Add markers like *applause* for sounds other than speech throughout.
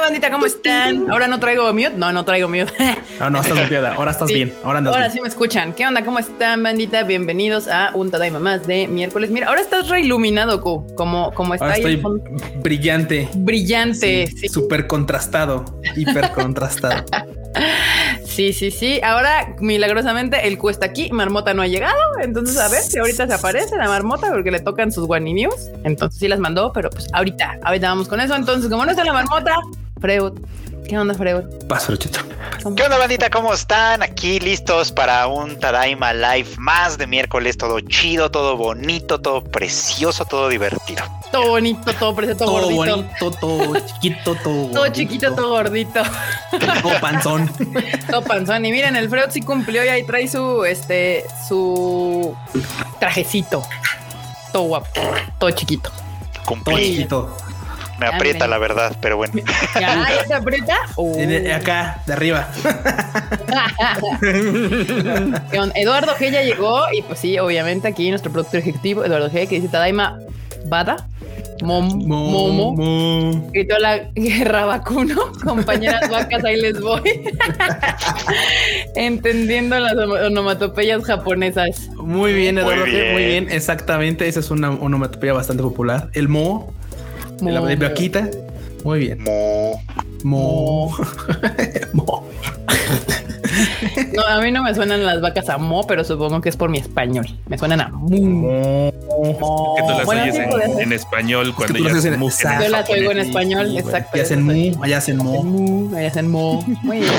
bandita? ¿Cómo están? Ahora no traigo mute. No, no traigo *laughs* mute. Ah, No, no, estás muteada. Ahora estás Sí. bien. Ahora andas Ahora bien. sí me escuchan. ¿Qué onda? ¿Cómo están, bandita? Bienvenidos a un Tadaima más de miércoles. Mira, ahora estás reiluminado, Q. Como, como está Ahora ahí el estoy fondo. brillante. brillante. Sí. Súper contrastado. Hiper *laughs* contrastado. sí, sí, sí. Ahora, milagrosamente, el Q está aquí. Marmota no ha llegado. Entonces, a ver si ahorita se aparece la marmota porque le tocan sus Guani News. Entonces, sí las mandó, pero pues ahorita, ahorita vamos con eso. Entonces, como no está la marmota, Freud. ¿Qué onda, Freud? Paso, Luchito. ¿Cómo- ¿Qué onda bandita? ¿Cómo están? Aquí listos para un Tadaima Live más de miércoles, todo chido, todo bonito, todo precioso, todo divertido. Todo bonito, todo preso, todo, Todo gordito. bonito, todo chiquito, todo. Todo chiquito, todo gordito, Todo panzón. todo panzón. Y miren, el Freud sí cumplió y ahí trae su, este, su trajecito. Todo guapo, todo chiquito. Todo Cumplí. chiquito. Me aprieta la verdad, pero bueno. *laughs* Ya, ya se aprieta. Oh. En- en- Acá, de arriba. ¿Qué onda? Eduardo G ya llegó y pues sí, obviamente aquí nuestro productor ejecutivo, Eduardo G, que dice Tadaima Bada, Mom- Mo- Momo. mo. Gritó la guerra vacuno, *laughs* compañeras vacas, ahí les voy. *laughs* Entendiendo las onomatopeyas japonesas. Muy bien, Muy Eduardo. G, Muy bien. bien. Exactamente. Esa es una onomatopeya bastante popular. El mo. La de Blanquita. Muy bien. Mu. Mo. Mo. *laughs* No, a mí no me suenan las vacas a mo, pero supongo que es por mi español. Me suenan a mu. que tú las Oh, Bueno, oyes sí en, puede ser. en español cuando tú ya las oyes en- *laughs* mu- Exacto. Yo las oigo en Sí, español, sí, güey. exacto. Y hacen yo las mu, allá hacen oigo en mo. mu, ahí hacen mo. Muy bien.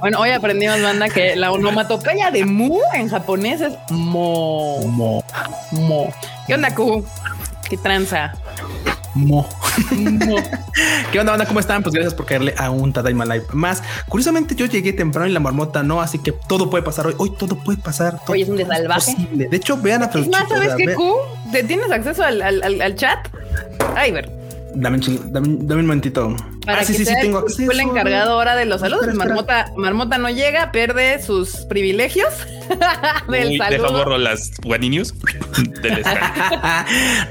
Bueno, hoy aprendimos, banda, que la onomatopeya de mu en japonés es mo. Mo. Mo. ¿Qué onda, Q? ¿Qué tranza? Mo. Mo. ¿Qué onda, banda? ¿Cómo están? Pues gracias por caerle a un Tadaima Live más. Curiosamente, yo llegué temprano y la marmota no, así que todo puede pasar hoy. Hoy todo puede pasar. Todo Hoy es un desalvaje. posible. De hecho, vean a Es más, Feluchito, ¿sabes o sea, qué, ve- Q? ¿Te tienes acceso al, al- al- al chat? Ay, ver. Dame, un ching- dame un- dame un momentito. Para ah, sí, que sí, sí, sea tengo el, acceso. el encargado ahora de los saludos. Espera, espera. Marmota, Marmota no llega, pierde sus privilegios *laughs* del Uy, deja saludo. borro las guaninius *laughs* del stand.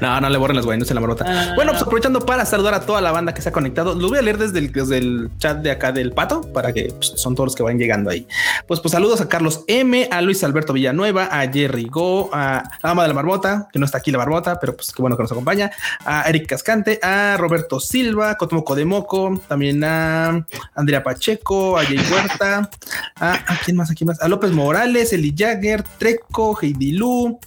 *laughs* no, no le borren las guaynos en la marmota. No, no, no, bueno, no. pues aprovechando para saludar a toda la banda que se ha conectado, los voy a leer desde el, desde el chat de acá del pato para que pues, son todos los que van llegando ahí. Pues, pues saludos a Carlos M, a Luis Alberto Villanueva, a Jerry Go, a Ama de la Marmota, que no está aquí la Marmota, pero pues qué bueno que nos acompaña, a Eric Cascante, a Roberto Silva, Cotomoco de Moco, también a Andrea Pacheco, a Jay Huerta, a, a quién más, a quién más, a López Morales, Eli Jagger, Treco, Heidi Lu,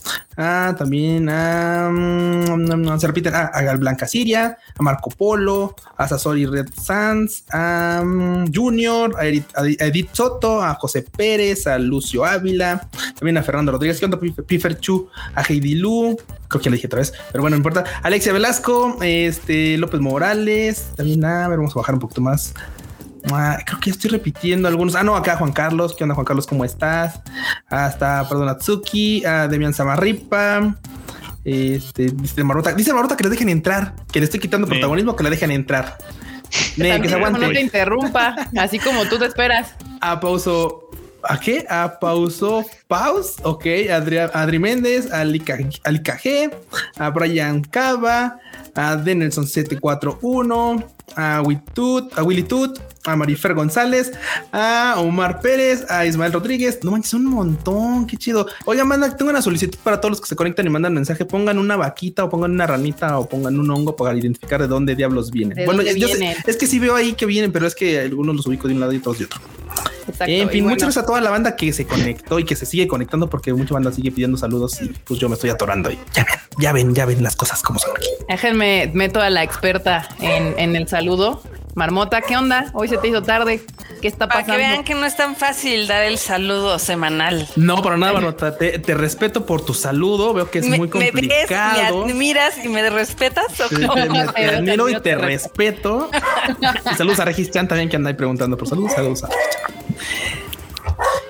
Ah, también a, mm, se repiten a, a Gal Blanca Siria, a Marco Polo, a Sasori Red Sanz, a mm, Junior, a Edith, a Edith Soto, a José Pérez, a Lucio Ávila, también a Fernando Rodríguez, ¿qué onda, Pif- Piferchu? A Heidi Lu, creo que le dije otra vez, pero bueno, no importa. Alexia Velasco, este López Morales, también ah, a, a ver, vamos a bajar un poquito más. Ah, creo que estoy repitiendo algunos. Ah, no, acá Juan Carlos. ¿Qué onda, Juan Carlos? ¿Cómo estás? Hasta, perdón, Atsuki, a Demian Samarripa. Este, dice Marota, dice Marota que le dejen entrar, que le estoy quitando Sí. protagonismo, que le dejen entrar. Ne, que También, se como no te aguante. interrumpa, así como tú te esperas. A pauso. ¿A qué? A pauso paus. Ok. Adria- Adri Méndez, a Lika- a Lika G, a Brian Cava, a Denelson 741, a Witut, a Willy Tut, a Marifer González, a Omar Pérez, a Ismael Rodríguez. No manches, un montón. Qué chido. Oiga, manda, tengo una solicitud para todos los que se conectan y mandan mensaje. Pongan una vaquita o pongan una ranita o pongan un hongo para identificar de dónde diablos vienen. ¿De bueno, dónde yo sé- vienen? es que sí veo ahí que vienen, pero es que algunos los ubico de un lado y otros de otro. Exacto. En y fin, bueno, muchas gracias a toda la banda que se conectó y que se sigue conectando porque mucha banda sigue pidiendo saludos y pues yo me estoy atorando y ya ven, ya ven, ya ven las cosas como son aquí. Déjenme, meto a la experta en, en el saludo. Marmota, ¿qué onda? Hoy se te hizo tarde. ¿Qué está Para pasando? que vean que no es tan fácil dar el saludo semanal. No, para nada, Marmota, te, te respeto por tu saludo, veo que es me, muy me ves, me complicado. admiras y me respetas. ¿o Te- cómo? te- *laughs* me- te Pero admiro y también te te respeto. Y saludos a Regis Chan también que anda ahí preguntando por saludos, saludos a Regis Chan.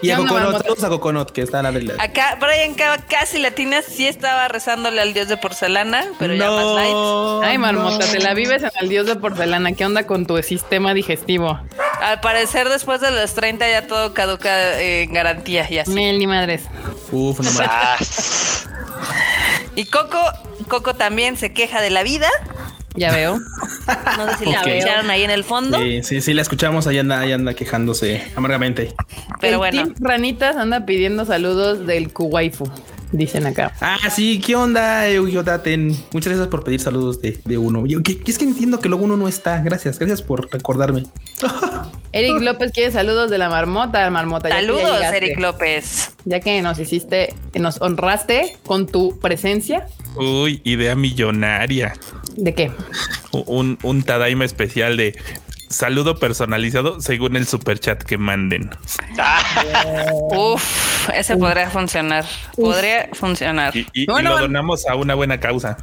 Y ¿Qué a onda, Coconut, Marmota? saludos a Coconut que está a la de la- Acá Brian Cava casi latina sí estaba rezándole al dios de porcelana, pero ya más light. No, Ay, Marmota, Oh, no. te la vives en el dios de porcelana. ¿Qué onda con tu sistema digestivo? Al parecer después de los 30 ya todo caduca eh, en garantía y así. Mel, ni madres. Uf, no manches. Sas. Y Coco, Coco también se queja de la vida. Ya veo. No sé si la Ok. escucharon ahí en el fondo, Sí, sí, sí, la escuchamos. Ahí anda, ahí anda quejándose amargamente. *laughs* pero el bueno. Team Ranitas anda pidiendo saludos del Kuwaifu, dicen acá. Ah, sí, ¿qué onda, Eugio Daten? Muchas gracias por pedir saludos de, de uno. Yo, que- es que entiendo que luego uno no está. Gracias, gracias por recordarme. Eric López quiere saludos de la marmota, marmota. ya que ya Saludos, llegaste, Eric López. Ya que nos hiciste, nos honraste con tu presencia. Uy, idea millonaria. ¿De qué? Un, un Tadaima especial de saludo personalizado según el superchat que manden. Ah, Uf, ese podría funcionar. Podría funcionar. Y, y- y Bueno, lo bueno. donamos a una buena causa.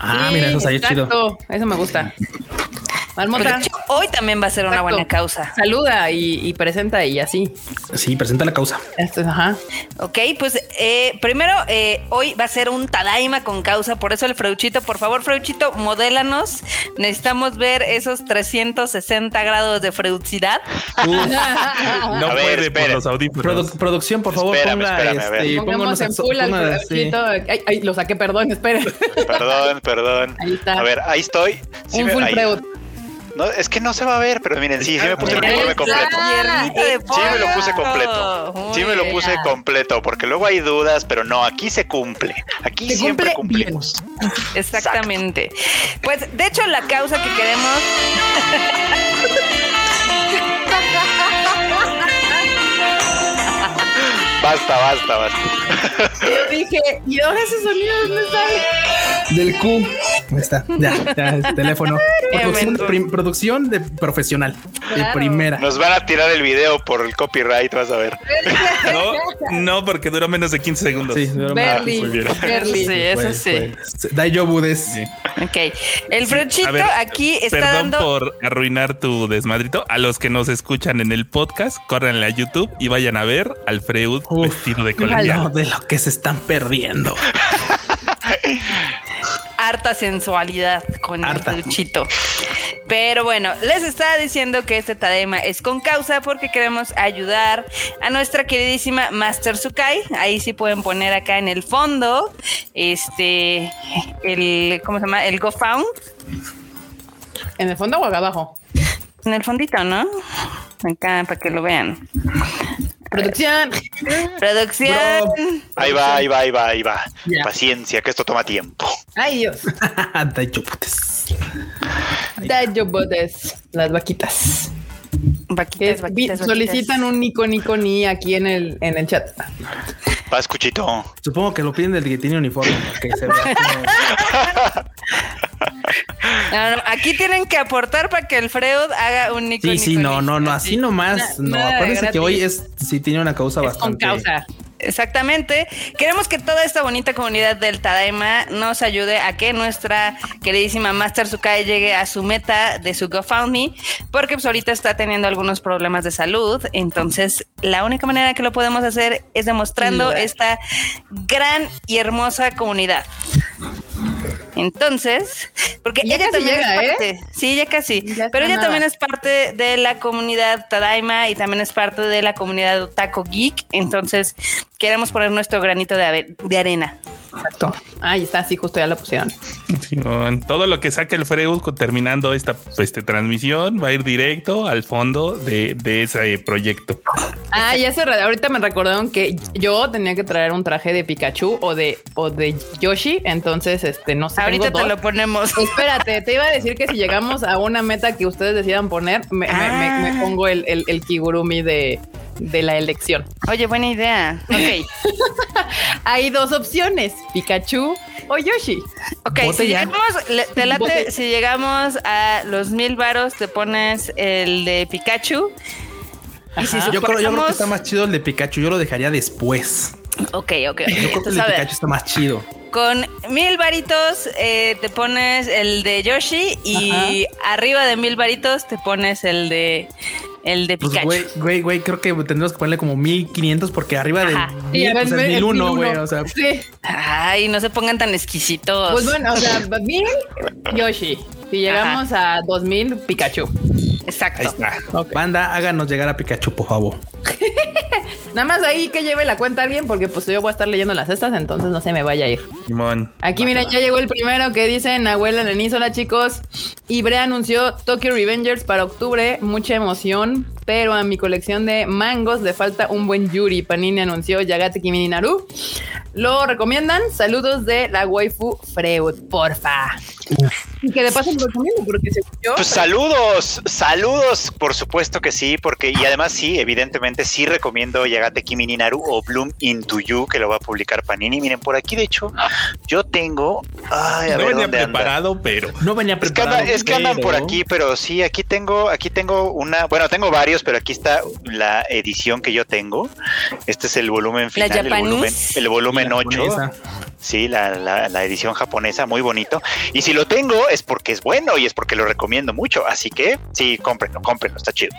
Ah, Sí, mira, eso salió chido. exacto, Eso me gusta. Porque Marmota, hoy también va a ser una Exacto. buena causa. saluda y, y presenta y así. Sí, presenta la causa. Esto es, ajá. Ok, pues eh, primero eh, hoy va a ser un Tadaima con causa, por eso el Freuchito, por favor Freuchito, modélanos. Necesitamos ver esos 360 grados de freuchidad. *laughs* No A ver, puede por espera. los audífonos. Produ- producción, por favor, Espérame, ponga espérame, a ver. este, Pongamos pónganos en a- full al ponga- sí. Freuchito. Ay, ay, lo saqué, perdón, espere. perdón, perdón. Ahí está. A ver, ahí estoy. Sí un me- full ahí. Freud. No, es que no se va a ver, pero miren, sí, sí me puse el Ahí uniforme está, completo. piernita de Sí me lo puse pollo. completo. Muy Sí me lo bien. puse completo, porque luego hay dudas, pero no, aquí se cumple. Aquí Se siempre cumple bien. cumplimos. Exactamente. Pues de hecho la causa que queremos... Basta, basta, basta. Yo dije, ¿y ahora ese sonido dónde está? Del Q. Ahí está. Ya, ya, *laughs* el teléfono. producción, de prim- producción de profesional. De Claro. primera. Nos van a tirar el video por el copyright, vas a ver. No, no, porque dura menos de 15 segundos. Sí, no, Berly, muy bien. Berly. Sí, eso pues, sí. pues, Dayobu des. Ok. El Freuchito A ver, aquí está Perdón dando... por arruinar tu desmadrito. A los que nos escuchan en el podcast, corran a YouTube y vayan a ver al Freud Uf. vestido de No, *laughs* colombiano. de lo que se están perdiendo. *laughs* harta sensualidad con Harta. el duchito. Pero bueno, les estaba diciendo que este Tadema es con causa porque queremos ayudar a nuestra queridísima Master Sukai. Ahí sí pueden poner acá en el fondo este el ¿cómo se llama? el GoFound ¿En el fondo o acá abajo? en el fondito, ¿no? Acá para que lo vean. Producción. Producción. Ahí va, ahí va, ahí va, ahí va. Ya. Paciencia, que esto toma tiempo. Ay, Dios. Dayobu des. Dayobotes. Las vaquitas. Que vi- Vaquitas, vaquitas, vaquitas. solicitan un Nico Nico Ni aquí en el, en el chat. Vas, Cuchito. Supongo que lo piden del que tiene uniforme. porque se vea *laughs* como- No, no, aquí tienen que aportar para que el Freud haga un Nico Sí, sí, Nico, no, Nico. no, no, así nomás. Na- No, nada de acuérdense que gratis. hoy es, sí tiene una causa Es con bastante. causa. Exactamente. Queremos que toda esta bonita comunidad del Tadaima nos ayude a que nuestra queridísima Master Sukai llegue a su meta de su GoFundMe, porque pues ahorita está teniendo algunos problemas de salud. Entonces, la única manera que lo podemos hacer es demostrando Ayudar. esta gran y hermosa comunidad. Entonces, porque Ya ella casi también llega, es ¿eh? parte, sí, ya casi, Ya está pero ella nada. también es parte de la comunidad Tadaima y también es parte de la comunidad Otaku Geek, entonces queremos poner nuestro granito de, ave- de arena. Exacto. Ahí está, sí, justo ya lo pusieron. Chingón. Todo lo que saque el Freud con- terminando esta este, transmisión va a ir directo al fondo de, de ese proyecto. Ah, ya se re- ahorita me recordaron que yo tenía que traer un traje de Pikachu o de o de Yoshi, entonces este no sé. Ahorita tengo te dos. lo ponemos. Espérate, te iba a decir que si llegamos a una meta que ustedes decidan poner, me, me- Ah. me- me pongo el, el, el kigurumi de, de la elección. *laughs* Oye, buena idea. Ok, Hay dos opciones, Pikachu o Yoshi. ok, Vote si ya. llegamos, le- te late, Vote. si llegamos a los mil varos, te pones el de Pikachu. Y si Ajá. Yo creo, yo creo que superamos- está más chido el de Pikachu. Yo lo dejaría después. Ok, ok. Yo creo que el Entonces, de a ver, Pikachu está más chido. Con mil varitos eh, te pones el de Yoshi y arriba de mil varitos te pones el de el de Pues, Pikachu. güey, güey, güey, creo que tendremos que ponerle como 1500 porque arriba de Ajá. Sí, a ver, pues, es el 1001, 1001. güey. O sea, Sí. Ay, no se pongan tan exquisitos. Pues bueno, o sea, mil Yoshi. Si llegamos a 2000, Pikachu. Exacto. Ahí está. Ok. banda, háganos llegar a Pikachu, por favor. Nada más ahí que lleve la cuenta alguien, porque pues yo voy a estar leyendo las estas, entonces no se me vaya a ir. Simón. Aquí, miren, ya llegó el primero que dicen Abuela Lenis. Hola, chicos. Ibre anunció Tokyo Revengers para octubre. Mucha emoción, pero a mi colección de mangos le falta un buen Yuri. Panini anunció Yagate Kimi ni Naru. Lo recomiendan. Saludos de la waifu Freud, porfa. Y que de paso lo recomiendo, porque se yo. Pues saludos, saludos, por supuesto que sí, porque y además sí, evidentemente sí recomiendo Yagate Kimi ni Naru o Bloom Into You, que lo va a publicar Panini. Miren, por aquí de hecho, yo tengo. Ay, a No ver venía dónde anda. preparado, pero. No venía Es que, preparado. andan, es que andan por pero- aquí, pero sí, aquí tengo, aquí tengo una, bueno, tengo varios, pero aquí está la edición que yo tengo. Este es el volumen final, el Japanese. volumen, el volumen La 8. japonesa. Sí, la, la- la edición japonesa, muy bonito. Y si lo tengo es porque es bueno y es porque lo recomiendo mucho. Así que sí, cómprenlo, cómprenlo, está chido.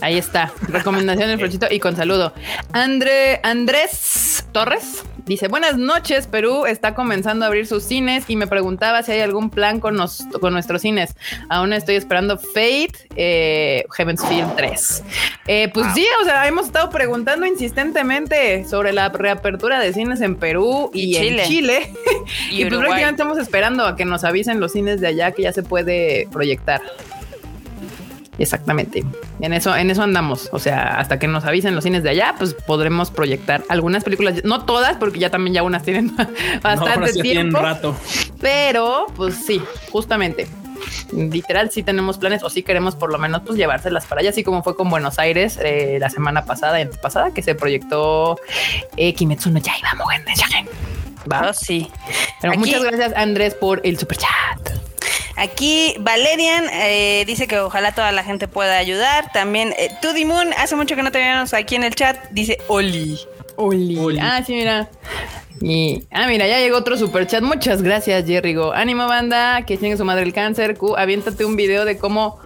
Ahí está. Recomendación del Frochito y con saludo. André, Andrés Torres dice: Buenas noches, Perú está comenzando a abrir sus cines y me preguntaba si hay algún plan con, nos- con nuestros cines. Aún estoy esperando Fate, eh, Heaven's Field 3. Eh, pues sí, o sea, hemos estado preguntando insistentemente sobre la reapertura de cines en Perú y, Y Chile. en Chile. Y Y, pues Uruguay. prácticamente estamos esperando a que nos avisen los cines de allá que ya se puede proyectar. Exactamente. En eso, en eso andamos. O sea, hasta que nos avisen los cines de allá, pues podremos proyectar algunas películas. No todas, porque ya también ya unas tienen *laughs* No, ahora bastante sí tiene un tiempo. rato. Pero, pues sí, justamente. Literal, sí tenemos planes o sí queremos por lo menos pues llevárselas para allá, así como fue con Buenos Aires eh, la semana pasada, en pasada, que se proyectó eh, Kimetsu no Yaiba, Mugen no Yagen. Va. Oh, sí. Pero Aquí- muchas gracias, Andrés, por el super chat. Aquí Valerian eh, dice que ojalá toda la gente pueda ayudar. También eh, Tudy Moon, hace mucho que no te veíamos aquí en el chat, dice Oli. Oli. Oli. Ah, sí, mira. Y, ah, mira, ya llegó otro super chat. Muchas gracias, Jerrigo. Ánimo, banda, que chingue su madre el cáncer. Q, aviéntate un video de cómo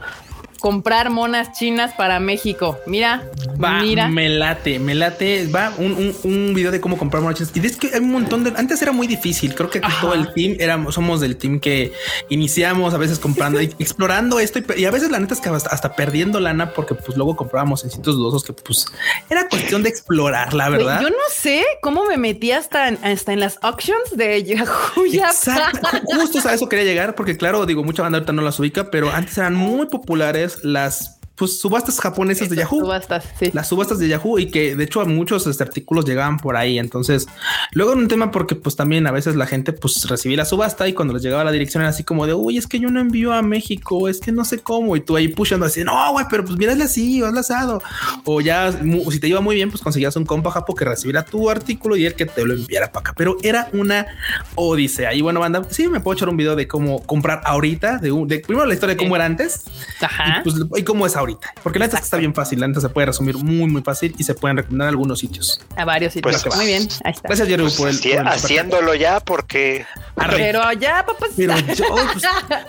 comprar monas chinas para México. Mira, Va, mira. me late, me late. Va un, un- un video de cómo comprar mochas. Y es que hay un montón de. Antes era muy difícil. Creo que aquí Ajá. todo el team éramos, somos del team que iniciamos a veces *laughs* comprando, y explorando esto. Y, pe- y a veces la neta es que hasta, hasta perdiendo lana porque pues luego comprábamos en sitios dudosos que pues era cuestión de explorar, la Güey, verdad. Yo no sé cómo me metí hasta en, hasta en las auctions de Yahoo. *laughs* Exacto, ju- justo a eso quería llegar, porque claro, digo, mucha banda ahorita no las ubica, pero antes eran muy populares las pues, subastas japonesas de Yahoo. Subastas, sí. las subastas de Yahoo y que de hecho a muchos este, artículos llegaban por ahí. Entonces, luego era un tema porque pues también a veces la gente pues recibía la subasta y cuando les llegaba la dirección era así como de, uy, es que yo no envío a México, es que no sé cómo. Y tú ahí pushando así, no, güey, pero pues mírale así, o hazle asado. O ya, mu- si te iba muy bien, pues conseguías un compa japo que recibiera tu artículo y el que te lo enviara para acá. Pero era una odisea. Y bueno, banda, sí, me puedo echar un video de cómo comprar ahorita, de, un- de primero la historia de cómo era antes Ajá. y, pues, y cómo es ahorita. Porque la neta es que está bien fácil, la neta se puede resumir muy, muy fácil y se pueden recomendar algunos sitios. A varios sitios. Pues, Muy bien, ahí está. Gracias, Jerry, Pues, por el. así- por el haciéndolo ya porque Arre. Pero ya, papá. Pero yo, pues,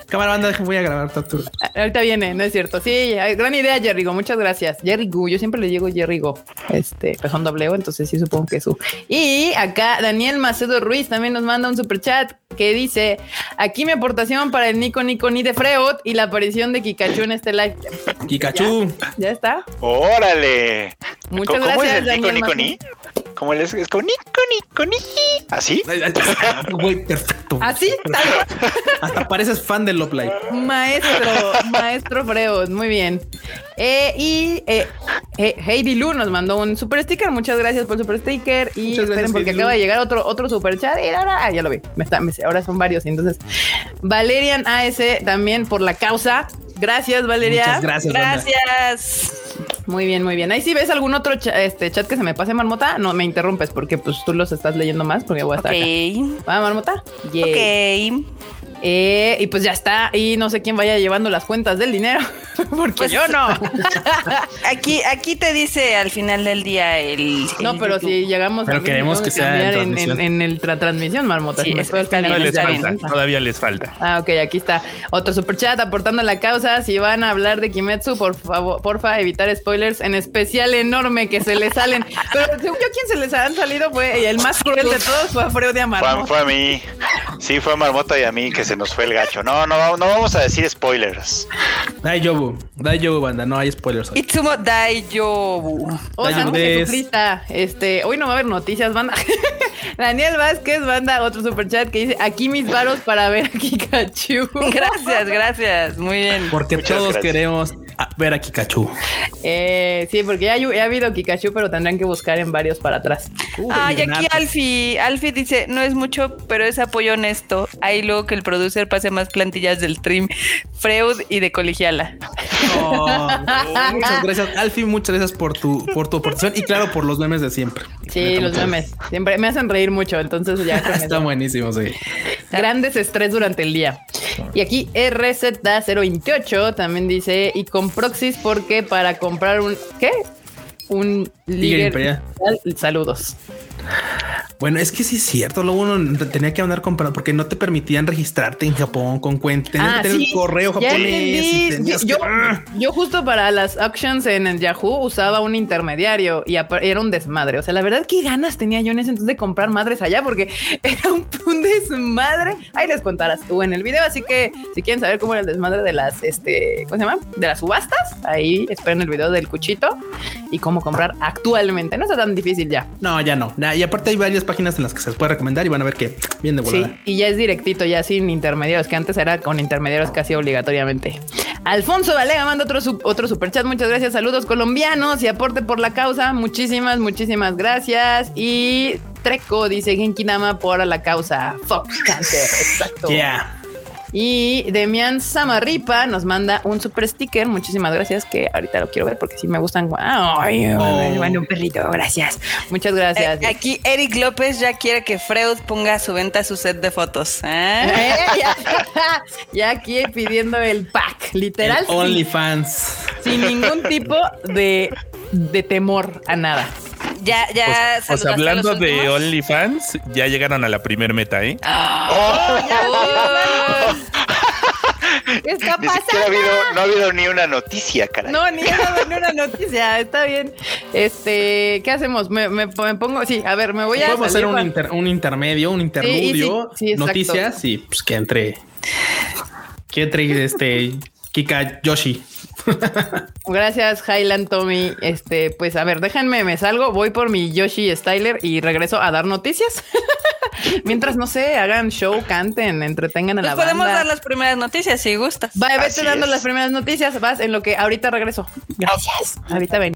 cámara banda, déjenme, voy a grabar Tatur. Ahorita viene, no es cierto. Sí, ay, gran idea, Jerrigo. Muchas gracias. Jerrigo, yo siempre le digo Jerrigo. Este, pues son dobleo, entonces sí supongo que es su. Y acá Daniel Macedo Ruiz también nos manda un super chat que dice: Aquí mi aportación para el Nico Nico Ni de Freud y la aparición de Kikachu en este live. Kikachu. Ya está. órale. Muchas ¿Cómo gracias, es el Nico Daniel Nico Macedo. Ni? ¿Cómo es? Es con Nico Nico Ni. ¿Así? Güey, perfecto. Así, tal cual. Hasta pareces fan de Love Live. Maestro, maestro Freud, muy bien. Eh, y eh, He- Heidi Lu nos mandó un super sticker. Muchas gracias por el super sticker. Y Muchas gracias, esperen, porque Heidi acaba Lu. de llegar otro, otro super chat. Y ahora, ah, ya lo vi. Me está- me- ahora son varios. Entonces, Valerian AS también por la causa. Gracias, Valeria. Muchas gracias, banda. Gracias. Muy bien, muy bien. Ahí si ves algún otro cha- este, chat que se me pase, Marmota, no me interrumpes porque pues tú los estás leyendo más porque voy a Ok. estar acá. Va, Marmota. Yay. Ok. Eh, y pues ya está. Y no sé quién vaya llevando las cuentas del dinero. *laughs* Porque Pues- yo no. Aquí, aquí te dice al final del día el. *laughs* No, el pero YouTube. si llegamos Pero mil, queremos tengo que sea en cambiar transmisión. en, en el- la transmisión, marmota. Sí, si me es- puedo está bien, cambiar Todavía les el está bien. canal. falta. Todavía les falta. Ah, ok, aquí está. Otro superchat aportando a la causa. Si van a hablar de Kimetsu, por favor, porfa, evitar spoilers, en especial enorme que se le salen. *laughs* Pero según yo, quien se les han salido fue y el más cruel de todos fue a Freud de Fue, Amargo. fue a mí. Sí, fue a Marmota y a mí que se nos fue el gacho. No, no, no vamos a decir spoilers. Dai Yobu, Dai Yobu, banda. No hay spoilers hoy. *laughs* Itsumo Daijoubu. O Santo Ayudes. Jesucrista, este, hoy no va a haber noticias, banda. *laughs* Daniel Vázquez manda otro superchat que dice aquí mis varos para ver a *laughs* Kikachu. Gracias, gracias. Muy bien. Porque Muchas todos gracias. queremos a- ver a Kikachu. Eh, sí, porque ya hay- ya ha habido Kikachu, pero tendrán que buscar en varios para atrás. Uh, Ay, aquí Leonardo. Alfie. Alfie dice, no es mucho, pero es apoyo honesto. Ahí luego que el producer pase más plantillas del trim, Freud y de colegiala. Oh, *laughs* muchas gracias, Alfie. Muchas gracias por tu, por tu aportación y claro, por los memes de siempre. Sí, los memes. Siempre me hacen reír mucho, entonces ya con Ah, Está eso. buenísimo, sí. grandes estrés durante el día. Y aquí RZ028 también dice, y con proxies porque para comprar un... ¿Qué? Un líder imperial. digital, Saludos. Bueno, es que sí es cierto, luego uno tenía que andar comprando porque no te permitían registrarte en Japón con cuenta, tenías Ah, que tener sí, un correo ya japonés. y entendí. tenías Yo, que- ¡Ah! yo justo para las auctions en el Yahoo usaba un intermediario y apa- era un desmadre. O sea, la verdad, qué ganas tenía yo en ese entonces de comprar madres allá porque *laughs* era un, un desmadre. Ahí les contarás tú en el video. Así que si quieren saber cómo era el desmadre de las, este, ¿cómo se llama? De las subastas, ahí esperen el video del cuchito y cómo comprar actualmente. No está tan difícil ya. No, ya no. Nah, y aparte hay varias páginas en las que se les puede recomendar y van a ver que bien de volada. Sí, y ya es directito, ya sin intermediarios, que antes era con intermediarios casi obligatoriamente. Alfonso Valega manda otro, sup- otro superchat. Muchas gracias. Saludos colombianos y aporte por la causa. Muchísimas, muchísimas gracias. Y Treco dice Genki Dama por la causa. Fox Cancer. *laughs* Exacto. Ya. Y Demian Samarripa nos manda un super sticker. Muchísimas gracias, que ahorita lo quiero ver porque sí me gustan. Ay, me manda un perrito. Gracias. Muchas gracias. Eh, aquí Eric López ya quiere que Freud ponga a su venta su set de fotos. ¿eh? Eh, ya, ya aquí pidiendo el pack, literal, El sin, OnlyFans. sin ningún tipo de, de temor a nada. Ya, ya. Pues saludaste a los hablando de últimos. OnlyFans, ya llegaron a la primer meta, ¿eh? Oh, Oh, Uy, ¿Qué está Ni siquiera ha pasando? habido, no ha habido ni una noticia, caray. No, ni nada, ni una noticia, está bien. Este, ¿qué hacemos? Me, me- me pongo, sí, a ver, me voy a Podemos salir hacer un, con- inter- un intermedio, un interludio, sí, sí, exacto. noticias y pues que entre. Que entre este Kika *laughs* Yoshi. Gracias, Highland Tommy. Este, pues a ver, déjenme, me salgo, voy por mi Yoshi Styler y regreso a dar noticias. *laughs* Mientras, no sé, hagan show, canten, entretengan a Pues la podemos banda. dar las primeras noticias si gustas. Va, vete Así dando es. las primeras noticias, vas en lo que ahorita regreso. Gracias. Ahorita ven.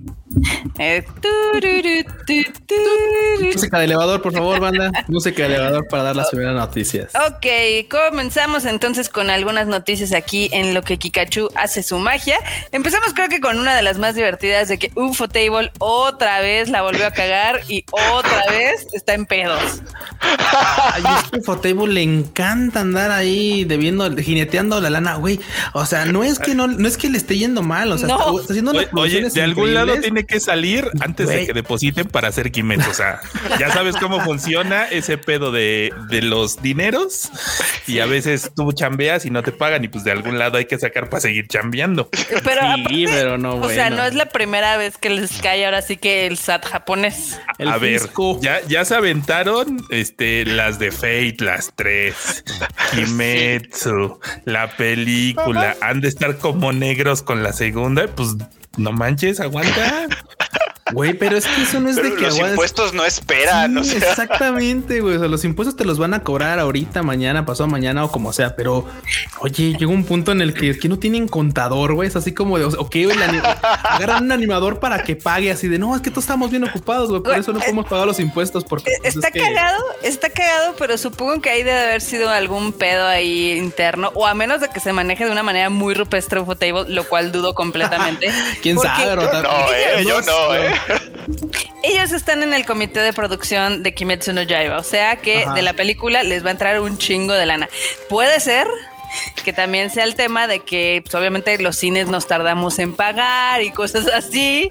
Eh, tururu, tu, tururu. Música de elevador, por favor, banda. Música de elevador para *laughs* dar las primeras noticias. Ok, comenzamos entonces con algunas noticias aquí en lo que Kikachu hace su magia. Empezamos creo que con una de las más divertidas de que UFO Table otra vez la volvió a cagar y otra vez está en pedos. Ay, es que Fotable le encanta andar ahí debiendo, jineteando la lana, güey. O sea, no es que no, no es que le esté yendo mal, o sea, No. está haciendo unas Oye, oye, producciones de algún increíbles. lado tiene que salir antes Güey. de que depositen para hacer Kimet. O sea, ya sabes cómo funciona ese pedo de, de los dineros. Y a veces tú chambeas y no te pagan, y pues de algún lado hay que sacar para seguir chambeando. Pero aparte, Sí, pero no, o sea, bueno. no es la primera vez que les cae ahora sí que el SAT japonés. El a ver, fisco. ya, ya se aventaron este, las de Fate, las *laughs* tres, Kimetsu, la película. Han de estar como negros con la segunda. Pues no manches, aguanta. Güey, pero es que eso no es Pero de que los aguas- impuestos no esperan, Sí, o sea, Exactamente, güey. O sea, los impuestos te los van a cobrar ahorita, mañana, pasado mañana o como sea. Pero, oye, llega un punto en el que, que no tienen contador, güey. Es así como de, o sea, ok, el ani- agarran un animador para que pague así de, no, es que todos estamos bien ocupados, güey. Por Güey, eso no eh, podemos pagar los impuestos porque... pues, Está es que- cagado, está cagado, pero supongo que ahí debe haber sido algún pedo ahí interno, o a menos de que se maneje de una manera muy rupestre UFO Table, lo cual dudo completamente. *laughs* ¿Quién porque sabe? pero yo no, también- eh, yo no, eh. Ellos están en el comité de producción de Kimetsu no Yaiba, o sea que Ajá. de la película les va a entrar un chingo de lana. Puede ser que también sea el tema de que pues, obviamente los cines nos tardamos en pagar y cosas así,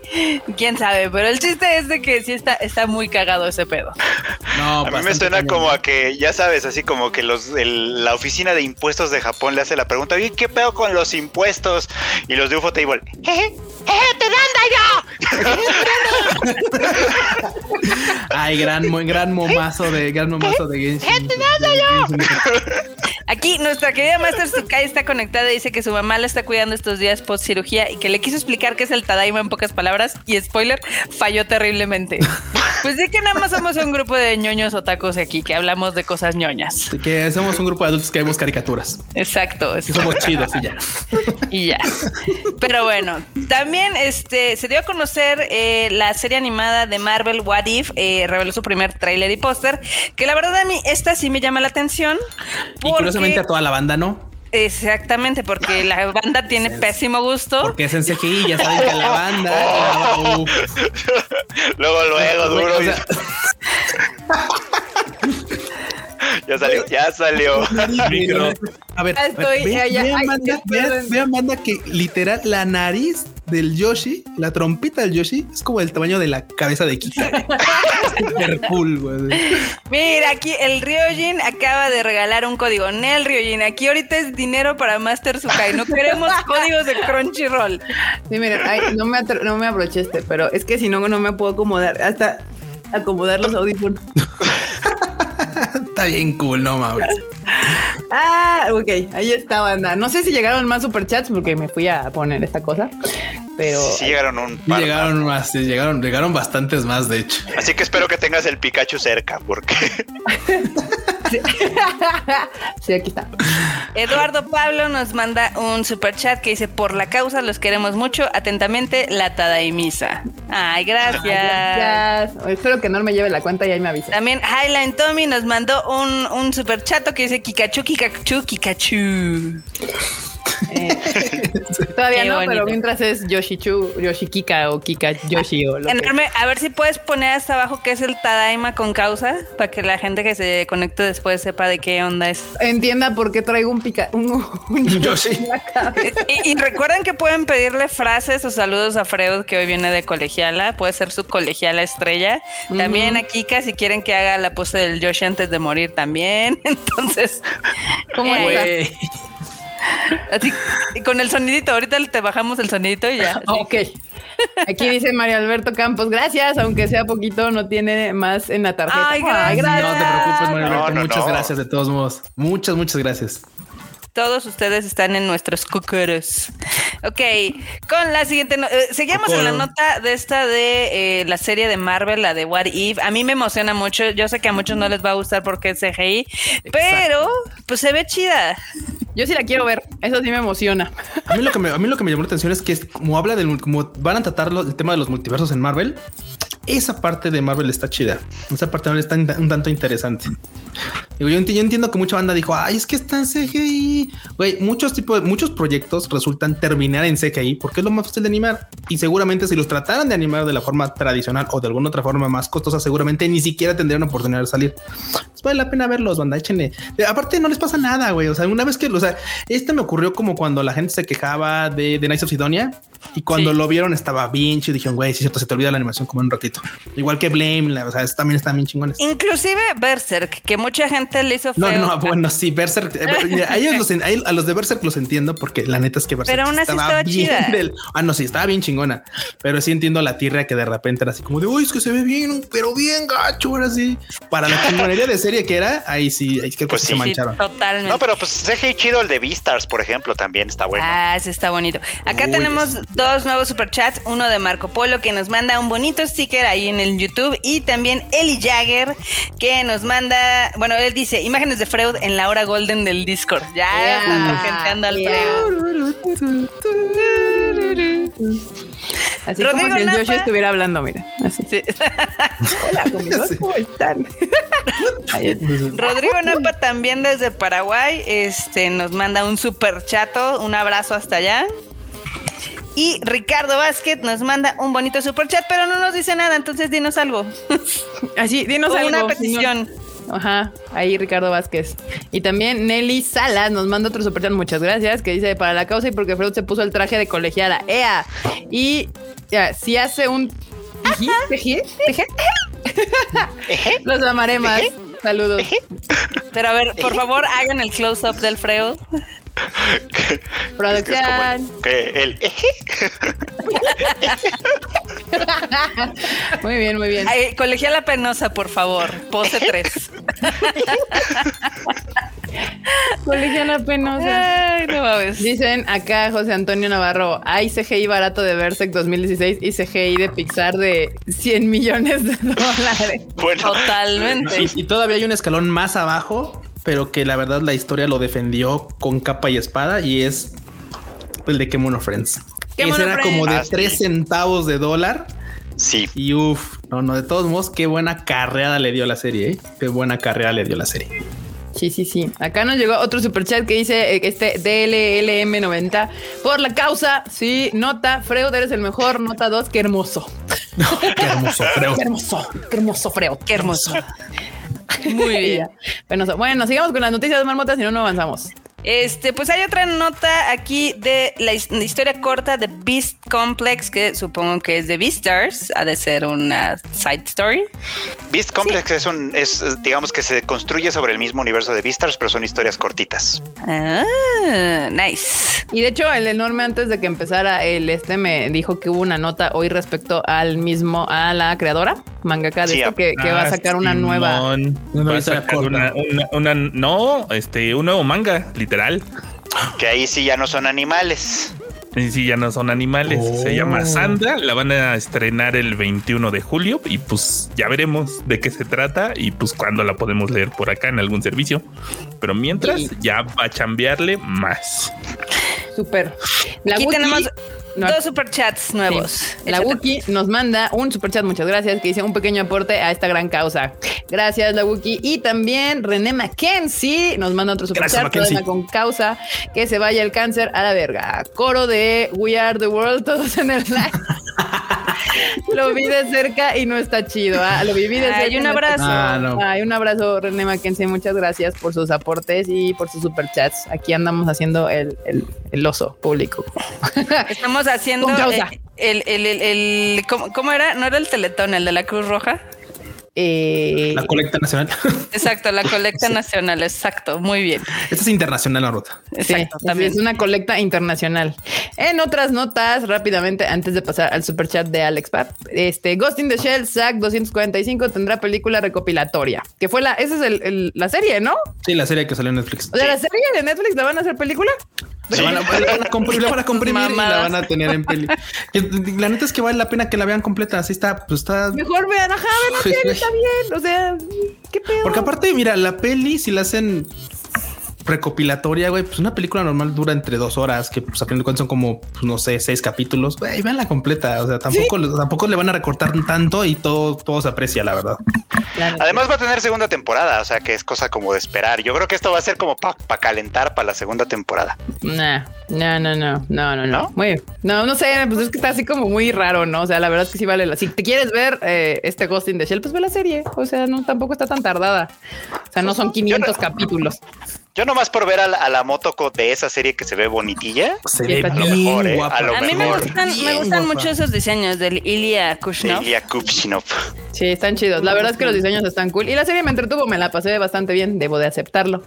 quién sabe, pero el chiste es de que sí está, está muy cagado ese pedo. No, A mí me bastante suena cañón. como a que, ya sabes, así como que los, el- la oficina de impuestos de Japón le hace la pregunta, oye, ¿qué pedo con los impuestos? Y los de UFO Table, jeje, ¡Eh, te dan Ay, gran, mo- gran momazo de gran momazo de Genshin. de Genshin. Aquí nuestra querida Master Tsukai está conectada y dice que su mamá la está cuidando estos días post cirugía y que le quiso explicar qué es el Tadaima en pocas palabras y spoiler, falló terriblemente. *laughs* Pues sí que nada más somos un grupo de ñoños otacos aquí que hablamos de cosas ñoñas. Que somos un grupo de adultos que vemos caricaturas. Exacto, Que es- somos chidos y ya. y ya. Pero bueno, también este se dio a conocer eh, la serie animada de Marvel What If, eh, reveló su primer tráiler y póster, que la verdad a mí esta sí me llama la atención. Y curiosamente porque- a toda la banda no. Exactamente, porque la banda tiene pésimo gusto. Porque es en CGI, ya saben que la *laughs* banda. uh, ya! Luego, luego, duro. o sea, ya salió, ya salió. *laughs* Micro. A ver, Ya estoy, ve, ya, ya. vean, Ay, banda, ya, perdón. vean- vean, banda, que literal la nariz del Yoshi, la trompita del Yoshi, es como el tamaño de la cabeza de Kita. *laughs* Super cool, güey. Mira, aquí el Ryojin acaba de regalar un código. Nel Ryojin, aquí ahorita es dinero para Master Sukai. No queremos códigos de Crunchyroll. Sí, miren, ay, no, me atre- no me abroché este, pero es que si no, no me puedo acomodar. Hasta acomodar los audífonos. Está bien cool, no mames. Ah, ok, ahí está, banda. No sé si llegaron más superchats porque me fui a poner esta cosa, pero Sí llegaron un Y par. Llegaron más, sí, llegaron, llegaron bastantes más, de hecho. Así que espero que tengas el Pikachu cerca, porque *laughs* sí, aquí está. Eduardo Pablo nos manda un super chat que dice: Por la causa los queremos mucho. Atentamente, la Tadaimisa. Ay, gracias. Gracias. Espero que no me lleve la cuenta y ahí me avisa. También Highline Tommy nos mandó un, un super chato que dice Kikachu, Kikachu, Kikachu. Eh, todavía Qué no, bonito. pero mientras es Yoshichu, Yoshikika o Kika Yoshi o lo que- Enorme, a ver si puedes poner hasta abajo qué es el Tadaima con causa, para que la gente que se conecte después sepa de qué *laughs* onda es. Entienda por qué traigo un pica un, un Yoshi. en la cabeza. Y, y recuerden que pueden pedirle frases o saludos a Freud, que hoy viene de colegiala, puede ser su colegiala estrella. También a Kika, si quieren que haga la pose del Yoshi antes de morir también. *laughs* Entonces, ¿Cómo eh, está? Güey. así, y con el sonidito, ahorita te bajamos el sonidito y ya. *laughs* Ok. Aquí dice Mario Alberto Campos, gracias, aunque sea poquito, no tiene más en la tarjeta. Ay, gracias. No te preocupes, Mario No, Alberto, no, muchas no. gracias de todos modos. Muchas, muchas gracias. Todos ustedes están en nuestros cucuros. Ok, con la siguiente. no- eh, seguimos en la Cucuro. nota de esta de eh, la serie de Marvel, la de What If. A mí me emociona mucho. Yo sé que a muchos no les va a gustar porque es CGI, pero pues se ve chida. Yo sí la quiero ver, eso sí me emociona. A mí lo que me, a mí lo que me llamó la atención es que es como habla del mul- como van a tratar lo- el tema de los multiversos en Marvel. Esa parte de Marvel está chida. Esa parte de Marvel está in- un tanto interesante. Digo, yo, enti- yo entiendo que mucha banda dijo, ay, es que está en CGI. Güey, muchos tipos, muchos proyectos resultan terminar en CGI porque es lo más fácil de animar. Y seguramente si los trataran de animar de la forma tradicional o de alguna otra forma más costosa, seguramente ni siquiera tendrían oportunidad de salir. Pues vale la pena verlos, banda, échenle. Eh, Aparte, no les pasa nada, güey. O sea, una vez que, o sea, este me ocurrió como cuando la gente se quejaba de, de Nights of Sidonia y cuando Sí. lo vieron estaba bien chido. Dijeron, güey, sí, es cierto, se te olvida la animación como en un ratito. Igual que Blame, la- o sea, es- también están bien chingones. Inclusive Berserk, que mucha gente le hizo No, feo. no, bueno, sí, Berserk. eh, mira, a, ellos los en- a ellos- a los de Berserk los entiendo porque la neta es que Berserk Pero aún así estaba bien chida. del- ah, no, sí, estaba bien chingona. Pero sí entiendo la tierra que de repente era así como de, uy, es que se ve bien, pero bien gacho, ahora sí. Para la chingonería de serie que era, ahí sí, ahí creo que Pues sí sí, se Sí, mancharon. totalmente. no, pero pues CGI chido el de Beastars, por ejemplo, también está bueno. Ah, sí está bonito. Acá Uy, tenemos ese dos nuevos superchats, uno de Marco Polo que nos manda un bonito sticker ahí en el YouTube y también Eli Jagger que nos manda, bueno, él dice imágenes de Freud en la hora golden del Discord. Ah, Ya Yeah. estamos genteando al Yeah. Freud. Así Rodrigo como si el Napa. Yoshi estuviera hablando, mira. Así. Sí. *laughs* Hola, amigos, Sí. ¿cómo están? Ahí está. Rodrigo Napa también desde Paraguay, este nos manda un superchato, un abrazo hasta allá. Y Ricardo Vázquez nos manda un bonito superchat, pero no nos dice nada, entonces dinos algo. Así, dinos algo. una señor. petición. Ajá, ahí Ricardo Vázquez. Y también Nelly Salas nos manda otro superchat, muchas gracias, que dice para la causa y porque Freud se puso el traje de colegiala. ¡Ea! Y ya, si hace un... tijí, tejí, teje, Ejé. *laughs* Los amaré más. Saludos. Pero a ver, por favor, hagan el close-up del Freud. Es que es como el- Producción. que el *laughs* eje. Muy bien, muy bien. Ay, colegia la penosa, por favor. Pose 3. Colegiala penosa. Ay, no mames. Dicen acá José Antonio Navarro, hay CGI barato de Berserk 2016 y CGI de Pixar de 100 millones de *laughs* dólares. Bueno, Totalmente. Y, y todavía hay un escalón más abajo, pero que la verdad la historia lo defendió con capa y espada y es el de Kemono Friends. Kemono Ese era Friends. como Ah, de sí. 3 centavos de dólar. sí. Y uff, no, no, de todos modos, qué buena carreada le dio la serie, ¿eh? Qué buena carreada le dio la serie. Sí, sí, sí. Acá nos llegó otro superchat que dice eh, este DLLM90 por la causa. Sí, nota, Freud eres el mejor. Nota 2, qué hermoso. Qué hermoso, creo. Qué hermoso, qué hermoso, Freud. Qué hermoso. Muy *laughs* bien. Bueno, so- bueno, sigamos con las noticias de Marmota, si no, no avanzamos. Este, pues hay otra nota aquí de la his- historia corta de Beast Complex, que supongo que es de Beastars, ha de ser una side story. Beast Complex es un, es, eh, digamos que se construye sobre el mismo universo de Beastars, pero son historias cortitas. Ah, nice. Y de hecho, el enorme antes de que empezara el este me dijo que hubo una nota hoy respecto al mismo, a la creadora mangaka de Sí, esto, a- que, que va a Ah, sacar una nueva. Simón. Una Va a historia sacar corta. una, una- una- no, este, un nuevo manga, literal. Que ahí sí ya no son animales. Y sí, ya no son animales. Oh. Se llama Sandra. La van a estrenar el 21 de julio. Y pues ya veremos de qué se trata y pues cuándo la podemos leer por acá en algún servicio. Pero mientras, Sí. ya va a chambearle más. Super. La aquí Wookiee- tenemos No, dos superchats nuevos. Sí. La Échate. Wookie nos manda un superchat, muchas gracias, que dice un pequeño aporte a esta gran causa. Gracias, la Wookie. Y también René Mackenzie nos manda otro Gracias, superchat, Mackenzie. problema con causa, que se vaya el cáncer a la verga. Coro de We Are the World, todos en el *laughs* live. lo vi de cerca y no está chido. ah, Lo viví de cerca. Ay, y un no está abrazo. Ah, no. Ay, un abrazo, René Mackenzie. Muchas gracias por sus aportes y por sus superchats. Aquí andamos haciendo el, el- el oso público. Estamos haciendo Con causa. eh, el, el, el, el- ¿cómo, cómo era? ¿No era el teletón, el de la Cruz Roja? Eh, La colecta nacional. *laughs* Exacto, la colecta nacional, exacto, muy bien. Esta es internacional la ruta. Sí, Exacto, es- también. Es una colecta internacional. En otras notas, rápidamente, antes de pasar al superchat de Alex Pat, este Ghost in the Shell, SAC 245, tendrá película recopilatoria, que fue la, esa es el- el- la serie, ¿no? Sí, la serie que salió en Netflix. O sea, la serie de Netflix la van a hacer película. La van a, la van a comprimir, la van a comprimir y la Mamadas. van a tener en peli. Que, La neta es que vale la pena que la vean completa. Así está, pues está. Mejor vean, ajá, vean la Sí, serie, sí. está bien. O sea, qué pedo. Porque aparte, mira, la peli, si la hacen recopilatoria, güey, pues una película normal dura entre dos horas, que pues a fin de cuentas son como, pues, no sé, seis capítulos. Güey, veanla completa. O sea, tampoco, tampoco le van a recortar tanto y todo, todo se aprecia, la verdad. La neta. Además va a tener segunda temporada, o sea que es cosa como de esperar. Yo creo que esto va a ser como para calentar para la segunda temporada. Nah, no, no, no, no, no, no. ¿No? Muy bien. No, no sé, pues es que está así como muy raro, ¿no? O sea, la verdad es que sí vale la. Si te quieres ver eh, este Ghost in the Shell, pues ve la serie. O sea, no, tampoco está tan tardada. O sea, no son 500 capítulos. Yo nomás por ver a la, a la Motoko de esa serie que se ve bonitilla. Se Sí, ve está chido. bien A lo mejor, eh, guapa. a lo A mí me mejor. gustan, me gustan guapa. mucho esos diseños del Ilya de Kushnov. Ilya Kupchinov. Sí, están chidos. La verdad es que los diseños están cool. Y la serie me entretuvo, me la pasé bastante bien, debo de aceptarlo.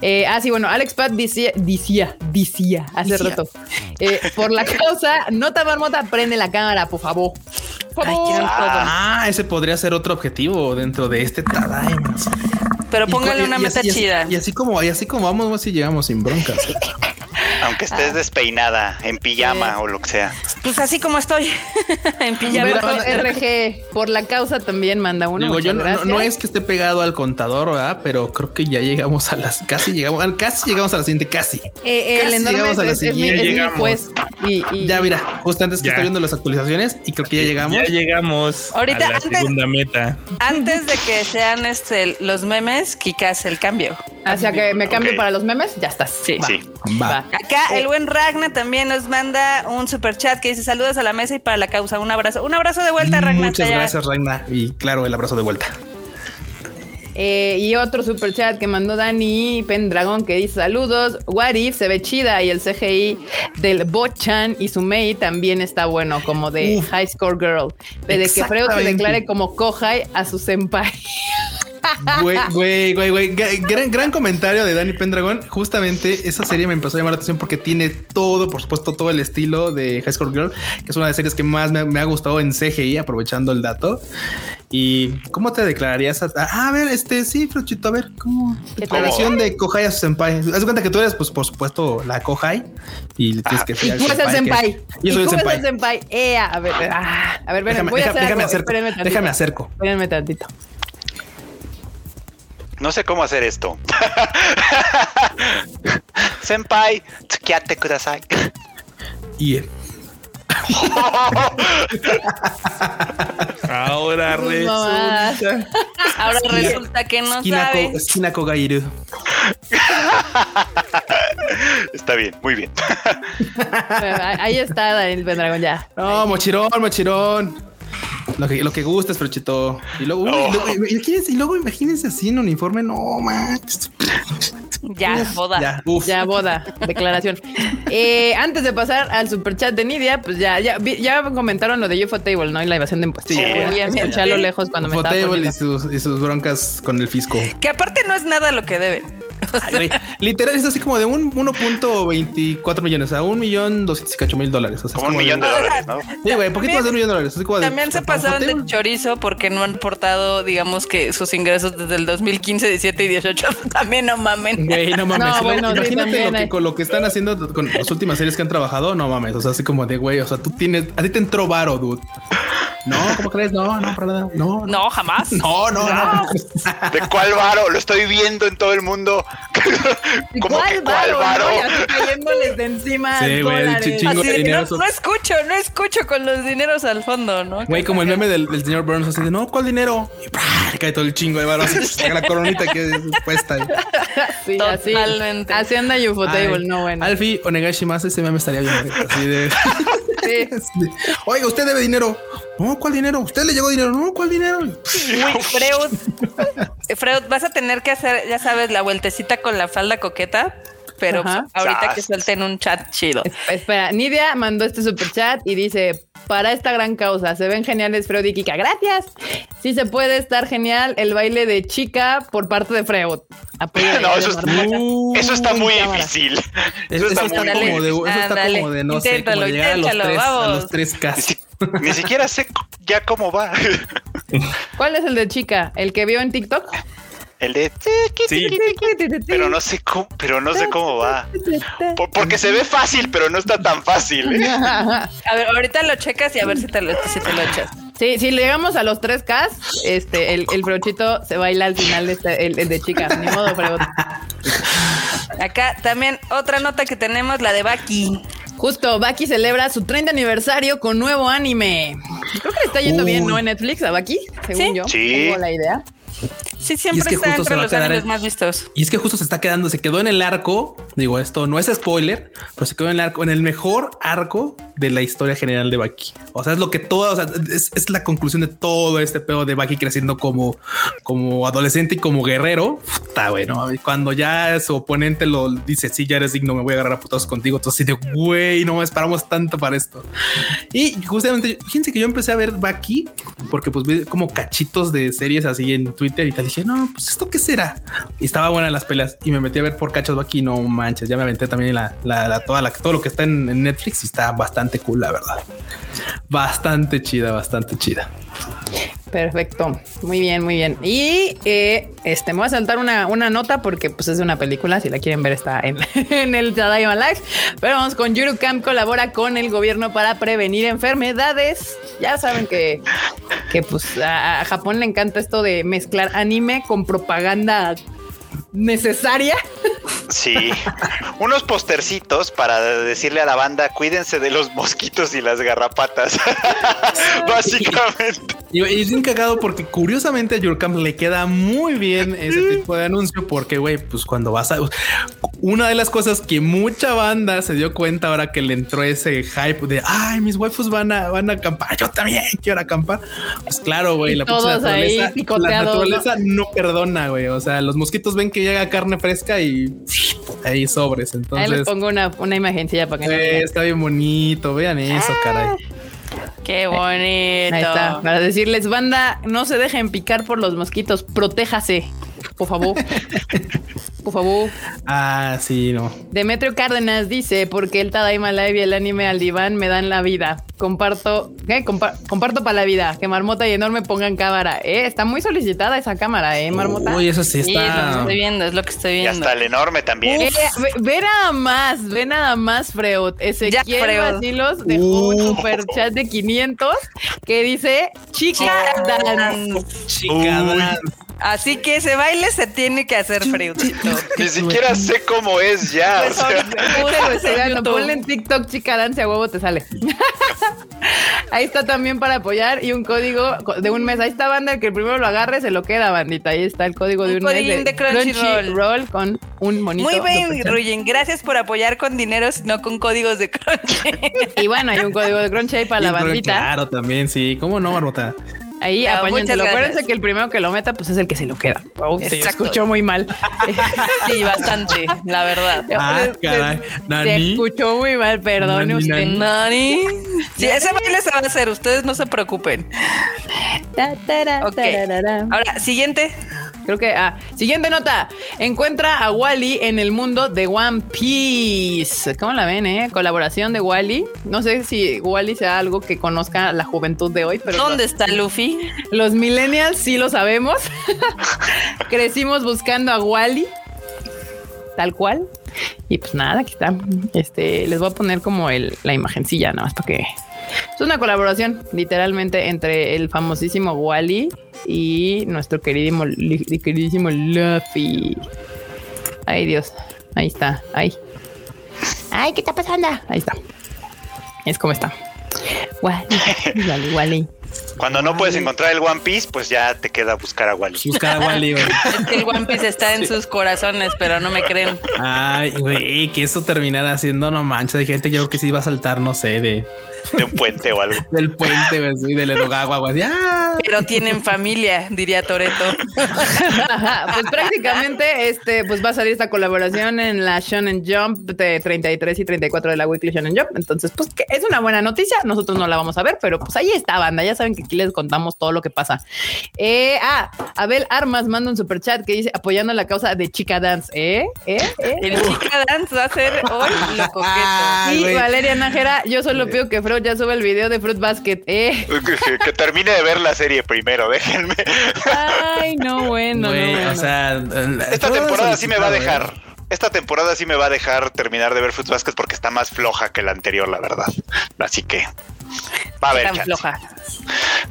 Eh, ah, sí, bueno, Alex Pat decía, decía, decía hace Decía. rato. eh, por la causa, nota marmota, prende la cámara, por favor. Por Ay, quiero favor. Ah, Ah, ese podría ser otro objetivo dentro de este Tadaima. Pero Y póngale co- y- una y meta así- y así- chida. Y así como, y así como vamos, así llegamos sin broncas. aunque estés despeinada, en pijama o lo que sea. Pues así como estoy, *laughs* en pijama. Mira, eh, Marco RG, por la causa también manda uno. Digo, yo muchas no, no- no gracias. es que esté pegado al contador, ¿verdad? Pero creo que ya llegamos a las, casi llegamos, al- casi llegamos a la siguiente, casi. Eh, el Casi enorme llegamos es, a la es mi, siguiente. es mi Llegamos. juez. Y, y- Ya mira, justo antes que Ya. estoy viendo las actualizaciones y creo que ya llegamos. Ya llegamos Ahorita, a la antes- segunda meta. eh. Antes de que sean este, los memes, Kikas el cambio. hacia que me cambie Ok. para los memes, ya estás. Sí, Sí. Va. Acá el Oh. buen Ragna también nos manda un super chat que dice saludos a la mesa y para la causa. Un abrazo. Un abrazo de vuelta, Ragna. Muchas Te- gracias, Ragna. Y claro, el abrazo de vuelta. Eh, y otro super chat que mandó Dani Pendragón que dice saludos. What if se ve chida y el CGI del Bochan y su Mei también está bueno, como de Uf. High Score Girl. De que Freud se Exactamente. declare como Kohai a su senpai. *laughs* Güey, güey, güey, güey. Ga- Gran, gran comentario de Danny Pendragon. Justamente esa serie me empezó a llamar la atención porque tiene todo, por supuesto, todo el estilo de High School Girl, que es una de las series que más me, me ha gustado en CGI, aprovechando el dato. ¿Y cómo te declararías? A, ah, a ver, este sí, Fruchito, a ver, ¿cómo? ¿Qué tal? Declaración de Kohai a su senpai. Haz de cuenta que tú eres, pues, por supuesto, la Kohai y le tienes que Y pedir al tú eres el senpai senpai. que- Y Yo soy el tú eres el senpai. senpai. Ea, a ver, ah, a ver, ven, Déjame, voy a deja- hacer déjame algo. acerco. Espérenme tantito. Déjame acerco. Espérenme tantito. No sé cómo hacer esto. *laughs* Senpai, tsukiyate kudasai. Y eh, *laughs* Ahora Sus resulta. mamadas. Ahora Esquina- resulta que no Kinako- sabe. Kinako Gairu. Está bien, muy bien. Ahí está Daniel Pendragón ya. No, mochirón, mochirón. Lo que, lo que gustes, Fruchito. Y luego, uy, No. y luego- y imagínense- y luego imagínense así en uniforme. No, Max. Ya, boda. Ya, uf. Ya, boda, declaración. Eh, antes de pasar al superchat de Nidia, pues ya, ya, vi- ya comentaron lo de UFO Table, ¿no? Y la evasión de impuestos. Sí, Voy a escuchar a lo lejos cuando me estaba Fotable y poniendo- sus, y sus broncas con el fisco. Que aparte no es nada lo que debe. Ay, güey. Literal, es así como de un 1.24 millones a un millón doscientos y cacho mil dólares. O sea, es Como un como millón de Ahora, dólares, ¿no? Sí, güey, poquito más de un millón de dólares. así como de- También se para pasaron de Fotable. chorizo porque no han portado, digamos que sus ingresos desde el 2015, 17 y 18. *laughs* También no mamen. Güey, no mames. No, Lo- bueno, sí, imagínate también lo, que, hay. con lo que están haciendo con las últimas series que han trabajado. No mames. O sea, así como de güey. O sea, tú tienes. A ti te entró varo, dude. No, ¿cómo crees? No, no, para nada. No, no. No, *laughs* jamás. No, no, Ah, no. ¿De cuál varo? Lo estoy viendo en todo el mundo. ¿Cómo que cuál varo? no? Y así cayéndoles de encima eh. Sí, güey, dólares. chi- chingo Así de de, dinero, no, eso- no escucho, no escucho con los dineros al fondo, ¿no? Güey, como el meme del, del señor Burns, así de no, ¿cuál dinero? Y ¡prá! le cae todo el chingo de varo. Así *laughs* saca la coronita que es puesta. *laughs* Sí, así. Totalmente. Así anda UFO Table, Ay, no bueno. Alfie Onegashimasa, ese meme estaría bien. güey, Así de. Sí. *laughs* así de, Oiga, usted debe dinero. No, ¿cuál dinero? ¿Usted le llegó dinero? No, ¿cuál dinero? Uy, Freud. Freud, vas a tener que hacer, ya sabes, la vueltecita con la falda coqueta, pero Ajá. pues, ahorita Sas. que suelten un chat chido. Es- Espera, Nidia mandó este superchat y dice, para esta gran causa, se ven geniales Freud y Kika, gracias. Sí se puede estar genial el baile de chica por parte de Freud. Apoyo de- *laughs* No, de eso es- Marmota. Eso está muy cámara. difícil. Eso, Eso está, está muy como de, eso está Ándale, como de no sé, inténtalo, como llegar a los inténtalo, tres, a vamos. los tres Ni, *laughs* casos. si- ni siquiera sé c- ya cómo va. ¿Cuál es el de chica? ¿El que vio en TikTok? El de... Sí. Pero no sé cómo, pero no sé cómo *laughs* va. Por- porque se ve fácil, pero no está tan fácil. ¿eh? A ver, ahorita lo checas y a ver si te lo, si te lo echas. Sí, si llegamos a los 3K, este, el, el brochito se baila al final de este- el, el de chica. Ni modo, Freud. Acá también otra nota que tenemos, la de Baki. Justo, Baki celebra su 30 aniversario con nuevo anime. Creo que le está yendo bien, Uy. ¿no? En Netflix, a Baki, según Sí. yo. Sí. Tengo la idea. Y Sí, es siempre que está justo se entre va a los quedar animes en- más vistos. Y es que justo se está quedando, se quedó en el arco. Digo, esto no es spoiler, pero se quedó en el arco, en el mejor arco de la historia general de Baki. O sea, es lo que toda, o sea, es, es la conclusión de todo este pedo de Baki creciendo como, como adolescente y como guerrero. Está bueno. Cuando ya su oponente lo dice, sí, ya eres digno, me voy a agarrar a putados contigo. Entonces, así de güey, no esperamos tanto para esto. Y justamente, fíjense que yo empecé a ver Baki porque pues vi como cachitos de series así en Twitter y tal. Dije, no, pues esto qué será. Y estaba buena las pelas y me metí a ver por cachos Baki. No manches, ya me aventé también la, la, la- toda la, todo lo que está en, en Netflix y está bastante cool, la verdad. Bastante chida, bastante chida. Perfecto. Muy bien, muy bien. Y eh, este, me voy a saltar una, una nota porque pues es una película. Si la quieren ver, está en, *laughs* en el Tadaima Live. Pero vamos con Yuru Camp colabora con el gobierno para prevenir enfermedades. Ya saben que, que pues a, a Japón le encanta esto de mezclar anime con propaganda necesaria. Sí. Unos postercitos para decirle a la banda, cuídense de los mosquitos y las *laughs* garrapatas. Básicamente. Y, y es bien cagado porque curiosamente a Yurkamp le queda muy bien ese tipo de anuncio porque, güey, pues cuando vas a... Una de las cosas que mucha banda se dio cuenta ahora que le entró ese hype de, ay, mis waifus van a, van a acampar, yo también quiero acampar. Pues claro, güey, Y la pinche todos ahí naturaleza, la picoteados, naturaleza no perdona, güey. O sea, los mosquitos ven que llega carne fresca y pff, ahí sobres. Ahí les Entonces, pongo una, una imagencilla para que no eh, vean. Ah. está bien bonito, vean eso, caray. Qué bonito. Ahí está. Para decirles, banda, no se dejen picar por los mosquitos, protéjase, por *laughs* favor. Por favor. Ah, sí, no. Demetrio Cárdenas dice, porque el Tadaima Live y el anime al diván me dan la vida. Comparto, ¿qué? Compa- comparto para la vida. Que Marmota y Enorme pongan cámara. Eh, está muy solicitada esa cámara, eh, Marmota. Uy, eso sí Sí, es lo que está. estoy viendo, es lo que estoy Y viendo. hasta el enorme también. Eh, ve, ve nada más, ve nada más, Freud. Ya, Ezequiel Freud. Basilos dejó un Uh. super chat de 500 que dice chica dan. Chica, Así que ese baile se tiene que hacer freudito. Ni siquiera sé cómo es ya. *laughs* o Pues sea, ahorita, búscalo, está en Veanlo, YouTube. ponle en TikTok, chica dance a huevo te sale. *laughs* Ahí está también para apoyar y un código de un mes. Ahí está, banda, el que primero lo agarre se lo queda, bandita. Ahí está el código de Un un, mes codiguín de Crunchyroll. Crunchyroll con un monito. Pues, Muy bien, super chat. Ruyen. Gracias por apoyar con dinero, no con códigos de crunch. Y bueno, hay un código de Crunchyroll para la bandita. Claro, también, sí. ¿Cómo no, *laughs* Marmota? Ahí apáñenselo. Ya, Ah, muchas gracias. Acuérdense que el primero que lo meta, pues es el que se lo queda. Wow, se Exacto. escuchó muy mal. *laughs* Sí, bastante, la verdad. Ah, Se- caray. Se Nani. escuchó muy mal, perdone Nani, usted. nani. Nani. Sí, ese baile se va a hacer, ustedes no se preocupen. Ta, tara, Ok. tarara. Ahora, siguiente. Creo que. Ah, siguiente nota. Encuentra a Wally en el mundo de One Piece. ¿Cómo la ven, eh? Colaboración de Wally. No sé si Wally sea algo que conozca la juventud de hoy, pero. ¿Dónde está Luffy? Los millennials sí lo sabemos. *laughs* Crecimos buscando a Wally. Tal cual. Y pues nada, aquí está. Este, les voy a poner como el, la imagencilla, nada más para que. Es una colaboración, literalmente, entre el famosísimo Wally y nuestro queridísimo, li- queridísimo Luffy. Ay, Dios. Ahí está. Ahí. Ay, ¿qué está pasando? Ahí está. Es como está. Wally, Wally, Wally. cuando no puedes encontrar el One Piece, pues ya te queda buscar a Wally. Buscar a Wally, güey. Es que el One Piece está en sus corazones, pero no me creen. Ay, güey, que eso terminara haciendo no manches. Hay gente, yo creo que sí va a saltar, no sé, de, De un puente o algo. del puente, güey, así, del Erogawa, güey. así, ¡ah! Pero tienen familia, diría Toreto. Ajá, *laughs* pues prácticamente este, pues va a salir esta colaboración en la Shonen Jump de 33 y 34 de la Weekly Shonen Jump. Entonces, pues que es una buena noticia. Nosotros no la vamos a ver, pero pues ahí está, banda. Ya saben que aquí les contamos todo lo que pasa. Eh, ah, Abel Armas manda un super chat que dice apoyando la causa de Chica Dance. ¿Eh? ¿Eh? ¿Eh? El chica dance va a ser hoy lo coqueto. Ay, Y güey. Valeria Nájera, yo solo pido que Freud ya suba el video de Fruit Basket. ¿Eh? Que termine de ver la serie primero, déjenme. Ay, no, bueno. no, Güey, bueno. o sea, Esta todo temporada sí me va a solicitado, dejar. Esta temporada sí me va a dejar terminar de ver Fruits Basket porque está más floja que la anterior, la verdad. Así que va a haber Tan chance. floja.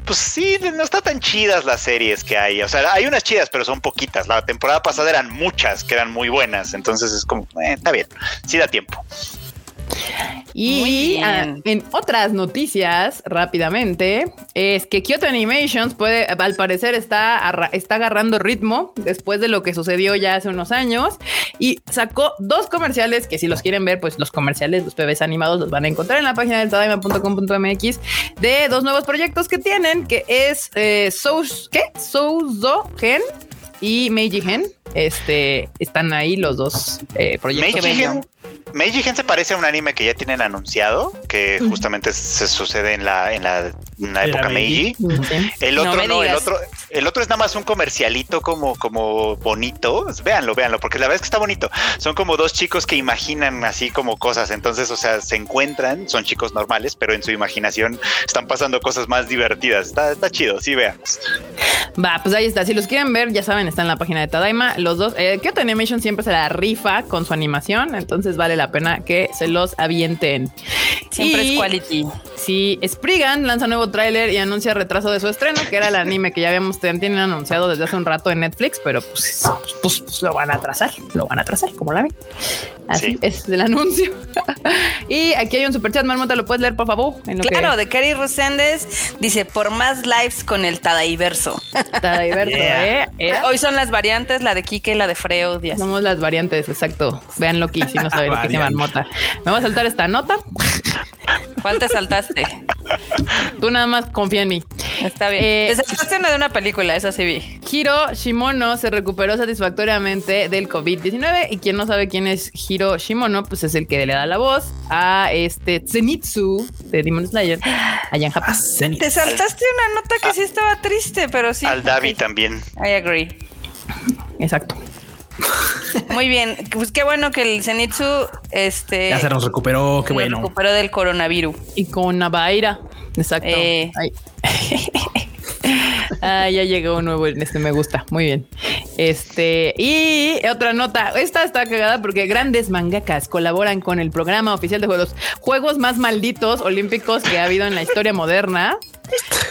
Pues sí, no está tan chidas las series que hay. O sea, hay unas chidas, pero son poquitas. La temporada pasada eran muchas que eran muy buenas. Entonces es como, eh, está bien. Sí da tiempo. Muy Y bien. ah, en otras noticias, rápidamente, es que Kyoto Animations puede, al parecer, está, arra- está agarrando ritmo después de lo que sucedió ya hace unos años y sacó dos comerciales que si los quieren ver, pues los comerciales, los PBs animados los van a encontrar en la página del tadaima.com.mx de dos nuevos proyectos que tienen, que es eh, Sous, ¿qué? Souzo Gen y Meiji Gen. Este, están ahí los dos eh, proyectos. Meiji Gen- Meiji Gen se parece a un anime que ya tienen anunciado, que justamente se sucede en la, en la, en la Era época Meiji. Meiji. Sí. El No otro no, me el digas. otro, el otro es nada más un comercialito como, como bonito. Véanlo, véanlo, porque la verdad es que está bonito. Son como dos chicos que imaginan así como cosas. Entonces, o sea, se encuentran, son chicos normales, pero en su imaginación están pasando cosas más divertidas. Está, está chido, sí, veamos. Va, pues ahí está. Si los quieren ver, ya saben, está en la página de Tadaima. Los dos, eh, Kyoto Animation siempre se la rifa con su animación, entonces vale la pena que se los avienten. Siempre Y- es quality. Si Spriggan lanza nuevo tráiler y anuncia retraso de su estreno, que era el anime que ya habíamos ten- tienen anunciado desde hace un rato en Netflix, pero pues, pues, pues, lo van a atrasar, lo van a atrasar, como la ven. Así Sí. es el anuncio. *laughs* y aquí hay un superchat, Marmota, ¿lo puedes leer, por favor? En lo que- Claro, de Cari Roséndez dice por más lives con el Tadaiverso. está *laughs* diverso, Yeah. ¿eh? ¿Eh? Hoy son las variantes, la de Kike y la de Freud. y así. Somos las variantes, exacto. Vean aquí si no saben lo que se llama mota. Me voy a saltar esta nota. ¿Cuál te saltaste? Tú nada más confía en mí. Está bien. Eh, Desataste una de una película, esa sí vi. Hiro Shimono se recuperó satisfactoriamente del COVID-19 y quien no sabe quién es Hiro Shimono, pues es el que le da la voz a este Zenitsu de Demon Slayer allá en Japón. Zenith. Te saltaste una nota que sí estaba triste, pero sí. Al Davi también. I agree. Exacto. Muy bien. Pues qué bueno que el Zenitsu este, Ya se nos recuperó, qué se bueno. recuperó del coronavirus. Y con Navaira. Exacto. Eh. Ay. *laughs* Ah, ya llegó un nuevo, este me gusta, muy bien. Este, y otra nota, esta está cagada porque grandes mangakas colaboran con el programa oficial de juegos, juegos más malditos olímpicos que ha habido en la historia moderna,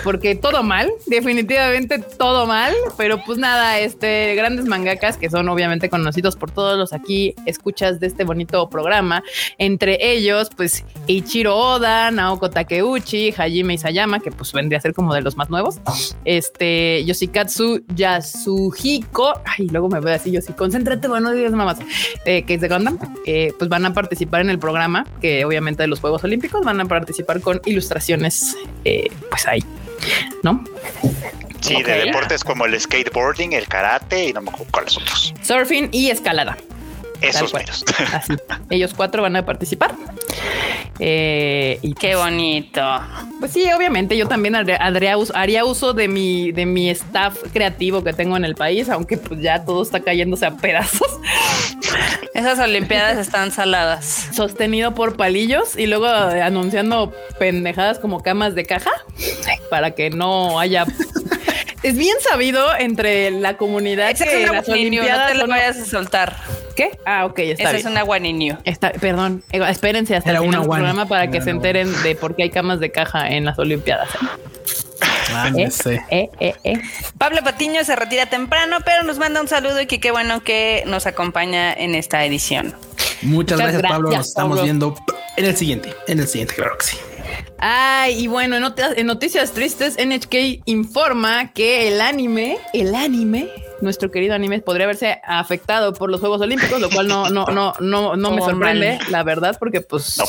porque todo mal, definitivamente todo mal, pero pues nada, este, grandes mangakas que son obviamente conocidos por todos los aquí escuchas de este bonito programa, entre ellos, pues Ichiro Oda, Naoko Takeuchi, Hajime Isayama, que pues vendría a ser como de los más nuevos. Este, Yoshikatsu Yasuhiko. Ay, luego me veo así, yo sí, concéntrate, bueno, digas mamás. Eh, que es de Gundam. eh, pues van a participar en el programa, que obviamente de los Juegos Olímpicos van a participar con ilustraciones, eh, pues ahí, ¿no? Sí, Ok. de deportes como el skateboarding, el karate y no me acuerdo cuáles otros. Surfing y escalada. Esos cual. meros. *laughs* Así. Ellos cuatro van a participar. Eh, y Qué bonito. Pues sí, obviamente yo también haré- haré us- haría uso de mi, de mi staff creativo que tengo en el país, aunque pues ya todo está cayéndose a pedazos, *laughs* Esas olimpiadas están saladas. sostenido por palillos y luego eh, anunciando pendejadas como camas de caja para que no *laughs* haya... Es bien sabido entre la comunidad Esa que es una las Guaninu, no olimpiadas te la son- vayas a soltar. ¿Qué? Ah, ok, está Esa bien. es una guaniniu. Está- perdón, eh, espérense hasta Era el final una del guan. programa para que Era se una enteren de por qué hay camas de caja en las olimpiadas. Ah, ya sé. Eh, eh, eh. Pablo Patiño se retira temprano, pero nos manda un saludo y que qué bueno que nos acompaña en esta edición. Muchas gracias, Pablo. Nos gracias, estamos Pablo. viendo en el siguiente. En el siguiente, claro que sí. Ay, y bueno, en, nota- en noticias tristes, NHK informa que el anime, el anime, nuestro querido anime, podría verse afectado por los Juegos Olímpicos, lo cual no, no, no, no, no me Órale. sorprende, la verdad, porque pues.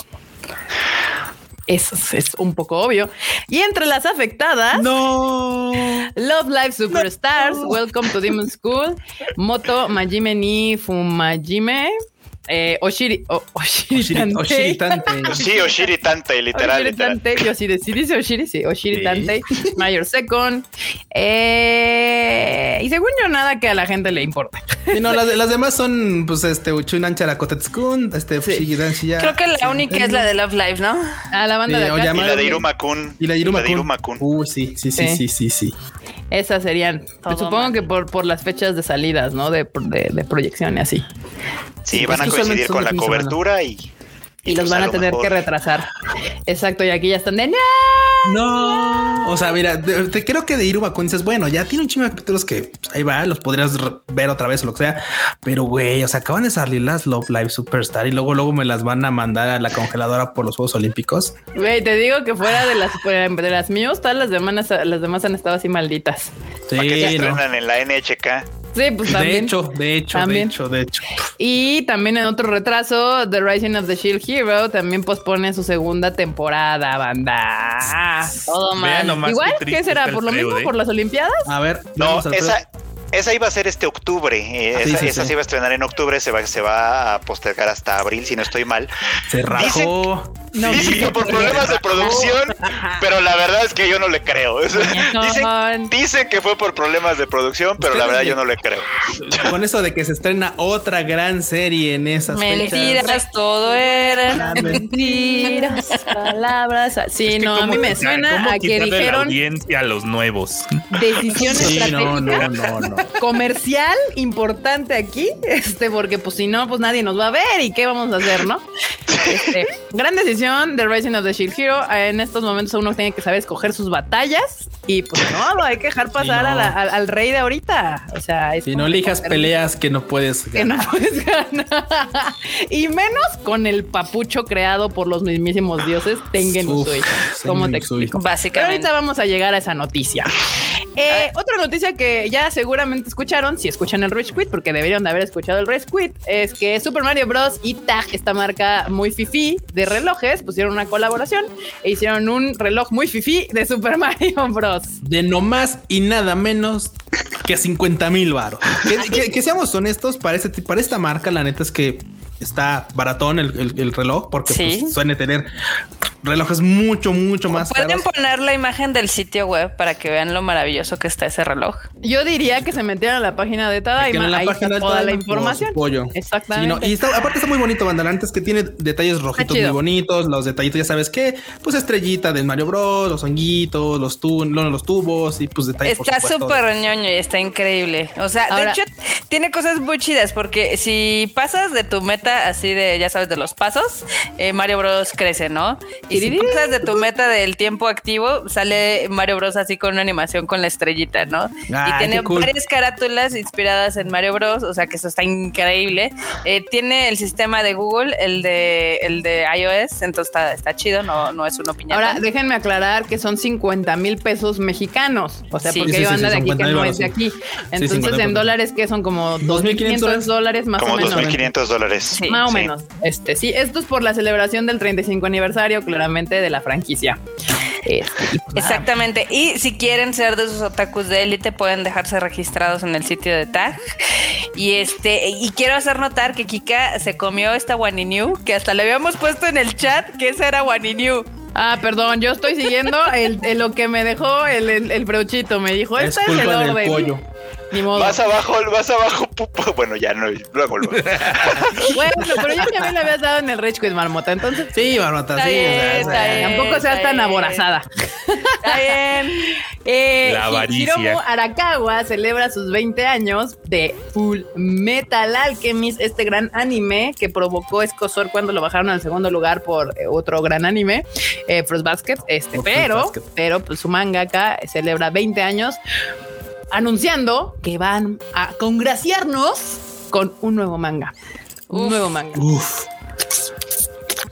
Es, es un poco obvio. Y entre las afectadas, No. Love Live Superstars, Welcome to Demon School, Moto Majime ni Fumajime, eh, Oshiri, o- Oshiri Tantei. oh, Oshiritante. Sí, Oshiri Tante, literal, Oshiri literal. Tante, yo sí, de- sí dice Oshiri, sí, Oshiri Sí. Tante, Mayor Second. eh, y según yo, nada que a la gente le importe. Y no, las, de- las demás son, pues, este, Uchunan Charakotetskun, este, Sí. Fushigidan Shiya. Creo que la única es la de Love Live, ¿no? A la banda Sí, de o acá, Y llamar- la de Iruma Kun. Y la de Iruma Kun. Uh, Kun. Uy, sí, sí, sí, Sí. sí, sí, sí. esas serían. pues, Todo supongo mal. que por, por las fechas de salidas, ¿no? De, de, de proyección y así. Sí, van a es que usualmente coincidir son con de la fin de semana. cobertura y. Y los pues, van a lo tener mejor. que retrasar. Exacto, y aquí ya están de ¡No! No. O sea, mira, de- te creo que de Iruma Kun dices, bueno, ya tiene un chingo de capítulos que pues, ahí va, los podrías re- ver otra vez o lo que sea. Pero, güey, o sea, acaban de salir las Love Live Superstar y luego, luego me las van a mandar a la congeladora por los Juegos Olímpicos. Güey, te digo que fuera de las, pues, de las míos, todas las demás, las demás han estado así malditas. Para que se Sí, no. estrenan en la NHK. Sí, pues De también. hecho, de hecho, También. de hecho, de hecho. Y también en otro retraso, The Rising of the Shield Hero también pospone su segunda temporada, banda. Todo Vean mal. nomás Igual, triste ¿qué será? está el ¿Por lo feo, mismo? ¿eh? ¿Por las *laughs* Olimpiadas? A ver, No, vamos al- esa, esa iba a ser este octubre. eh, Sí, esa sí, esa sí. se iba a estrenar en octubre, se va, se va a postergar hasta abril, si no estoy mal. se rajó. No, Dicen que por problemas de *laughs* producción, pero la verdad es que yo no le creo. *laughs* Dicen, *laughs* dicen que fue por problemas de producción, pero la Ustedes verdad le- yo no le creo. Con eso de que se estrena otra gran serie en esas fechas. Mentiras, todo era. Mames. Mentiras, palabras. Sí, Es que no, a cómo mí me quitar- suena cómo a que quitarle la dijeron audiencia a los nuevos. decisión Sí, estratégica. no, no, no, no. comercial importante aquí, este, porque pues si no, pues nadie nos va a ver y qué vamos a hacer, ¿no? Este, gran decisión de Rising of the Shield Hero. En estos momentos uno tiene que saber escoger sus batallas y pues no, lo hay que dejar pasar no. a la- al, al rey de ahorita. O sea, es Si como no que elijas comer- peleas que no puedes Que no ganar. puedes ganar. *laughs* Y menos con el papucho creado por los mismísimos dioses Tengen Uf, Uzui. ¿Cómo Tengen te Uzui. explico? Pero Básicamente. ahorita vamos a llegar a esa noticia. Eh, otra noticia que ya seguramente escucharon, si escuchan el Rage Quit, porque deberían de haber escuchado el Rage Quit, es que Super Mario Bros. y Tag, esta marca muy fifi de relojes, pusieron una colaboración e hicieron un reloj muy fifi de Super *laughs* Mario Bros. de no más y nada menos que 50 mil baros. Que, que- que seamos honestos, para, este, ti- para esta marca, la neta es que está baratón el, el- el reloj porque Sí. pues, suele tener relojes mucho, mucho más Pueden caros. poner la imagen del sitio web para que vean lo maravilloso que está ese reloj. Yo diría que se metieran a la página de Que Tadaima, en ahí está página de toda la Tadaima, por información. su Pollo. Sí, Exactamente. no, y está- aparte está muy bonito, banda. La neta es que tiene detalles rojitos muy chido. bonitos. Los detallitos, ya sabes qué, pues estrellita de Mario Bros, los honguitos, los, tu- no, los tubos y pues detalles. por Está supuesto, súper ñoño y está increíble. O sea, de Ahora- hecho, tiene cosas muy chidas porque si pasas de tu meta así de, ya sabes, de los pasos, eh, Mario Bros crece, ¿no? Y si pasas de tu meta del tiempo activo, sale Mario Bros así con una animación con la estrellita, ¿no? Ay, y tiene qué cool. varias carátulas inspiradas en Mario Bros, o sea que eso está increíble. Eh, tiene el sistema de Google, el de el de iOS, entonces está, está chido, no, no es una opinión. Ahora, déjenme aclarar que son 50 mil pesos mexicanos. O sea, Sí. porque Sí, sí, yo sí, ando de aquí 50,000 que no es varos, de sí. aquí. Entonces, 50,000. en dólares, que son como 2.500 dólares más Como o menos. 2.500 dólares. Sí. Más o Sí. menos. Este, sí, esto es por la celebración del 35 aniversario, claramente, de la franquicia. Este, y pues nada. Exactamente. Y si quieren ser de esos otakus de élite, pueden dejarse registrados en el sitio de Tag. Y este, y quiero hacer notar que Kika se comió esta New que hasta le habíamos puesto en el chat que esa era New Ah, perdón, yo estoy siguiendo el, el- lo que me dejó el, el, el breuchito. Me dijo, Es este es, el culpa del orden. pollo. Ni modo. Vas abajo, vas abajo, pupo. Bueno, ya no, luego, luego. Bueno, pero yo también le habías dado en el Rich Quit Marmota, entonces Sí, Barbata, Está sí. o sea, o bien, sea, está bien. tampoco seas está tan bien. aborazada. Está bien. Eh, La Hi- avaricia. Hiromu Arakawa celebra sus 20 años de Full Metal Alchemist, este gran anime que provocó escosor cuando lo bajaron al segundo lugar por eh, otro gran anime, eh, Fruit Basket. Este, Por Fruit pero, Basket. pero pues, su mangaka celebra 20 años anunciando que van a congraciarnos con un nuevo manga. Un Uf. nuevo manga. Uf.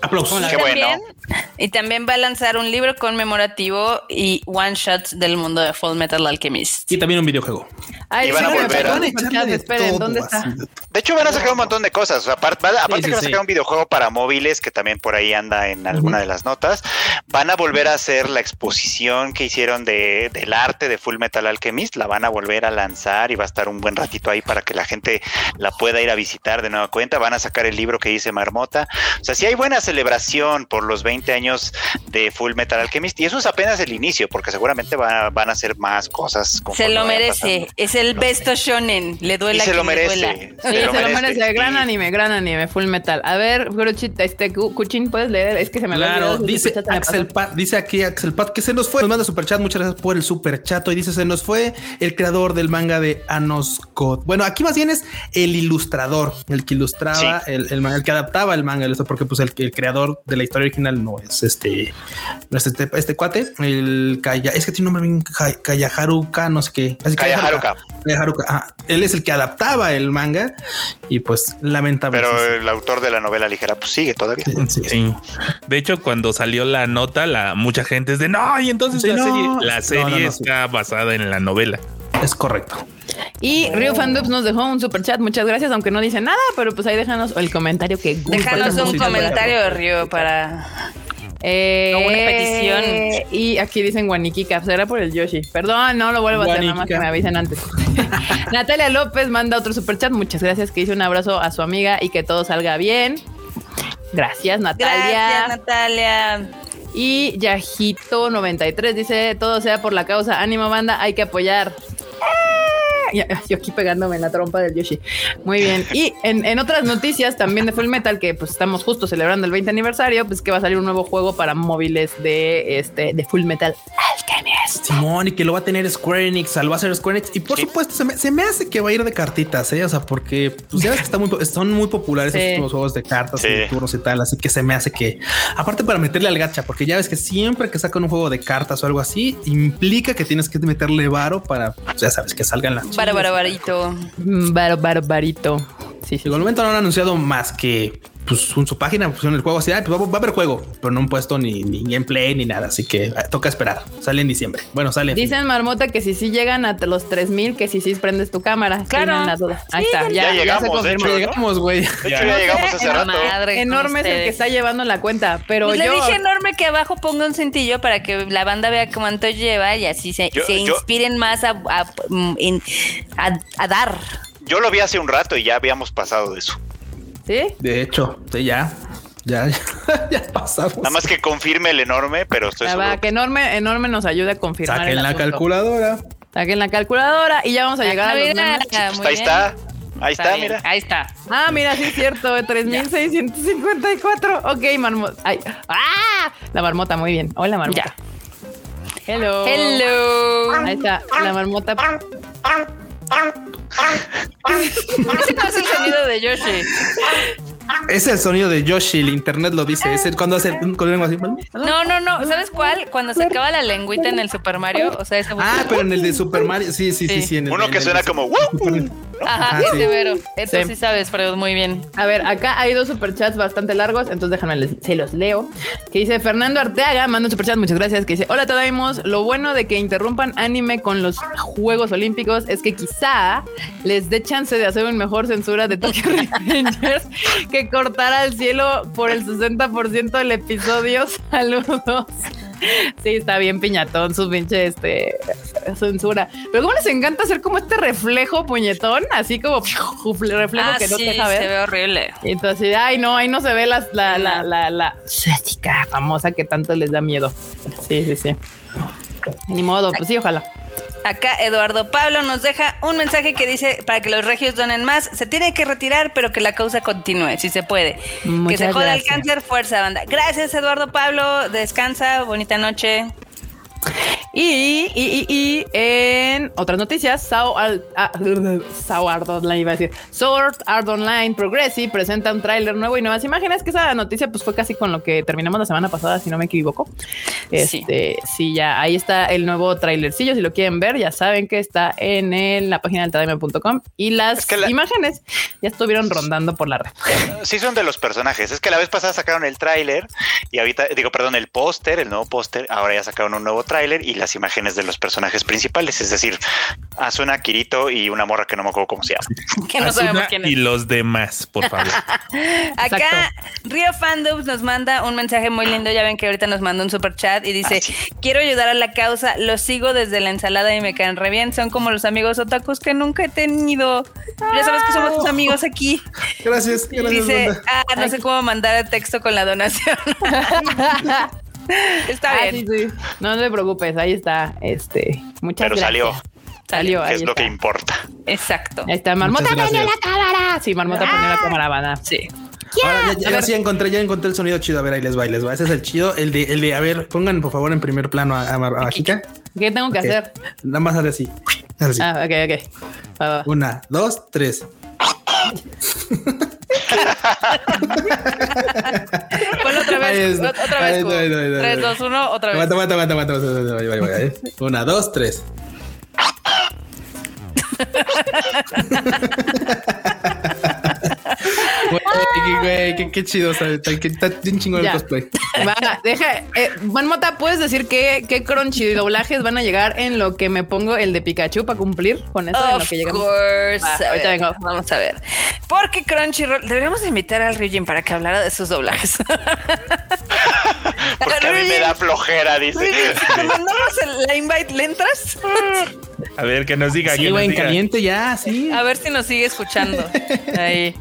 Aplausos. Qué bueno. También- Y también va a lanzar un libro conmemorativo y one shots del mundo de Full Metal Alchemist. Y también un videojuego. Ay, Y van a esperen, volver ¿eh? a- esperen, esperen, ¿dónde está? De hecho, van a sacar un montón de cosas. O sea, apart- va- aparte, sí, que van a sí. sacar un videojuego para móviles, que también por ahí anda en alguna de las notas, van a volver a hacer la exposición que hicieron de, del arte de Full Metal Alchemist. La van a volver a lanzar y va a estar un buen ratito ahí para que la gente la pueda ir a visitar de nueva cuenta. Van a sacar el libro que dice Marmota. O sea, sí hay buena celebración por los 20 años de Full Metal Alchemist. Y eso es apenas el inicio, porque seguramente van a, van a hacer más cosas. Se conforme lo vaya merece. pasando. Es el besto shonen. Le duele Y a se lo quien le duela. merece. Sí, se lo merece. Gran anime, gran anime, full metal. A ver, Grochita, este Cu- Cuchín, puedes leer. Es que se me había Claro, olvidado, si dice escuchaste, me pasó. Axel Pat, dice aquí Axel Pat que se nos fue. Nos manda superchat, muchas gracias por el superchato. Y dice, se nos fue el creador del manga de Anos God. Bueno, aquí más bien es el ilustrador, el que ilustraba, el, el, manga, el que adaptaba el manga, el- porque pues el, el creador de la historia original no es este, no es este, este cuate, el Kaya, es que tiene un nombre bien Kay- Kayaharuka, no sé qué. Así que Kaya Haruka. Kaya Haruka, ajá. él es el que adaptaba el manga y pues lamentablemente. Pero el autor de la novela ligera pues sigue todavía. Sí, sí. Sí. De hecho, cuando salió la nota, la mucha gente es de no, y entonces Sí, la no. serie, la No, serie no, no, sí. está basada en la novela. es correcto. Y Rio Fandubs nos dejó un super chat. Muchas gracias, aunque no dice nada, pero pues ahí déjanos el comentario que. Déjanos Muchas un gracias. comentario, Río, para. Eh, No, una petición. Y aquí dicen Guaniquica, será por el Yoshi. Perdón, no lo vuelvo a hacer, nada más Guaniquica. que me avisen antes. *laughs* Natalia López manda otro superchat. Muchas gracias, que dice un abrazo a su amiga y que todo salga bien. Gracias, Natalia. Gracias, Natalia. Y Yajito93 dice: Todo sea por la causa. Ánimo, banda, hay que apoyar. ¡Ah! Ya, Yo aquí pegándome en la trompa del Yoshi. Muy bien. Y en, en otras noticias también de Full Metal, que pues estamos justo celebrando el 20 aniversario, pues que va a salir un nuevo juego para móviles de este de Full Metal Alchemist. Simón y que lo va a tener Square Enix, al va a ser Square Enix. Y por Sí. supuesto, se me, se me hace que va a ir de cartitas, ¿eh? O sea, porque pues, ya ves que está muy, po- son muy populares Sí. estos últimos juegos de cartas Sí. y de turnos y tal. Así que se me hace que, aparte para meterle al gacha, porque ya ves que siempre que sacan un juego de cartas o algo así, implica que tienes que meterle varo para, pues, ya sabes, que salgan las Para chidas. Barbarito. Mm, Bar, barbarito. Sí, sí. Digo, al momento no han anunciado más que pues, en su página pusieron el juego así, ah, pues va, va a haber juego, pero no han puesto ni, ni gameplay ni nada, así que eh, toca esperar. Sale en diciembre. Bueno, sale. en fin. Dicen Marmota que si sí llegan a los 3000, que si sí prendes tu cámara. Claro. Tienen la duda. Ahí Sí, está, ya- ya, Ya ya se llegamos, de confirmó. hecho. Llegamos, güey. De hecho, No ya sé, llegamos hace la rato. madre con Enorme es el que ustedes. está llevando la cuenta, pero Pues yo le dije enorme que abajo ponga un cintillo para que la banda vea cuánto lleva y así se, Yo- se yo- inspiren más a, a- mm, en- a- a dar. Yo lo vi hace un rato y ya habíamos pasado de eso. ¿Sí? De hecho, sí, ya, ya, *laughs* ya pasamos. Nada más que confirme el enorme, pero estoy Ah, va, seguro. que enorme, enorme nos ayude a confirmar. Saquen el la asunto. calculadora. Saquen la calculadora y ya vamos a llegar a los Mira, memes. Pues muy ahí bien. está. Ahí está, bien, mira. Ahí está. Ah, mira, sí es cierto, 3654. Ok, marmota. Ay, ¡Ah! La marmota, muy bien. Hola, marmota. Hello. Hello. Ahí está, la marmota. Ese no es el sonido de Yoshi. Es el sonido de Yoshi, el internet lo dice. Es el cuando hace un con lengua así. No, no, no. ¿Sabes cuál? Cuando se acaba la lengüita en el Super Mario. O sea, ese Ah, pero en el de Super Mario. Sí, sí, sí, Sí. sí. en el- Uno en que el- suena como "Wow". Ajá, Ah, sí. ese vero. Eso Sí. sí. sabes, Freud, muy bien. A ver, acá hay dos superchats bastante largos, entonces déjame, les- se los leo. Que dice Fernando Arteaga, manda un superchat, muchas gracias. Que dice: Hola, Tadaimos. Lo bueno de que interrumpan anime con los Juegos Olímpicos es que quizá les dé chance de hacer un mejor censura de Tokyo *laughs* Revengers que cortar al cielo por el 60% del episodio. *laughs* Saludos. Sí, está bien piñatón su pinche este censura. Pero cómo les encanta hacer como este reflejo puñetón, así como *laughs* reflejo Ah, que no sí, te deja ver. se ve horrible. Y entonces, ay, no, ahí no se ve las- la, la, la, la, ciática famosa que tanto les da miedo. Sí, sí, sí. Ni modo, pues sí, ojalá. Acá Eduardo Pablo nos deja un mensaje que dice para que los regios donen más, se tiene que retirar, pero que la causa continúe, si se puede. Muchas que se joda gracias. el cáncer, fuerza, banda. Gracias, Eduardo Pablo. Descansa, bonita noche. *laughs* Y, y, y, y en otras noticias, Sao, Al- ah, Sao Art Online, iba a decir, Sword Art Online Progressive presenta un tráiler nuevo y nuevas imágenes, que esa noticia pues fue casi con lo que terminamos la semana pasada, si no me equivoco. Sí. Este, sí. ya ahí está el nuevo tráilercillo, si lo quieren ver, ya saben que está en el- la página del tadaima.com y las Es que la- imágenes ya estuvieron rondando por la red. Sí son de los personajes. Es que la vez pasada sacaron el tráiler y ahorita, digo, perdón, el póster, el nuevo póster. Ahora ya sacaron un nuevo tráiler y las imágenes de los personajes principales. Es decir, Asuna, Kirito y una morra que no me acuerdo cómo se llama. Que no sabemos Asuna quién y es. los demás, por favor. Acá Exacto. Río Fandubs nos manda un mensaje muy lindo. Ya ven que ahorita nos mandó un super chat y dice: Ah, sí. Quiero ayudar a la causa, los sigo desde la ensalada y me caen re bien. Son como los amigos otakus que nunca he tenido. Ya sabes que somos tus amigos aquí. Gracias, gracias. Dice, banda. ah, no sé cómo mandar el texto con la donación. *laughs* Está Ah, bien. sí, sí. No te preocupes, ahí está. Este, muchas Pero gracias. salió, Salió, que ahí es lo está. que importa. Exacto. Ahí está, Este, Marmota Muchas pone la gracias. cámara. Sí, Marmota pone la cámara, banda. Sí. Ahora, ya, ya, sí, ya encontré, ya encontré el sonido chido. A ver, ahí les va, ahí les va. Ese es el chido. El de, el de, a ver, pongan por favor en primer plano a, a, a Kika. ¿Qué tengo que Ok. hacer? Nada más hacer así. Hacer así. Ah, ok, ok. Va, va. Una, dos, tres. *laughs* Ponlo otra Ahí vez. está. Otra Ahí vez. está, ahí está, ahí está. 3, 2, 1, otra vez. Aguanta, aguanta, aguanta, aguanta, aguanta, aguanta, aguanta, aguanta, aguanta, eh. Una, dos, tres. Güey, qué- güey, qué, qué chido, o sea, está, que está bien chingón Ya. el cosplay. Va, deja. Eh, Marmota, ¿puedes decir qué, qué crunchy y doblajes van a llegar en lo que me pongo el de Pikachu para cumplir con eso? en lo Of que llegamos. course. Va, A ahorita ver, vengo. Vamos a ver. Porque Crunchyroll. Deberíamos invitar al Ryujin para que hablara de sus doblajes. Porque a mí me da flojera, dice. *laughs* Ryujin, si te mandamos el- la invite, ¿le entras? A ver, que nos diga. Sí, que nos güey, en diga. caliente ya, sí. A ver si nos sigue escuchando. Ahí.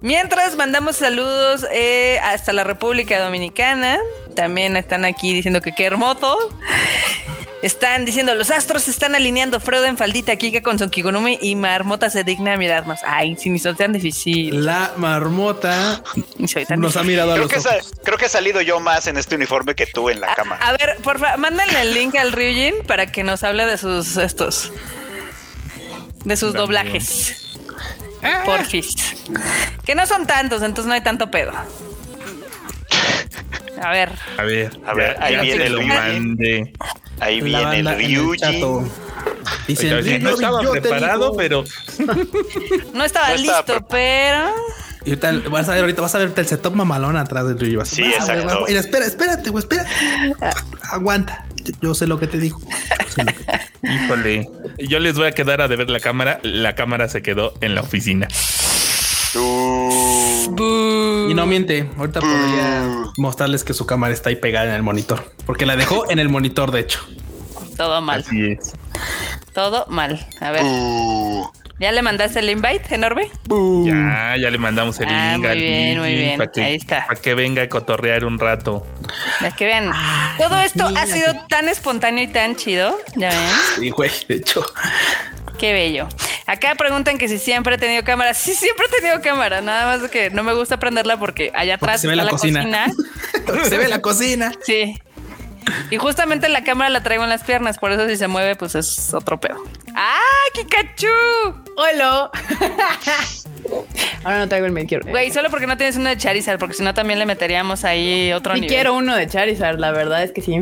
Mientras mandamos saludos eh, hasta la República Dominicana. También están aquí diciendo que qué hermoso. Están diciendo, los astros se están alineando. Frodo en faldita, Kika con su Kigurumi y Marmota se digna a mirarnos. Ay, si ni son tan difícil. La marmota Ni soy tan nos ha mirado a Creo los que, sa- ojos. creo que he salido yo más en este uniforme que tú Ah, en la cama. A, a ver, por favor, mándale el link al Ryujin para que nos hable de sus estos. De sus También. doblajes. Ah. Porfis. Que no son tantos, entonces no hay tanto pedo. A ver. A ver, A ver, ahí viene se el lo Luigi. mandé. Ahí La viene el banda en Ryuji. chato. Dicen, Oye, no "Yo- estaba yo te preparado, digo". pero No estaba No listo, estaba pero. Y ahorita el- vas a ver, ahorita vas a ver el setup mamalón atrás del Ryuji. Vas a- Sí, vas a ver, exacto. guapo. Mira, espera, espérate, güey, espera. Aguanta. Yo sé lo que te digo. Yo sé lo que- Híjole. Yo les voy a quedar a deber la cámara. La cámara se quedó en la oficina. Uh, Y no miente. Ahorita podría mostrarles que su cámara está ahí pegada en el monitor. Porque la dejó en el monitor, de hecho. Todo mal, Así es. todo mal. A ver, uh. ¿ya le mandaste el invite enorme? Ya, ya le mandamos el Ah, link muy al bien, Gigi muy bien. para que- Ahí está. Para que venga a cotorrear un rato. Es que vean, todo esto ha sido tan espontáneo y tan chido. Ya ven, Y güey, de hecho. *laughs* qué bello. Acá preguntan que si siempre he tenido cámara. Sí, siempre he tenido cámara. Nada más que no me gusta prenderla porque allá Porque atrás se ve está la cocina. Se ve la cocina. Sí. Y justamente la cámara la traigo en las piernas, por eso si se mueve, pues es otro pedo. ¡Ah, Kikachu! ¡Hola! *laughs* Ahora no traigo el me quiero. Güey, solo porque no tienes uno de Charizard, porque si no también le meteríamos ahí otro Y nivel. quiero uno de Charizard, la verdad es que sí.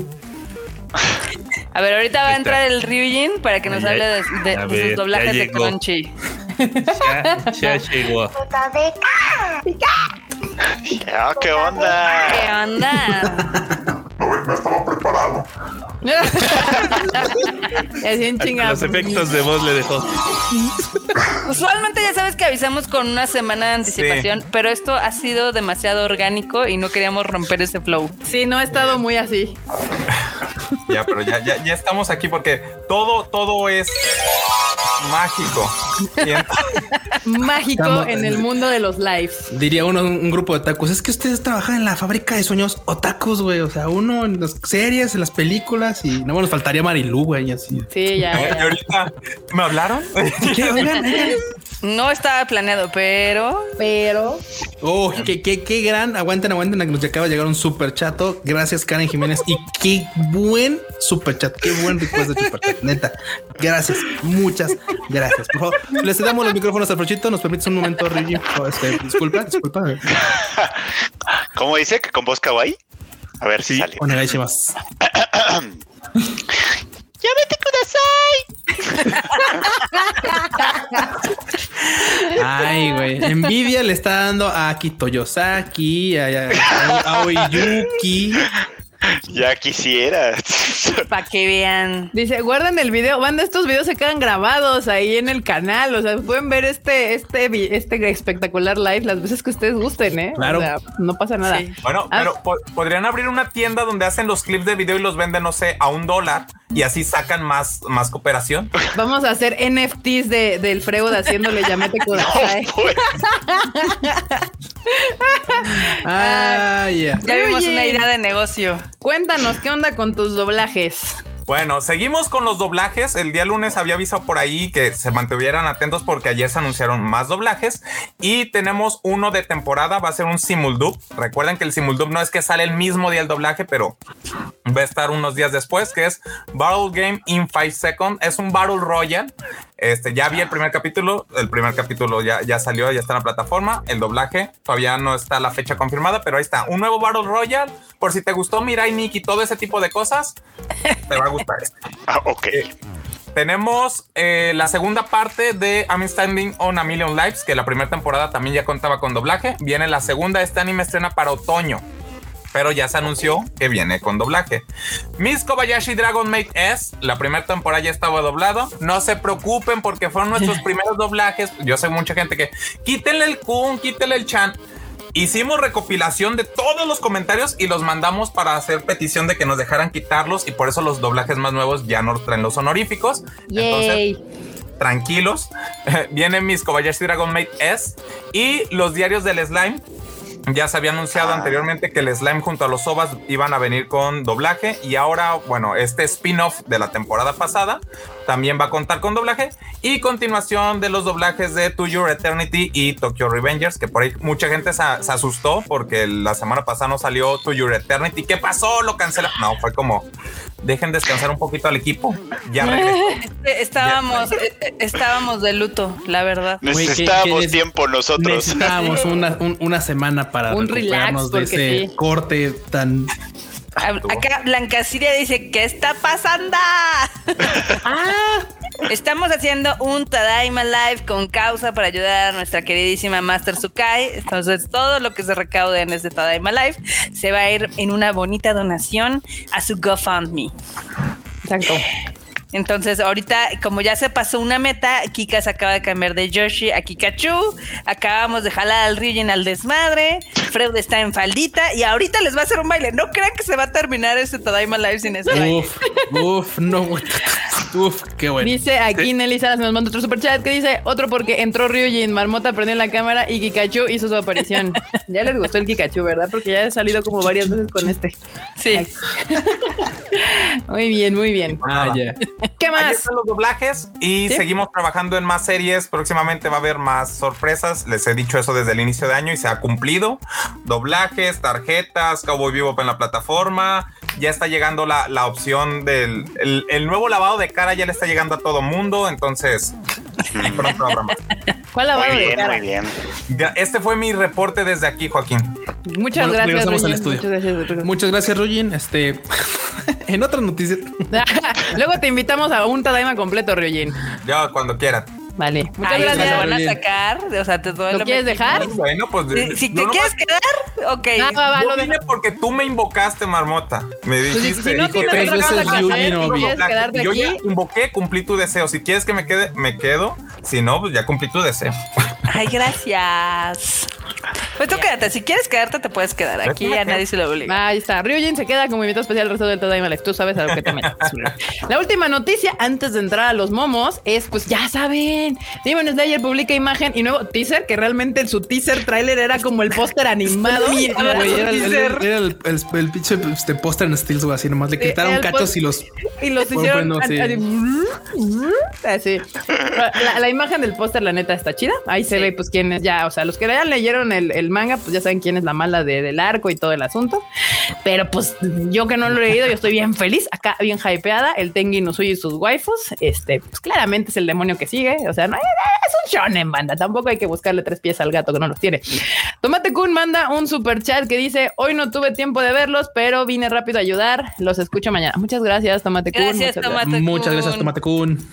A ver, ahorita va a Ahí está. entrar el Ryujin para que nos Ay, hable de, ay. de- A de sus ver, ya doblajes de llegó. Crunchy. Ya, *laughs* ya llegó. Ah, ¿Qué onda? ¿Qué *laughs* onda? Y así en *laughs* chinga. pues, Los efectos de voz le dejó. Usualmente ya sabes que avisamos con una semana de anticipación, pero esto ha sido demasiado orgánico y no queríamos romper ese flow. Sí, no he estado muy así. Ya, pero ya, ya, ya estamos aquí porque todo, todo es mágico. Y ent- Mágico Estamos- en el mundo de los lives. Diría uno, un grupo de otakus. Es que ustedes trabajan en la fábrica de sueños otakus, güey. O sea, uno en las series, en las películas y no nos faltaría Marilu, güey. y Así. Sí, ya. y ya. ahorita me hablaron. ¿Qué? Oigan, oigan. No estaba planeado, pero Pero Oh, qué, qué, qué gran. Aguanten, aguanten. Nos acaba de llegar un super chato. Gracias, Karen Jiménez. Y qué buen super chat. Qué buen request de super chat. Neta. Gracias. Muchas gracias. Por favor, les damos los micrófonos a Frochito. Nos permites un momento, Rigi. Oh, este, disculpa, disculpa. ¿Cómo dice que con voz kawaii? A ver si sale. Onegai shimasu. ¡Ya vete kudasai! Ay, güey. Envidia le está dando a Aki Toyosaki, a, a- a Aoyuki. Ya quisiera. *laughs* para que vean. dice, guarden el video. Banda, estos videos se quedan grabados ahí en el canal. O sea, pueden ver este, este, vi- este espectacular live las veces que ustedes gusten, ¿eh? O Claro. sea, no pasa nada. Sí. Bueno, Ah. pero po- podrían abrir una tienda donde hacen los clips de video y los venden, no sé, a un dólar y así sacan más, más cooperación. Vamos a hacer NFTs de, del frego de haciéndole llamete Kudasai. Pues, Ay, ya. Ya vimos Oye. una idea de negocio. Cuéntanos, ¿qué onda con tus doblajes? Bueno, seguimos con los doblajes. El día lunes había avisado por ahí que se mantuvieran atentos porque ayer se anunciaron más doblajes y tenemos uno de temporada, va a ser un simuldub. Recuerden que el simuldub no es que sale el mismo día el doblaje, pero va a estar unos días después, que es Battle Game in 5 Seconds. Es un Battle Royale. Este, ya vi el primer capítulo, el primer capítulo ya, ya salió, ya está en la plataforma, el doblaje, todavía no está la fecha confirmada, pero ahí está, un nuevo Battle Royale, por si te gustó Mirai Nikki, todo ese tipo de cosas, te va a gustar este. ah, ok. Eh, Tenemos eh, la segunda parte de I'm Standing on a Million Lives, que la primera temporada también ya contaba con doblaje. Viene la segunda, este anime estrena para otoño, pero ya se anunció que viene con doblaje. Miss Kobayashi Dragon Maid S, la primera temporada ya estaba doblado. No se preocupen porque fueron nuestros primeros doblajes. Yo sé mucha gente que quítenle el Kun, quítenle el Chan. Hicimos recopilación de todos los comentarios y los mandamos para hacer petición de que nos dejaran quitarlos y por eso los doblajes más nuevos ya no traen los honoríficos. Entonces, Yay. tranquilos. *laughs* Viene mis Kobayashi Dragon Maid S y los diarios del slime. Ya se había anunciado anteriormente que el slime junto a los ovas iban a venir con doblaje y ahora, bueno, este spin-off de la temporada pasada también va a contar con doblaje y continuación de los doblajes de To Your Eternity y Tokyo Revengers, que por ahí mucha gente se, se asustó porque la semana pasada no salió To Your Eternity. ¿Qué pasó? Lo cancela. No, fue como, dejen descansar un poquito al equipo. Ya regresó. Este, Estábamos, eh, eh, estábamos de luto, la verdad. qué- Necesitábamos qué des- tiempo nosotros. Necesitábamos una, un- una semana para Un recuperarnos relax, de porque ese sí. corte tan Ah, A- Acá Blancaciria dice, ¿qué está pasando? Ah, Estamos haciendo un Tadaima Live con causa para ayudar a nuestra queridísima Master Sukai. Entonces, todo lo que se recaude en este Tadaima Live se va a ir en una bonita donación a su GoFundMe. Exacto. Entonces, ahorita, como ya se pasó una meta, Kika se acaba de cambiar de Yoshi a Kikachu. Acabamos de jalar al Ryujin al desmadre. Freud está en faldita y ahorita les va a hacer un baile. No crean que se va a terminar este Tadaima Live sin ese baile. Uf, uf, no, güey. Uf, qué bueno. Dice aquí Nelly Salas nos mandó otro superchat que dice otro porque entró Ryujin, Marmota prendió la cámara y Kikachu hizo su aparición. ya les gustó el Kikachu, ¿verdad? Porque ya he salido como varias veces con este. Sí. Muy bien, muy bien. *laughs* Ah, ya. ¿Qué Ahí más? están los doblajes y Sí. seguimos trabajando en más series. Próximamente va a haber más sorpresas. Les he dicho eso desde el inicio de año y se ha cumplido. Doblajes, tarjetas, Cowboy Vivo en la plataforma. Ya está llegando la, la opción del el, el nuevo lavado de cara, ya le está llegando a todo mundo. Entonces, ahí pronto habrá más. ¿Cuál lavado Muy de bien, muy cara? bien. Ya, Este fue mi reporte desde aquí, Joaquín. Muchas Bueno, gracias, regresamos Ryujin. al estudio. Muchas gracias. Ryujin. Muchas gracias, Rugin. Este, *laughs* en otras noticias, *laughs* Luego te invitamos a un Tadaima completo, Ryujin. Ya cuando quieran. Vale. Muchas Ahí se lo gracias. van a Bien. sacar. O sea, te doy ¿Lo la quieres mejor. dejar? Bueno, pues Ah, Si, si te no, quieres nomás- quedar, ok. Ah, va, va, yo lo vine dejo. porque tú me invocaste, marmota. Me Pues, si- dijiste. si no dijo tienes tres otra cosa veces que Ryujin, hacer, si obvio. quieres Black, quedarte yo aquí, ya invoqué, cumplí tu deseo. Si quieres que me quede, me quedo. Si no, pues ya cumplí tu deseo. Ay, gracias. Pues tú quédate. Si quieres quedarte, te puedes quedar. Aquí Déjame a quedar. nadie se lo obliga. Ahí está. Ryujin se queda como invitado especial el resto del Tadaima Live. Tú sabes a lo que te metes. La última noticia antes de entrar a los momos es, pues ya saben, Demon Slayer publica imagen y nuevo teaser, que realmente su teaser trailer era como el póster animado. Ah, güey, era el, el- Teaser. era el- el- el pinche este, póster en Steels, güey, así nomás le Sí, era quitaron Eh, el cachos póster. y los. Y los Bueno, hicieron bueno, sí. así. así. *laughs* La, la imagen del póster, la neta, está chida. Ahí se Sí. ve, pues, quién es ya. O sea, los que ya leyeron el, el manga, pues ya saben quién es la mala de- del arco y todo el asunto. Pero pues yo que no lo he leído, yo estoy bien feliz, acá bien hypeada. El Tengi no y sus waifus. Este, pues claramente es el demonio que sigue. O sea, no, eh, es un shonen, banda. Tampoco hay que buscarle tres pies al gato que no los tiene. Tomate Kun manda un super chat que dice: Hoy no tuve tiempo de verlos, pero vine rápido a ayudar. Los escucho mañana. Muchas gracias, Tomate Kun. Gracias, Muchas Tomate. Tomate Muchas Kun. gracias, Tomate Kun.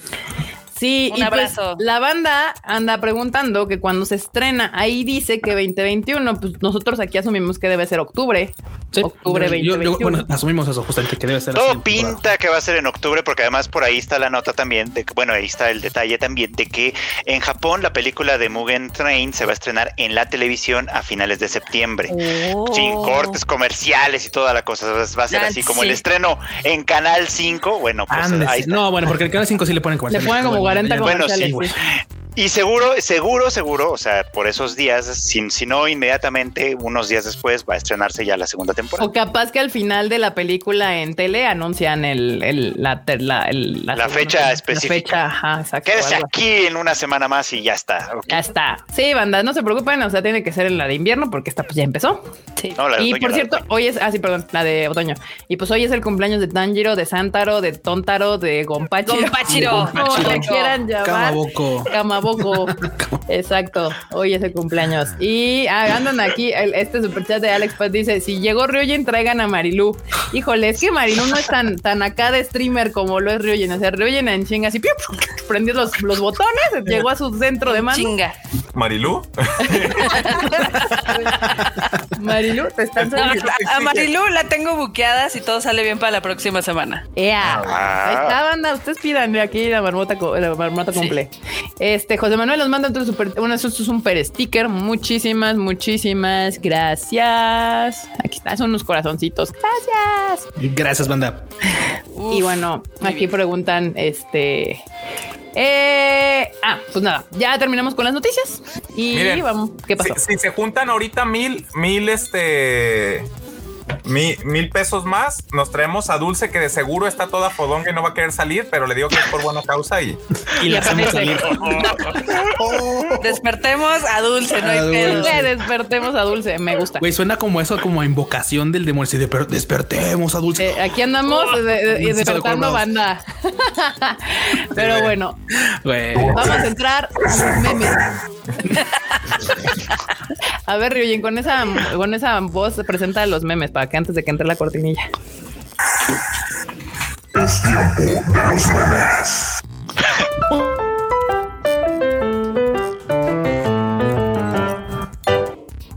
Sí, Un y pues, abrazo. la banda anda preguntando que cuando se estrena, ahí dice que 2021, pues nosotros aquí asumimos que debe ser octubre. Octubre Yo- yo- 2021. bueno, asumimos eso justamente que debe ser así. Todo pinta que va a ser en octubre, porque además por ahí está la nota también, de que, bueno, ahí está el detalle también de que en Japón la película de Mugen Train se va a estrenar en la televisión a finales de septiembre. Sin Oh. Oh. cortes comerciales y toda la cosa. Va a- Va a ser Ah, así como el sí. estreno en Canal 5. Bueno, pues Ándese. ahí está. No, bueno, porque el canal 5 sí le ponen Le comerciales. ponen como Bueno, 40 ya- Bueno, sí, comerciales. güey. sí. Y seguro, seguro, seguro, o sea, por esos días, si, si no inmediatamente, unos días después va a estrenarse ya la segunda temporada. O capaz que al final de la película en tele anuncian el, el- la, ter- la- el- La segunda- fecha específica. La fecha, ajá, exacto. Quédese algo así. aquí en una semana más y ya está. Ya está. Sí, banda, no se preocupen, o sea, tiene que ser en la de invierno porque esta pues ya empezó. Sí. No, la de y otoño, por la de cierto, otoño. hoy es, ah, sí, perdón, la de otoño. Y pues hoy es el cumpleaños de Tanjiro, de Santaro, de Tontaro, de Gompachiro. Gonpachiro. Como le Gonpachiro. quieran llamar. Camaboco. Camaboco. Exacto. Hoy es el cumpleaños. Y ah, andan aquí, el- este superchat de Alex Paz dice: Si llegó Ryujin, traigan a Marilú. Híjole, es que Marilú no es tan, tan acá de streamer como lo es Ryujin. O sea, Ryujin en chinga así, ¡piu! prendió los, los botones, llegó a su centro de mando. Chinga. Marilú. Marilú, te están No, solicitando. a, a Marilu la tengo buqueada si todo sale bien para la próxima semana. Ea. Ah. Ahí está, banda. Ustedes pidan aquí la marmota, co- la marmota cumple. Este, José Manuel nos manda otro super, bueno, esto es un super sticker. Muchísimas, muchísimas gracias. Aquí está, son unos corazoncitos. Gracias. Gracias, banda. Uf. y bueno, muy aquí bien. preguntan, este. eh, ah, pues nada, ya terminamos con las noticias. Y Miren, vamos, ¿qué pasó? *laughs* Si, *laughs* si se juntan ahorita mil, mil, este. mi- mil pesos más, nos traemos a Dulce, que de seguro está toda fodonga y no va a querer salir, pero le digo que es por buena causa y Y la hacemos salir. Despertemos a Dulce, no A hay pedo. Dulce. Le despertemos a Dulce, me gusta. Güey, suena como eso, como a invocación del demonio. Así de, pero despertemos a Dulce. Eh, aquí andamos eh, de- de- Sí, despertando soy banda. *laughs* Pero bueno, Güey. Vamos a entrar a los memes. A ver, Ryujin, con esa, con esa voz presenta los memes para que antes de que entre la cortinilla.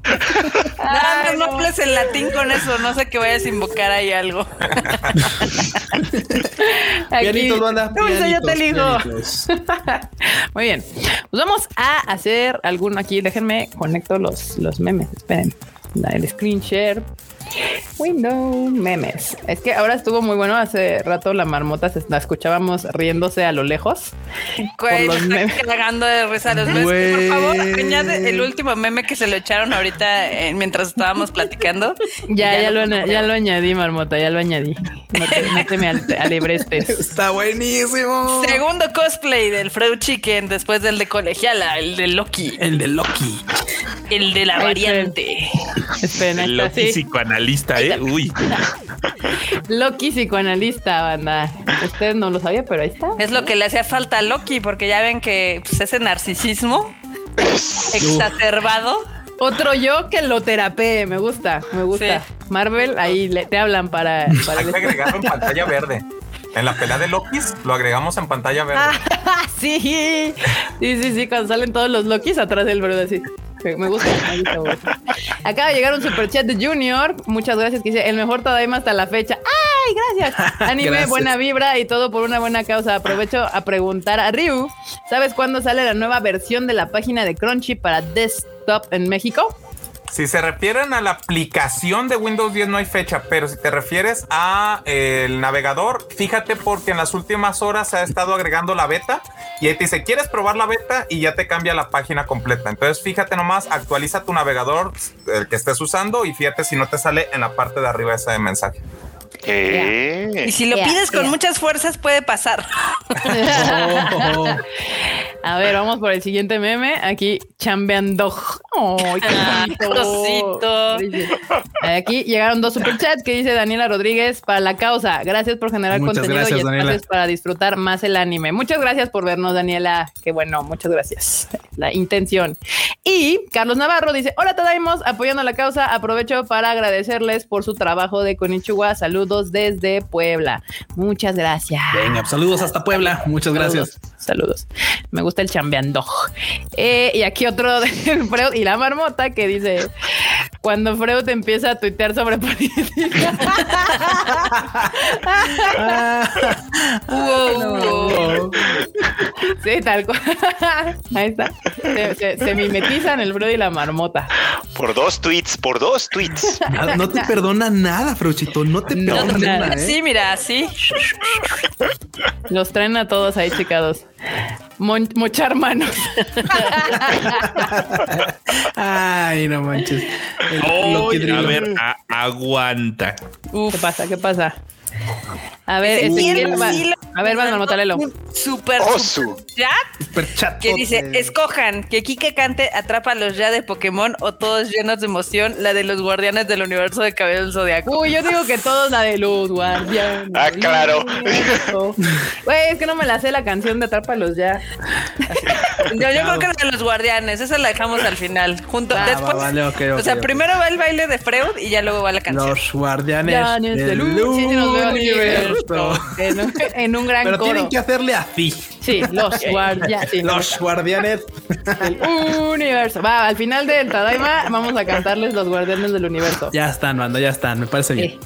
Nada más no hables en latín con eso, no sé que vayas a invocar ahí algo. Aquí. Pianitos, banda. Dulce, yo te elijo. pianitos. Muy bien. Pues vamos a hacer alguno aquí. Déjenme conecto los, los memes. Esperen. Da El screen share. Window memes. Es que ahora estuvo muy bueno. Hace rato la marmota se la escuchábamos riéndose a lo lejos. Güey, los me memes. estoy cagando de risa los memes. Güey. Por favor, añade el último meme que se lo echaron ahorita eh, mientras estábamos platicando. *laughs* Ya, ya, lo, puse. ana- ya lo añadí, marmota. Ya lo añadí. No te, no te me al- alebrestes. Está buenísimo. Segundo cosplay del Freud Chicken después del de colegiala, el de Loki, El de Loki. el de la Ahí variante. Esperen, ahí está, Loki sí. psicoanalista, ¿eh? Uy. Loki psicoanalista, banda. Usted no lo sabía, pero ahí está. Es lo que le hacía falta a Loki, porque ya ven que pues, ese narcisismo exacerbado. Otro yo que lo terapee, me gusta, me gusta. Sí. Marvel, ahí le- te hablan para, *laughs* para Hay el- que agregarlo en pantalla verde. En la pelea de Lokis lo agregamos en pantalla verde. Ah, sí. sí, sí, sí, cuando salen todos los Lokis atrás del verde, así. Me me gusta, me gusta, me gusta. Acaba de llegar un superchat de Junior. Muchas gracias, que dice el mejor Tadaima hasta la fecha. ¡Ay, gracias! Anime, Gracias. buena vibra y todo por una buena causa. Aprovecho a preguntar a Ryu: ¿sabes cuándo sale la nueva versión de la página de Crunchy para desktop en México? Si se refieren a la aplicación de Windows 10 no hay fecha, pero si te refieres a eh, el navegador, fíjate porque en las últimas horas se ha estado agregando la beta y ahí te dice, ¿quieres probar la beta? Y ya te cambia la página completa. Entonces fíjate nomás, actualiza tu navegador, el que estés usando, y fíjate si no te sale en la parte de arriba ese mensaje. Eh, Y si lo Ya, pides con ya. muchas fuerzas, puede pasar. Oh. A ver, vamos por el siguiente meme. Aquí, chambeando. ¡Ay, Ah, qué bonito! cosito. Oye. Aquí llegaron dos superchats que dice Daniela Rodríguez para la causa. Gracias por generar Muchas contenido gracias, y espacios Daniela. para disfrutar más el anime. Muchas gracias por vernos, Daniela. Qué bueno, muchas gracias. La intención. Y Carlos Navarro dice: Hola, Tadaimos, apoyando la causa. Aprovecho para agradecerles por su trabajo de Conichua. Saludos desde Puebla. Muchas gracias. Venga, pues, saludos hasta Puebla. Muchas gracias. Saludos. saludos. Me gusta el chambeando. Eh, y aquí otro de *laughs* Freud y la marmota que dice: Cuando Freud empieza a tuitear sobre *laughs* política. Oh. sí, tal cual. *laughs* Ahí está. Se, se- se mimetizan el Freud y la marmota. por dos tweets, por dos *laughs* tweets. Nada, No te perdona nada, Fruchito. No te No, perdona nada. nada. ¿eh? *laughs* Sí, mira, así. Los traen a todos ahí, chicados. Mon- mochar manos. Ay, no manches. El Loki Ay, a Drilo. ver, a- aguanta. ¿Qué pasa? ¿Qué pasa? A ver, Ese Ezequiel mierda va- sí lo- a ver, vas, marmota, léelo. Super, Osu. super chat Superchat. que dice, Eh, escojan que Kike cante atrapa a los ya de Pokémon o todos llenos de emoción, la de los guardianes del universo de cabello del zodiaco. Uy, yo digo que todos la de los guardianes. Ah, claro. Güey, es que no me la sé la canción de Atrápalos ya. Yo, yo creo que la de los guardianes, esa la dejamos al final. Junto, Ah, Va, después, va, vale, ok, o ok, sea, ok. primero va el baile de Freud y ya luego va la canción. Los guardianes Guardianes del del Sí, sí, este nos veo así, universo. En un, en un gran Pero coro. tienen que hacerle así. Sí, los guardianes sí, Los guardianes. del universo. Va, al final del Tadaima vamos a cantarles los guardianes del universo. Ya están, mando, ya están. Me parece bien. Eh,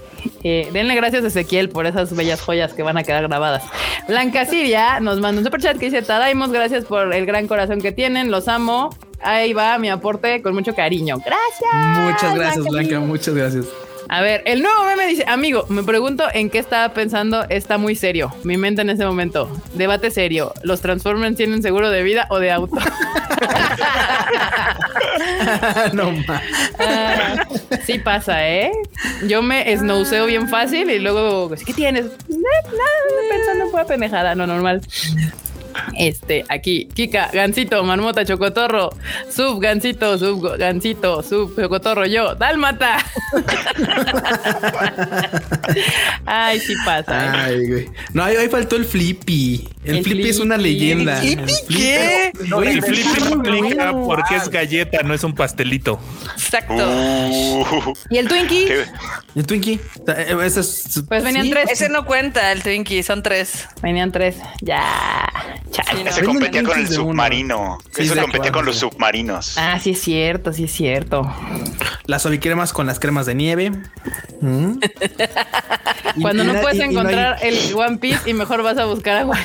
eh, denle gracias a Ezequiel por esas bellas joyas que van a quedar grabadas. Blanca Siria nos manda un superchat que dice: Tadaimos, gracias por el gran corazón que tienen, los amo. Ahí va mi aporte con mucho cariño. Gracias. Muchas gracias, Blanca. Lindo. Muchas gracias. A ver, el nuevo meme dice, amigo, me pregunto en qué estaba pensando, está muy serio. Mi mente en ese momento. Debate serio. ¿Los Transformers tienen seguro de vida o de auto? *laughs* no ma. Ah, sí pasa, ¿eh? Yo me snowseo bien fácil y luego, ¿qué tienes? Nada, nada, pensando en pura pendejada, no normal. Este, aquí, Kika, Gancito, Marmota, Chocotorro, Sub, Gancito, Sub, Gancito, Sub, Chocotorro, yo, Dálmata. Ay, sí pasa. ¿eh? Ay, güey. No, ahí, ahí faltó el Flippy. El, El Flippy es una Flippy. leyenda. ¿El qué? El flip explica por qué es galleta, no es un pastelito. Exacto. Uh, ¿Y el Twinkie? qué- El Twinkie. O sea, eh, ese es- Pues venían sí. tres. Ese no cuenta, el Twinkie, son tres. Venían tres. Ya. Chale, no. Ah, Ese Venden competía con el pinches de uno. submarino. Sí, Eso exacto. competía con los submarinos. Ah, sí es cierto, sí es cierto. Las suavicremas con las cremas de nieve. Mm. Y- Cuando y no na- puedes y- y no hay- encontrar el One Piece y mejor vas a buscar agua.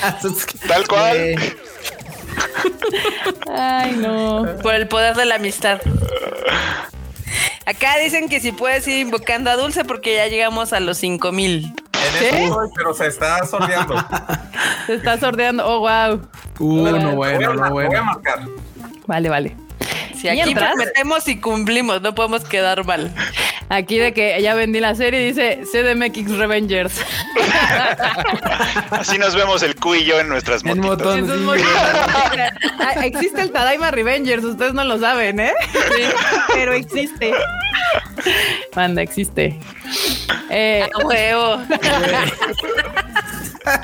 Tal cual. Eh, Ay, no. Por el poder de la amistad. Acá dicen que si puedes ir invocando a Dulce porque ya llegamos a los 5000. En eso estoy, pero se está sorteando. Se está sorteando. Oh, wow. Uh, no *laughs* bueno, voy, a, no voy a bueno. marcar. Vale, vale. Si aquí Mientras- prometemos y cumplimos, no podemos quedar mal. Aquí de que ya vendí la serie, dice CDMX Revengers. Así nos vemos el Q y yo en nuestras En motitos. motos. En sus mochilas. *laughs* Ah, existe el Tadaima Revengers, ustedes no lo saben, ¿eh? pero existe. Manda, existe. Eh, A huevo. acá,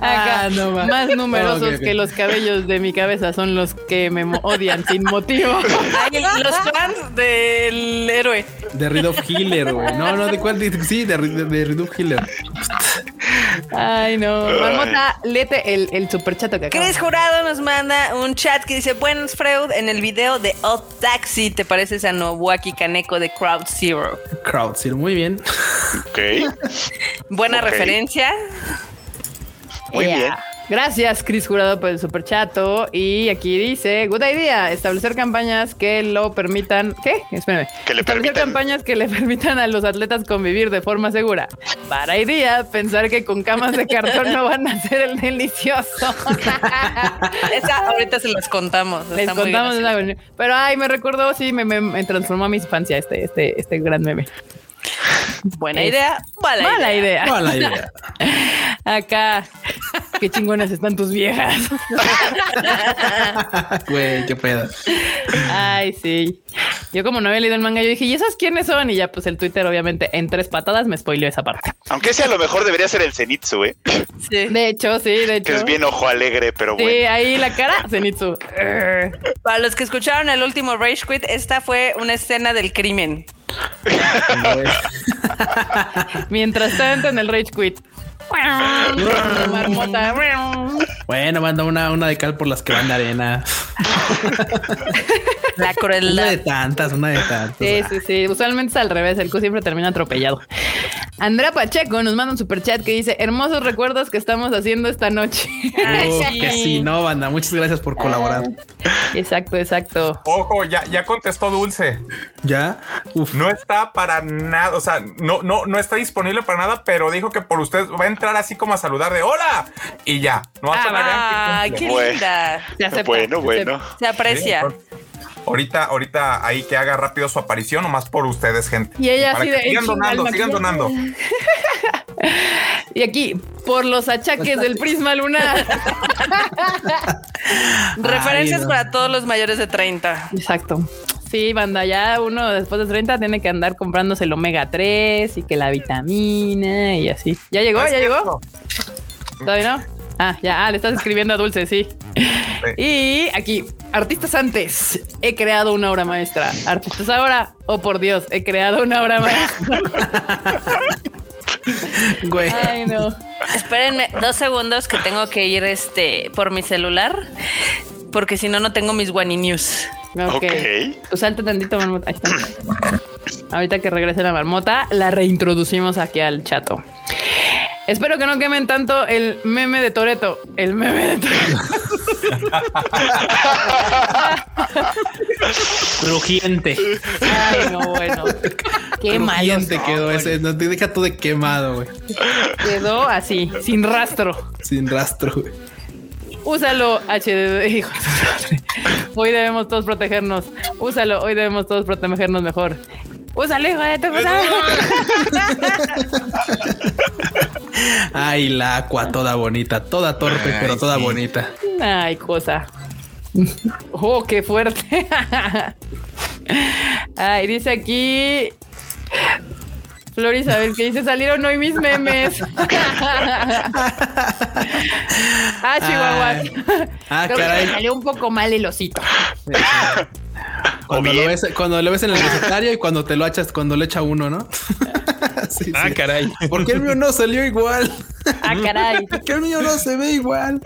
Ah, no ma- más numerosos Ok, ok. que los cabellos de mi cabeza son los que me mo- odian sin motivo. *laughs* Ay, los fans del héroe. De Ridolf Hiller, güey. No, no, de cuál. de- Sí, de, Rid- de Ridolf Hiller. Ay, no. Marmota, léete el, el superchato que acaba. Chris Jurado nos manda un chat que dice Buenos Freud en el video de Up Taxi ¿Te pareces a Nobuaki Kaneko de Crowd Zero? Crowd, sí, muy bien. Ok. Buena Ok. referencia Muy Yeah. bien. Gracias, Cris Jurado, por el superchato. Y aquí dice, good idea, establecer campañas que lo permitan... ¿Qué? Espérame. Que le establecer permitan- campañas que le permitan a los atletas convivir de forma segura. Para idea, pensar que con camas de cartón no van a hacer el delicioso. Esa ahorita se las contamos Les está muy contamos graciosa. esa reunión. Pero ay, me recordó, sí, me, me- me transformó a mi infancia este, este, este gran meme. Buena idea, Este, mala, Mala idea. idea. No, la idea. *laughs* Acá. Qué chingonas están tus viejas. *laughs* Güey, qué pedo. Ay, sí. Yo como no había leído el manga, yo dije, ¿y esas quiénes son? Y ya pues el Twitter, obviamente, en tres patadas me spoileó esa parte. Aunque ese a lo mejor debería ser el Zenitsu, ¿eh? Sí. De hecho, sí, de Que hecho. es bien ojo alegre, pero Sí, bueno. ahí la cara, *laughs* Zenitsu. Para los que escucharon el último Rage Quit, esta fue una escena del crimen. Güey. Mientras tanto en el Rage Quit. Marmota. Bueno, manda una, una de cal por las que van de arena. La *laughs* Una de crueldad. tantas, una de tantas. Sí, sí, sí. Usualmente es al revés. El Q siempre termina atropellado. Andrea Pacheco nos manda un superchat que dice: Hermosos recuerdos que estamos haciendo esta noche. *laughs* Ah, Oh, que sí, no, banda. Muchas gracias por colaborar. Eh. Exacto, exacto. Ojo, ya, ya contestó Dulce. Ya, uf, No está para nada, o sea, no, no, no está disponible para nada, pero dijo que por usted va a entrar así como a saludar de hola y ya. No hasta la gran Ah, que qué cumple. Bueno. linda. Se acepta, bueno, se bueno. acepta. Se aprecia. Ahorita, ahorita ahí que haga rápido su aparición, nomás por ustedes, gente. Y ella Para así que de, sigan "Chinga, el donando, maquillaje". sigan donando. Y aquí, por los achaques del prisma lunar. Referencias no. para todos los mayores de 30. Exacto. Sí, banda, ya uno después de 30 tiene que andar comprándose el omega 3 y que la vitamina y así. ¿Ya llegó? No es ¿Ya llegó? cierto. ¿Todavía no? Ah, ya, ah, le estás escribiendo a Dulce, sí. Y aquí, artistas antes, he creado una obra maestra. Artistas ahora, oh por Dios, he creado una obra *laughs* maestra. güey. Ay, no. Espérenme dos segundos que tengo que ir este por mi celular. Porque si no, no tengo mis Wani News. Ok. Ok. Pues salte tantito, marmota. Ahí está. Ahorita que regrese la marmota, la reintroducimos aquí al chato. Espero que no quemen tanto el meme de Toreto. El meme de Toreto. Crujiente. Ay, no, bueno. Qué malo. Crujiente quedó ese. No te deja todo quemado, güey. Quedó así, sin rastro. Sin rastro, güey. Úsalo, HDD. hijo de su madre. Hoy debemos todos protegernos. Úsalo, hoy debemos todos protegernos mejor. Úsalo, hijo de tu madre. Ay, la agua toda bonita, toda torpe, Ay, pero toda sí. bonita. Ay, cosa. Oh, qué fuerte. Ay, dice aquí. Flor Isabel que dice salieron hoy mis *laughs* memes. ah, Ay. Chihuahua. Ah, Creo que me caray. salió un poco mal el osito. Cuando lo, O bien. ves, cuando lo ves en el recetario y cuando te lo echas, cuando le echa uno, ¿no? Sí, Ah, sí. caray. *laughs* ¿Por qué el mío no salió igual? Ah, caray. Que el mío no se ve igual.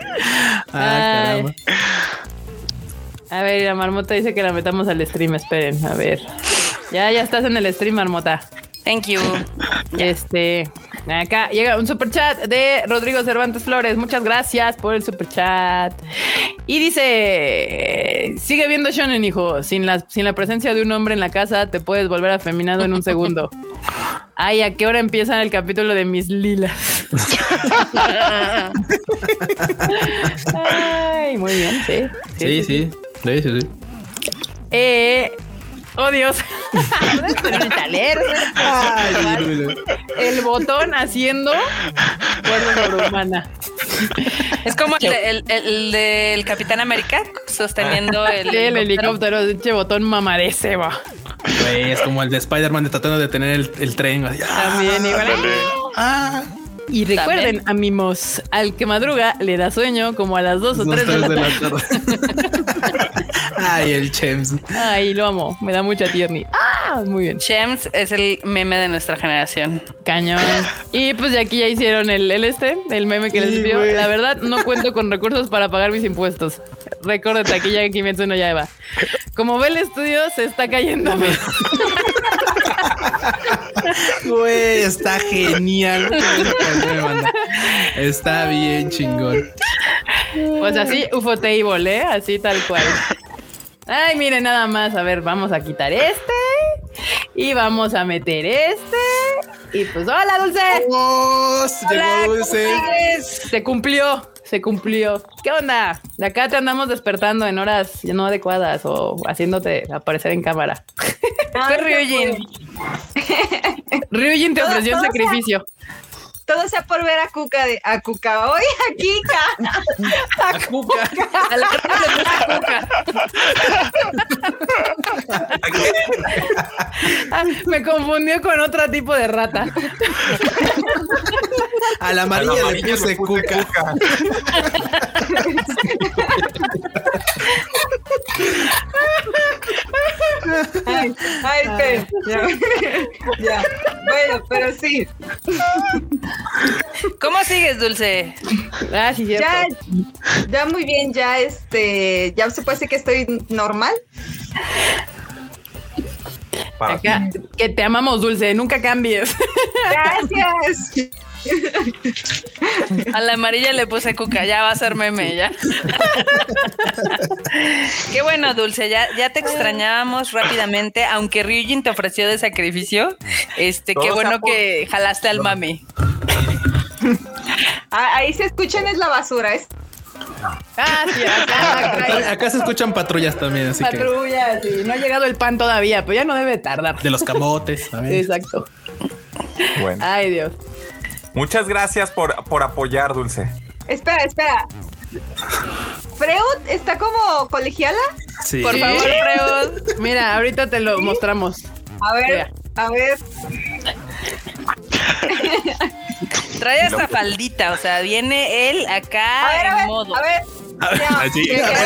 Ah, caramba. A ver, la marmota dice que la metamos al stream, esperen, a ver. Ya, ya estás en el stream, marmota. Thank you. Este, acá llega un super chat de Rodrigo Cervantes Flores. Muchas gracias por el super chat. Y dice, sigue viendo Shonen, hijo. Sin la, sin la presencia de un hombre en la casa, te puedes volver afeminado en un segundo. Ay, ¿a qué hora empieza el capítulo de mis *laughs* lilas? Ay, muy bien, sí. Sí, sí. Sí, sí, sí. Eh, oh Dios. *laughs* Pero ni tan leer. Ay, disculpe. El botón haciendo cuerda sobrehumana. *laughs* Es como el, el- el- el del Capitán América sosteniendo Ah. el, El helicóptero, pinche botón mamadece, va. Güey, es como el de Spider-Man de tratando de tener el, el tren. así, ah, También igual. Ándale. ah. Y recuerden, amigos, al que madruga le da sueño como a las 2 o Dos, 3 de la tarde. tarde. Ay, el Chems. Ay, lo amo, me da mucha tierni. Ah, muy bien. Chems es el meme de nuestra generación. Cañón. Y pues de aquí ya hicieron el, el este, el meme que les Sí, envió. güey. La verdad, no cuento con recursos para pagar mis impuestos. Recórdate aquí ya que Kimetsu no ya va. Como ve el estudio, se está *laughs* cayendo. Güey, está genial. Está bien chingón. Pues así, Ufotable, ¿eh? Así tal cual. Ay, miren, nada más. A ver, vamos a quitar este. Y vamos a meter este. Y pues, hola, Dulce. ¡Oh! Hola, Llegó ¿cómo Dulce. sigues? Se cumplió, se cumplió. ¿Qué onda? De acá te andamos despertando en horas no adecuadas o haciéndote aparecer en cámara. Soy Ay, Ryujin. Ryujin te Todo- ofreció un todo sea- sacrificio. Todo sea por ver a Cuca, de, a Cuca hoy, a Kika. A Cuca. A la Ryu le puse cuca. Ah, Me confundió con otro tipo de rata. A la A la amarilla le amarilla puse Cuca. Cuca. Ay, ay, Ah, esperen. Ya. *laughs* Ya. Bueno, pero sí. ¿Cómo sigues, Dulce? Ah, sí, cierto. Ya, ya muy bien, ya este, ya se puede decir que estoy normal. Ah. Para ti. Acá, que te amamos, Dulce. Nunca cambies. Gracias. A la amarilla le puse cuca, ya va a ser meme, ya. *laughs* Qué bueno, Dulce, ya, ya te extrañábamos rápidamente, aunque Ryujin te ofreció de sacrificio. Este, qué Todo bueno sea por- que jalaste al mami. Ah, Ahí se escuchan es la basura, es Ah, sí, *laughs* acá, acá. Acá, acá se escuchan patrullas también, así que. Patrulla, sí. No ha llegado el pan todavía, pero ya no debe tardar. De los camotes. a ver. Exacto. Bueno. Ay, Dios. Muchas gracias por, por apoyar, Dulce. Espera, espera. Freud está como colegiala. Sí. Por favor, Freud. Mira, ahorita te lo mostramos. A ver, Mira. a ver. Trae hasta faldita, o sea, viene él A ver, a acá ver, en Ah, modo. a ver. Ya. Así, Ya, ya, ya, ya,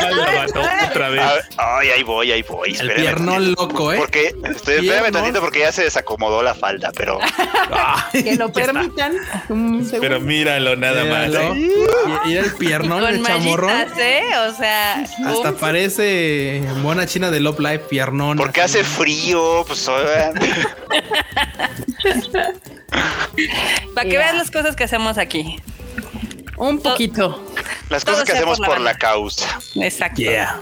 ya, ya. otra vez. A ver, Ay, ahí voy, ahí voy. El espérame piernón tantito. loco, ¿eh? Porque, estoy, espérame Piernón. tantito porque ya se desacomodó la falda, *laughs* pero Que lo permitan. Un segundo. Ah, Pero míralo nada Míralo. más. ¿eh? Y, y el piernón Con de chamorrón. mallitas, ¿eh? O sea, Hasta uf, parece mona china de Love Live, piernón. porque así. hace frío, pues *laughs* oigan. para que Ya. veas las cosas que hacemos aquí. Un poquito. las Todo cosas que sea hacemos por la por la banda. causa. Exacto. Yeah.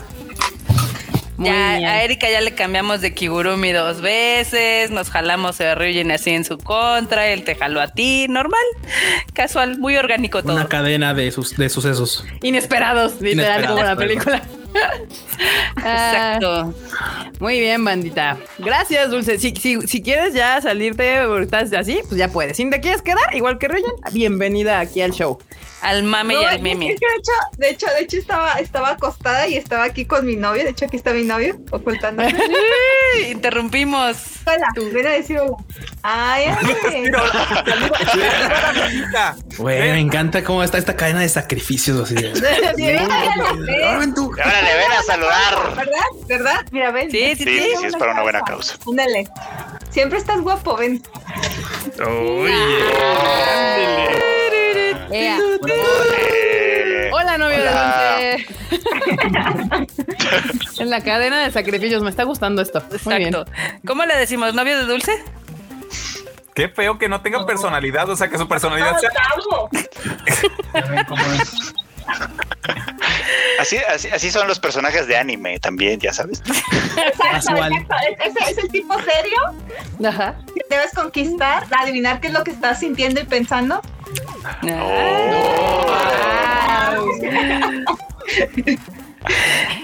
Muy Ya bien. a Erika ya le cambiamos de Kigurumi dos veces, nos jalamos a Ryujin así en su contra, él te jaló a ti, normal, casual, muy orgánico todo. Una cadena de, sus, de sucesos. Inesperados, literal, Inesperados, como la perdón. película. Ah, Exacto. muy bien, bandita. Gracias, Dulce. Si, si, si quieres ya salirte, estás así, pues ya puedes. Si te quieres quedar, igual que Ryan, bienvenida aquí al show. Al mame y No, al es meme. que de hecho, de hecho, de hecho estaba, estaba acostada y estaba aquí con mi novio. De hecho, aquí está mi novio ocultándome. Sí, Interrumpimos. Hola, ven a decir hola. *laughs* Ay, ay. Mira, hola. *laughs* Saluda, amiguita. Güey, me encanta cómo está esta cadena de sacrificios. Así de- *laughs* *laughs* Sí, ven, ven, ven. Ven tú. Ahora le ven a saludar. ¿Verdad? ¿Verdad? Mira, ven. Sí, Sí, sí, sí. sí, sí, es para una buena causa. Ándale. Siempre estás guapo, ven. Oye. ándele. Ea. Eh, Hola, novio Hola. de Dulce. *laughs* en la cadena de sacrificios. Me está gustando esto. Muy bien. Exacto. ¿Cómo le decimos? ¿Novio de dulce? Qué feo que no tenga personalidad, o sea, que su personalidad sea. *laughs* amo! Ya ven cómo es. así, así, así son los personajes de anime también, ya sabes. Exacto, Casual. exacto. Es, es- es el tipo serio Ajá. que debes conquistar, adivinar qué es lo que estás sintiendo y pensando.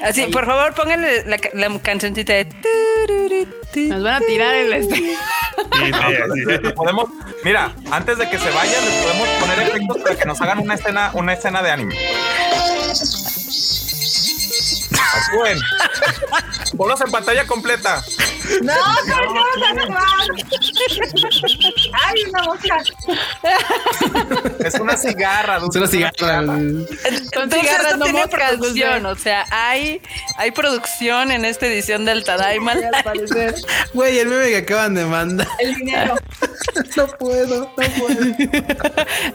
Así, por favor, pónganle la, ca- la cancioncita de. Nos van a tirar el este. Sí, No, sí, pero eh, sí. le podemos, mira, antes de que se vayan, les podemos poner efectos para que nos hagan una escena, una escena de anime. Actúen. Ponlos en pantalla completa. No, ¿cómo no, vas a robar? Ay, una mosca. Es una cigarra, Es dulce. una cigarra. Son Entonces, cigarras, esto no tiene moscas, producción, Dulce. o sea, hay, hay producción en esta edición del Tadaima. Al parecer. Güey, el meme que acaban de mandar. El dinero. No puedo, no puedo.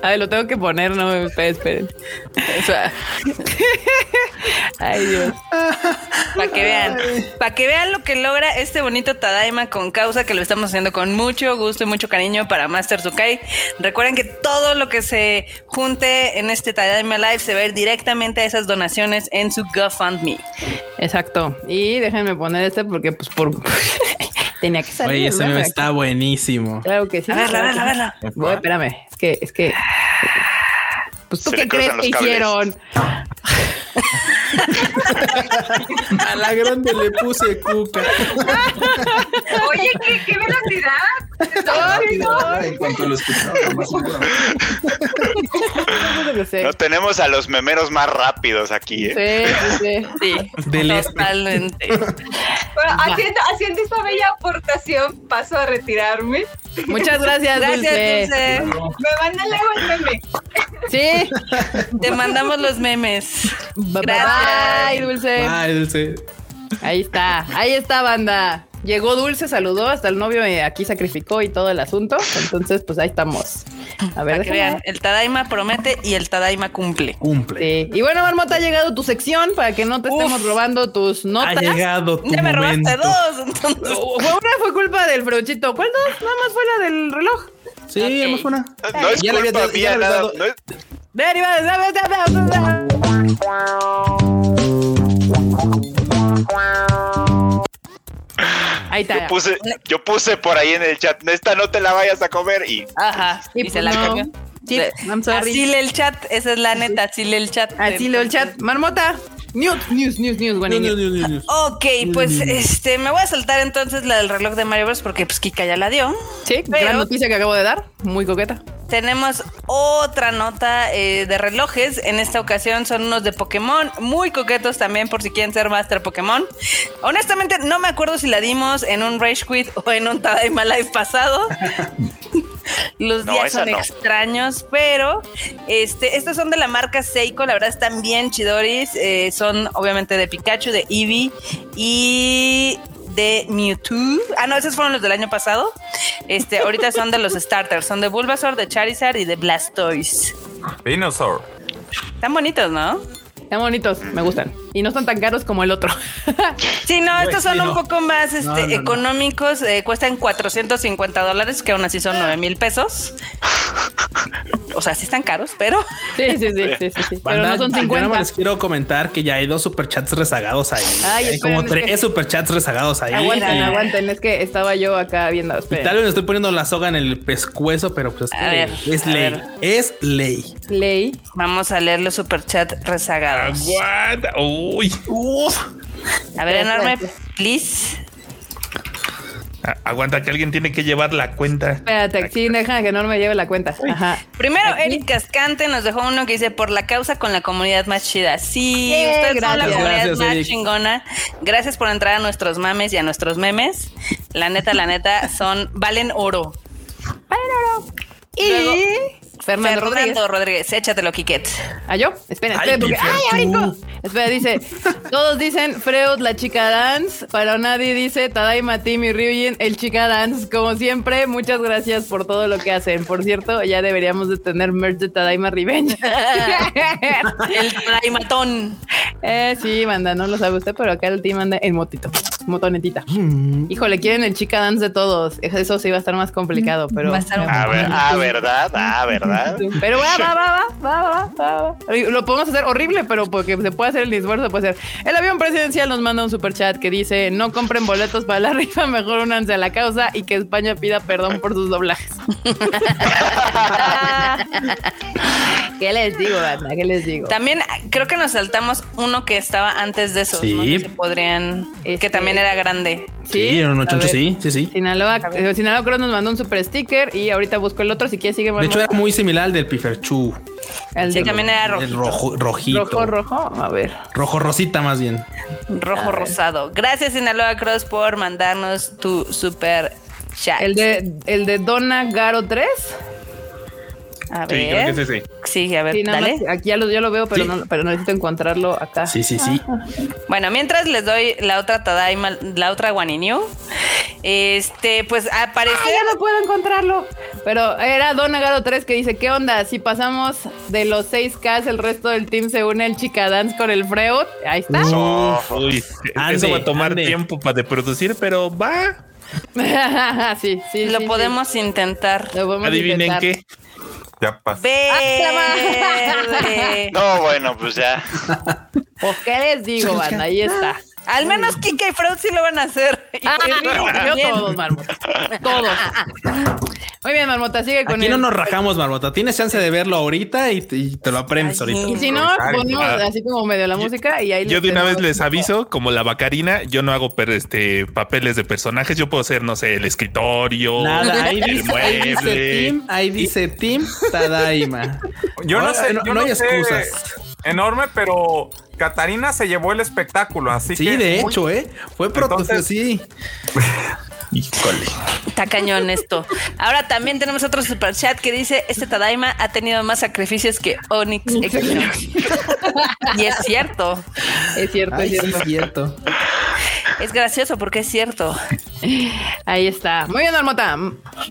A ver, lo tengo que poner, no me ustedes esperen. O sea. Ay, Dios. Para que vean, para que vean lo que logra este bonito Tadaima con causa que lo estamos haciendo con mucho gusto y mucho cariño para Master Tsukai. Recuerden que todo lo que se junte en este Tadaima Live se va a ir directamente a esas donaciones en su GoFundMe. Exacto. Y déjenme poner este porque, pues, por. *laughs* Tenía que salir. Oye, ese ¿no? meme está buenísimo. Claro que sí. A verla, a verla, a ver. verla. Voy, espérame. Es que, es que. Pues tú Se qué le crees cruzan que los cables. hicieron. A la grande le puse cuca. Oye, ¿qué, qué velocidad? Ay, Rápido, no. En cuanto lo escuchaba, más seguro. Yo que sé. No tenemos a los memeros más rápidos aquí. ¿eh? Sí, sí, sí. Sí, Del este. totalmente. Bueno, haciendo, haciendo esta bella aportación, paso a retirarme. Muchas gracias, Gracias, Dulce. Dulce. Me mandan luego el meme. Sí. Te mandamos los memes. Bye, Gracias. bye, Dulce. Ah, dulce. Ahí está. Ahí está, banda. Llegó Dulce, saludó, hasta el novio eh, aquí sacrificó y todo el asunto. Entonces, pues ahí estamos. A ver, Para que déjame- vean, el Tadaima promete y el Tadaima cumple. Cumple. Sí. Y bueno, Marmota, ha llegado tu sección para que no te Uf. estemos robando tus Ha notas. llegado tu Ya me robaste momento. dos, entonces. Fue una fue culpa del brochito. ¿Cuál dos? Nada más fue la del reloj. Sí, Ok. hemos una. No es Ya le había culpa dado- ya le mía, había nada. dado- no es- Derivadas, dame, dame, dame, dame. Ahí está. yo puse, yo puse por ahí en el chat, esta no te la vayas a comer y Ajá. Y, Y se la pues no. cagó. Sí, I'm sorry. Así lee el chat, esa es la neta, así lee el chat. Así leo el chat. Marmota. News, news, news, news, Guaní, No, no, news. no, no, no. Ok, pues este, me voy a saltar entonces la del reloj de Mario Bros porque pues Kika ya la dio. Sí, Pero- gran noticia que acabo de dar. Muy coqueta. Tenemos otra nota eh, de relojes. En esta ocasión son unos de Pokémon, muy coquetos también por si quieren ser Master Pokémon. Honestamente, no me acuerdo si la dimos en un Rage Quit o en un Tadaima Live pasado. Los No, días esa son no. extraños, pero este, estos son de la marca Seiko. La verdad están bien chidoris. eh, son obviamente de Pikachu, de Eevee y de Mewtwo. Ah, no, esos fueron los del año pasado. Este, ahorita son de los starters, son de Bulbasaur, de Charizard y de Blastoise. Dinosaur. Están bonitos, ¿no? Están bonitos, me gustan. Y no son tan caros como el otro. Sí, no, estos son sí, un no. poco más este, no, no. económicos, eh, cuestan 450 dólares, que aún así son 9 mil pesos. O sea, sí están caros, pero *laughs* Sí, sí, sí, sí, sí, sí. Pero Banda, no son yo nada 50. más les quiero comentar que ya hay dos superchats rezagados ahí. Ay, hay esperen, como es tres que- superchats rezagados ahí. Aguanten, Y- aguanten. Es que estaba yo acá viendo. y esperen. tal vez me estoy poniendo la soga en el pescuezo, pero pues es, A ver, es a ley. ver. Es ley. Ley. vamos a leer los superchats rezagados. Aguanta. Uy. A ver, enorme, Gracias. please. A- Ah, Aguanta que alguien tiene que llevar la cuenta. Espérate, Aquí. sí, deja que no me lleve la cuenta. Ajá. Primero, Eric Cascante nos dejó uno que dice por la causa con la comunidad más chida. Sí, Yay, ustedes son la gracias. comunidad Gracias, más Eric. chingona. Gracias por entrar a nuestros mames y a nuestros memes. La neta, la neta, son valen oro. Y Luego, Fernando Rodríguez. Rodríguez. Rodríguez, échatelo, Quiquet. ¿A yo? Espera, Ay, espera, porque. mi Fer, ¡Ay, tú. ahorita! Espera, dice. Todos dicen Freud, la chica dance. Para nadie dice Tadaima Tim y Ryujin, el chica dance. Como siempre, muchas gracias por todo lo que hacen. Por cierto, ya deberíamos de tener merch de Tadaima *laughs* Revenge. El matón. eh, sí, manda, no lo sabe usted, pero acá el team anda en motito, motonetita. Mm. Híjole, quieren el chica dance de todos. Eso sí va a estar más complicado, pero. Mm, Va a estar un A ver, ah, ¿verdad? Ah, ¿verdad? *laughs* Pero va, va, va, va, va, va, va, va. Lo podemos hacer horrible, pero porque se puede hacer el esfuerzo, se puede hacer. El avión presidencial nos manda un superchat que dice: No compren boletos para la rifa, mejor únanse a la causa y que España pida perdón por sus doblajes. *laughs* ¿Qué les digo, banda? ¿Qué les digo? También ah, creo que nos saltamos uno que estaba antes de eso. Sí. ¿no? Que se podrían. Este- Que también era grande. Sí, era un ocho, a ocho, ver. sí, sí, sí. Sinaloa, eh, Sinaloa Cross nos mandó un super sticker y ahorita busco el otro. Si quieres, sigue De Marmota. hecho, era muy similar al del Piferchu. el Sí, de también era rojo. El rojo, rojito. rojo, Rojo, rojo. A ver. rosita más bien. Rojo rosado. Gracias, Sinaloa Cross, por mandarnos tu super chat. El de, el de Donna Garo 3. A Sí, creo que ver. es Sí, ese. a ver, Sí, nada dale. más, aquí ya lo, yo lo veo, pero, Sí. no, pero necesito encontrarlo acá. Sí, sí, sí. Bueno, mientras les doy la otra Tadaima, la otra Guaniniu. Este, pues al Ah, parecer. ya no puedo encontrarlo. Pero era Don Agado 3 que dice, ¿qué onda? Si pasamos de los 6K, el resto del team se une el Chica Dance con el Freud. Ahí está. Uy, eso Ande, va a tomar ande. tiempo para de producir, pero va. *laughs* sí, sí. Lo sí, podemos intentar. sí. Lo podemos Adivinen intentar. qué. Ya Ah, pasó. Verde. No, bueno, pues ya. Pues, ¿qué les digo, banda? Ahí *laughs* está. Al menos Kika y Freud sí lo van a hacer. Y Ah, Kika y Freud yo *laughs* también. todos, Marmota. Todos. Muy bien, Marmota, sigue con Aquí el- no nos rajamos, Marmota. Tienes chance de verlo ahorita y te, y te lo aprendes Ay, ahorita. Y si no, Ay, ponemos ah. así como medio la música y ahí Yo les de una vez tenemos- les aviso, como la bacarina, yo no hago per- este papeles de personajes, yo puedo ser, no sé, el escritorio, Nada, ahí el dice, ahí dice mueble. Team, ahí dice Team Tadaima. Yo no Ahora, sé, no- yo no hay sé, excusas. Enorme, pero Catarina se llevó el espectáculo, así que. Sí, de hecho, ¿eh? Fue proto, Entonces- sí. Híjole. Está cañón esto. Ahora también tenemos otro superchat que dice: Este Tadaima ha tenido más sacrificios que Onyx Equinox. y es cierto. Es cierto, Ay, es sí, cierto. es cierto. Es gracioso porque es cierto. Ahí está. Muy bien, Marmota.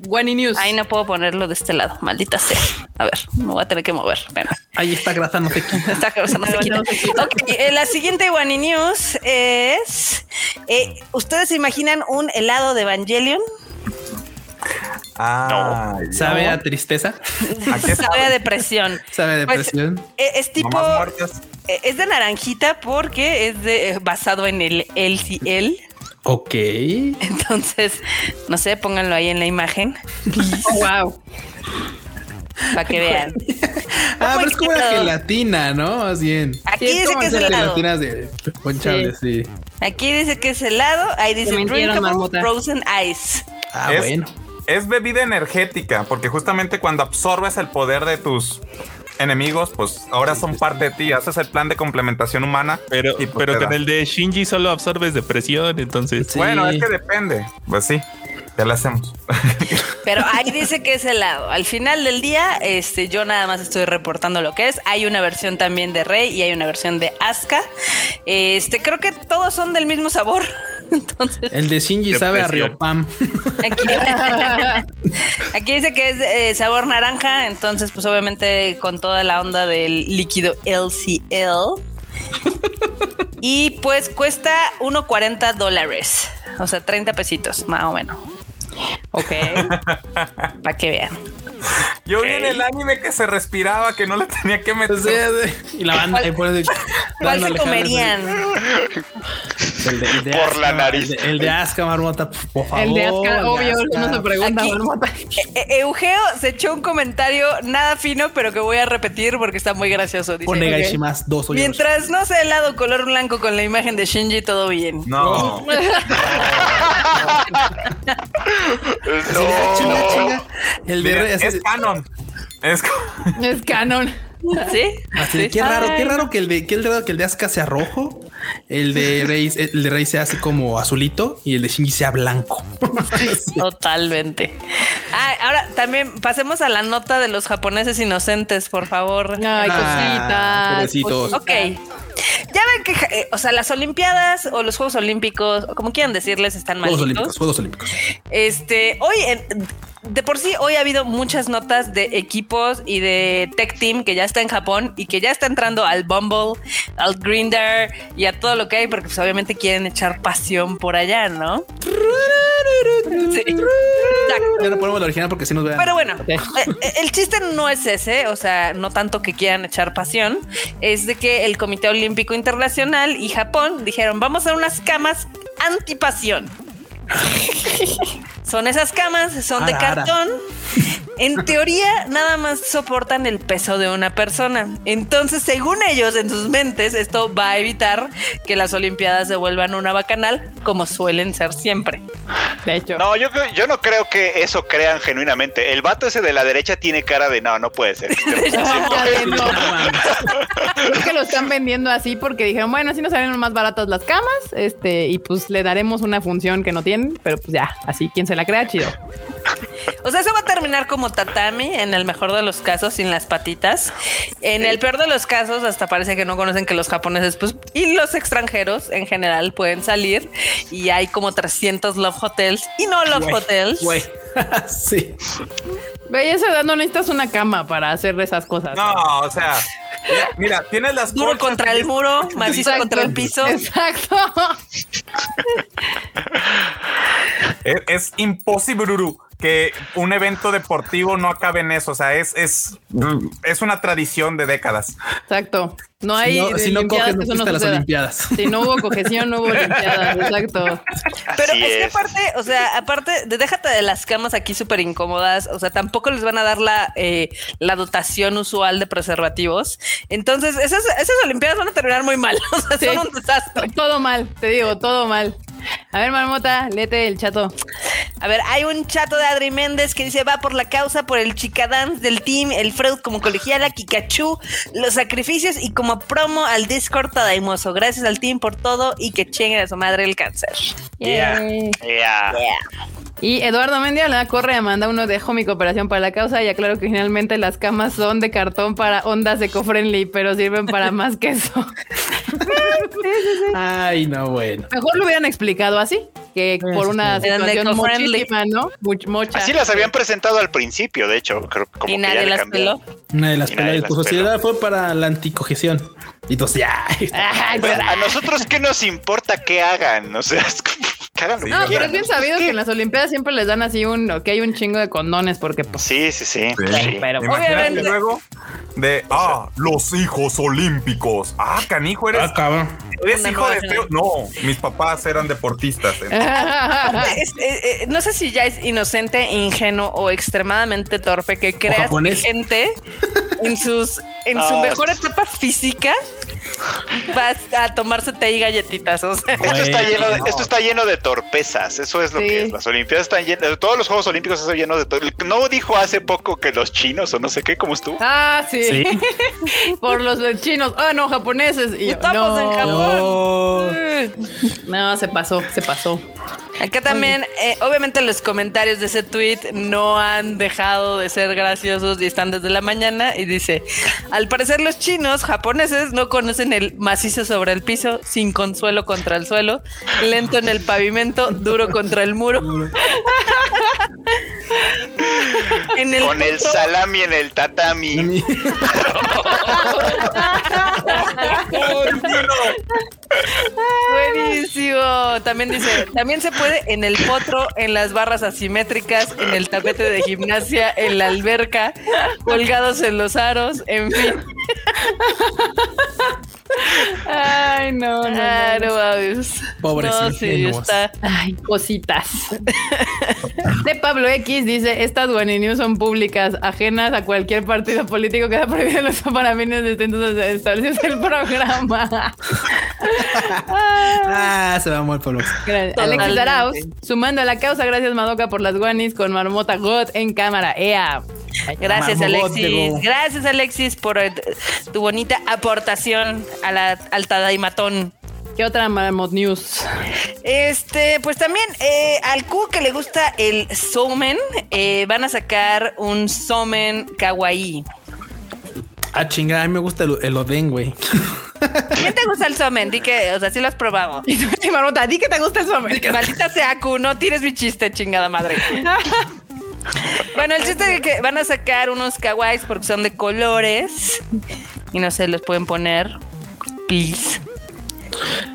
Guani News. Ahí no puedo ponerlo de este lado. Maldita sea. A ver, me voy a tener que mover. Bueno, Ahí está grasa, no te quita. esta cosa no se quita. Ok, eh, la siguiente Wani News es: eh, ¿Ustedes se imaginan un helado de Evangelion? Ah, Sabe a tristeza, ¿A *laughs* Sabe a qué sabe? depresión. sabe a Pues, depresión. Eh, Es tipo, Mamás muertas. eh, es de naranjita porque es de, eh, basado en el LCL. ok. Entonces, no sé, pónganlo ahí en la imagen *laughs* wow. para *laughs* que vean. Ah, pero es como una bonito. gelatina, ¿no? Más bien. Sí, Aquí es dice como que es hacer helado. Gelatinas de ponchables, sí. Aquí dice que es helado. Ahí dice mintieron, drinkable marmota. frozen ice. Ah, Es- bueno. Es bebida energética, porque justamente cuando absorbes el poder de tus enemigos, pues ahora son parte de ti. Haces el plan de complementación humana. Pero, y, pues, pero te con da. el de Shinji solo absorbes depresión, entonces. Sí. Bueno, es que depende. Pues sí, ya lo hacemos. *laughs* Pero ahí dice que es helado. Al final del día, este, yo nada más estoy reportando lo que es. Hay una versión también de Rey y hay una versión de Asuka. Este, creo que todos son del mismo sabor. Entonces, El de Shinji sabe a Depresión. Riopam. aquí, aquí *laughs* dice que es eh, sabor naranja. Entonces, pues obviamente con toda la onda del líquido LCL. Y pues cuesta 1.40 dólares. O sea, 30 pesitos, más o menos. Ok. *laughs* Para que vean. Yo vi en el anime que se respiraba, que no le tenía que meter. O sea, de- y la banda. ¿Cuál- eh, por eso- ¿Cuál dando se Alejandro, comerían? El de, el de Por la Aska, nariz. El de, el de Aska, Marmota, por favor. El de Azca, obvio, Aska. no se pregunta, Aquí- Marmota. E- e- Eugeo se echó un comentario nada fino, pero que voy a repetir porque está muy gracioso. Dice, Pone ok, Gaishimas, dos hoyos. Mientras no sea helado color blanco con la imagen de Shinji, todo bien. No. Así de, No. chinga, chinga. El de Oh. Mira, Rey, así es de- canon. Es *laughs* Es canon. Sí. Así de, sí. qué raro, Ay, qué raro que el de qué raro que el de Asuka sea rojo, el de Rey, el de Rey sea así como azulito y el de Shinji sea blanco. Totalmente. Ah, ahora también pasemos a la nota de los japoneses inocentes, por favor. Ay, Ah, cositas. pobrecitos. cositas. Ok. Ya ven que, ja- eh, o sea, las Olimpiadas o los Juegos Olímpicos, o como quieran decirles, están Juegos malditos. Olímpicos, Juegos Olímpicos. Este, hoy, en- de por sí, hoy ha habido muchas notas de equipos y de Tech Team que ya está en Japón y que ya está entrando al Bumble, al Grinder y a todo lo que hay, porque pues, obviamente quieren echar pasión por allá, ¿no? Sí. Exacto. Ya no ponemos la original porque si nos vean. Pero bueno, Ok. eh, eh, el chiste no es ese, o sea, no tanto que quieran echar pasión, es de que el Comité Olímpico Internacional y Japón dijeron, vamos a unas camas antipasión. son esas camas, son de Ara, ara. cartón. En teoría, nada más soportan el peso de una persona. Entonces, según ellos, en sus mentes, esto va a evitar que las Olimpiadas se vuelvan una bacanal, como suelen ser siempre. De hecho, *laughs* No, yo, creo- yo no creo que eso crean genuinamente. El vato ese de la derecha tiene cara de no, no puede ser. Ay, no. Creo que lo están vendiendo así porque dijeron, bueno, así nos salen más baratas las camas, este, y pues le daremos una función que no tienen, pero pues ya, así quien se la crea, chido. O sea, eso va a terminar como tatami, en el mejor de los casos, sin las patitas. En el peor de los casos, hasta parece que no conocen que los japoneses pues, y los extranjeros en general pueden salir. Y hay como 300 love hotels y no love hotels. Güey. *laughs* sí. Ve, a esa edad no necesitas una cama para hacer esas Ah, cosas. No, o sea, mira, mira, tienes las Duro colchas contra el muro, macizo Exacto. contra el *laughs* piso. Exacto. Es, es imposible, Uru, que un evento deportivo no acabe en eso. O sea, es, es, es una tradición de décadas. Exacto. No hay. si no, si no limpiadas coges, que no eso fuiste a las suceda. Olimpiadas. *laughs* Si no hubo cojeción, no hubo *laughs* limpiadas. Exacto. Pero Así es que es. aparte, o sea, aparte, de- déjate de las camas aquí súper incómodas, o sea, tampoco les van a dar la, eh, la dotación usual de preservativos. Entonces, esas, esas Olimpiadas van a terminar muy mal, *laughs* o sea, Sí. son un desastre. Todo mal, te digo, todo mal. A ver, Marmota, léete el chato. A ver, hay un chato de Adri Méndez que dice, va por la causa, por el chicadance del team, el Freud como colegiala, Kikachu, los sacrificios y como promo al Discord Tadaimoso. Gracias al team por todo y que chinguen a su madre el cáncer. Yeah. Yay. Ya. Y Eduardo Mendiola corre a mandar uno dejo mi cooperación para la causa y aclaro que finalmente las camas son de cartón para ondas eco-friendly, pero sirven para *laughs* más que eso. Ay, no, bueno. Mejor lo hubieran explicado así, que por una sí. Eran de situación eco-friendly. muchísima, ¿no? Much- mocha. Así las habían presentado al principio, de hecho. creo que como y que nadie ya le las cambiaron. peló. Una de las Y nadie peleas de las tu peló. sociedad fue para la anticogición. Y entonces ya. *laughs* Ay, Pues, pero- a nosotros qué nos importa que hagan, o sea, es como, que hagan lo Sí, no, que pero quieran. es bien sabido que en las Olimpiadas siempre les dan así un, que hay un chingo de condones porque *laughs* pues... *laughs* Sí, sí, sí. sí. Pero Imagínate Obviamente. luego de ah, los hijos olímpicos. Ah, canijo, eres, Ah, cabrón. eres Una hijo de nueva feo. No, mis papás eran deportistas. eh. Eh, entonces- Es- eh, eh, no sé si ya es inocente, ingenuo o extremadamente torpe que creas que japonés. gente en sus en su Ah. mejor etapa física vas a tomarse té y galletitas. O sea, Esto está, Güey, lleno de, no. esto está lleno de torpezas, eso es lo Sí. que es. Las Olimpiadas están llenas, todos los Juegos Olímpicos están llenos de torpezas. No dijo hace poco que los chinos o no sé qué, como estuvo. Ah, sí. Sí. *laughs* Por los de chinos. Ah, no, japoneses. Y yo, Estamos en Mm. no, No. no, se pasó, se pasó. acá también, eh, obviamente, los comentarios de ese tweet no han dejado de ser graciosos y están desde la mañana. Y dice: Al parecer, los chinos japoneses no conocen el macizo sobre el piso, sin consuelo contra el suelo, lento en el pavimento, duro contra el muro. *laughs* En el Con el punto- salami en el tatami. Buenísimo. También dice, también se puede en el potro, en las barras asimétricas, en el tapete de gimnasia, en la alberca, colgados en los aros, en fin. Ay, no, no, no. Ah, no mames. Pobres No, sí, ingenuos. está. Ay, *laughs* cositas. De Pablo X dice: Estas Guani News son públicas, ajenas a cualquier partido político que da prohibido los parabienes distintos de establecerse el *laughs* programa. Ah, se va a morir Pablo. Gracias. Totalmente. Alexis Arauz, sumando a la causa, gracias Madoka por las guanis con Marmota God en cámara. Ea. Gracias, Marmobot Alexis. llegó. Gracias, Alexis, por eh, tu bonita aportación a la, al Tadaimatón. ¿Qué otra Marmot News? Este, pues también eh, al Q que le gusta el somen, eh, van a sacar un somen kawaii. Ah, chingada, a mí me gusta el, el *laughs* odén, güey. ¿Quién te gusta el somen? Di que, o sea, sí lo has probado. Y tú, *laughs* Marmota, di que te *laughs* gusta el somen. Maldita sea Q, no tienes mi chiste, chingada madre. Bueno, el chiste es que van a sacar unos kawaiis porque son de colores y no se los pueden poner. Please.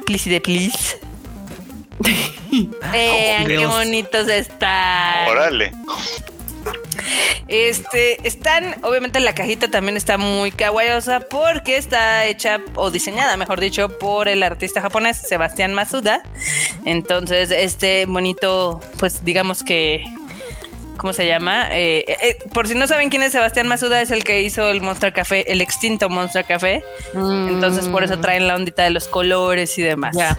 Please y de please. Vean qué Dios. bonitos están. Órale. Este, están, obviamente la cajita también está muy kawaiosa porque está hecha o diseñada, mejor dicho, por el artista japonés Sebastián Masuda. Entonces, este bonito, pues digamos que, ¿cómo se llama? Eh, eh, eh, por si no saben quién es Sebastián Masuda, es el que hizo el Monster Café, el extinto Monster Café. Entonces, por eso traen la ondita de los colores y demás. Mm, Ya.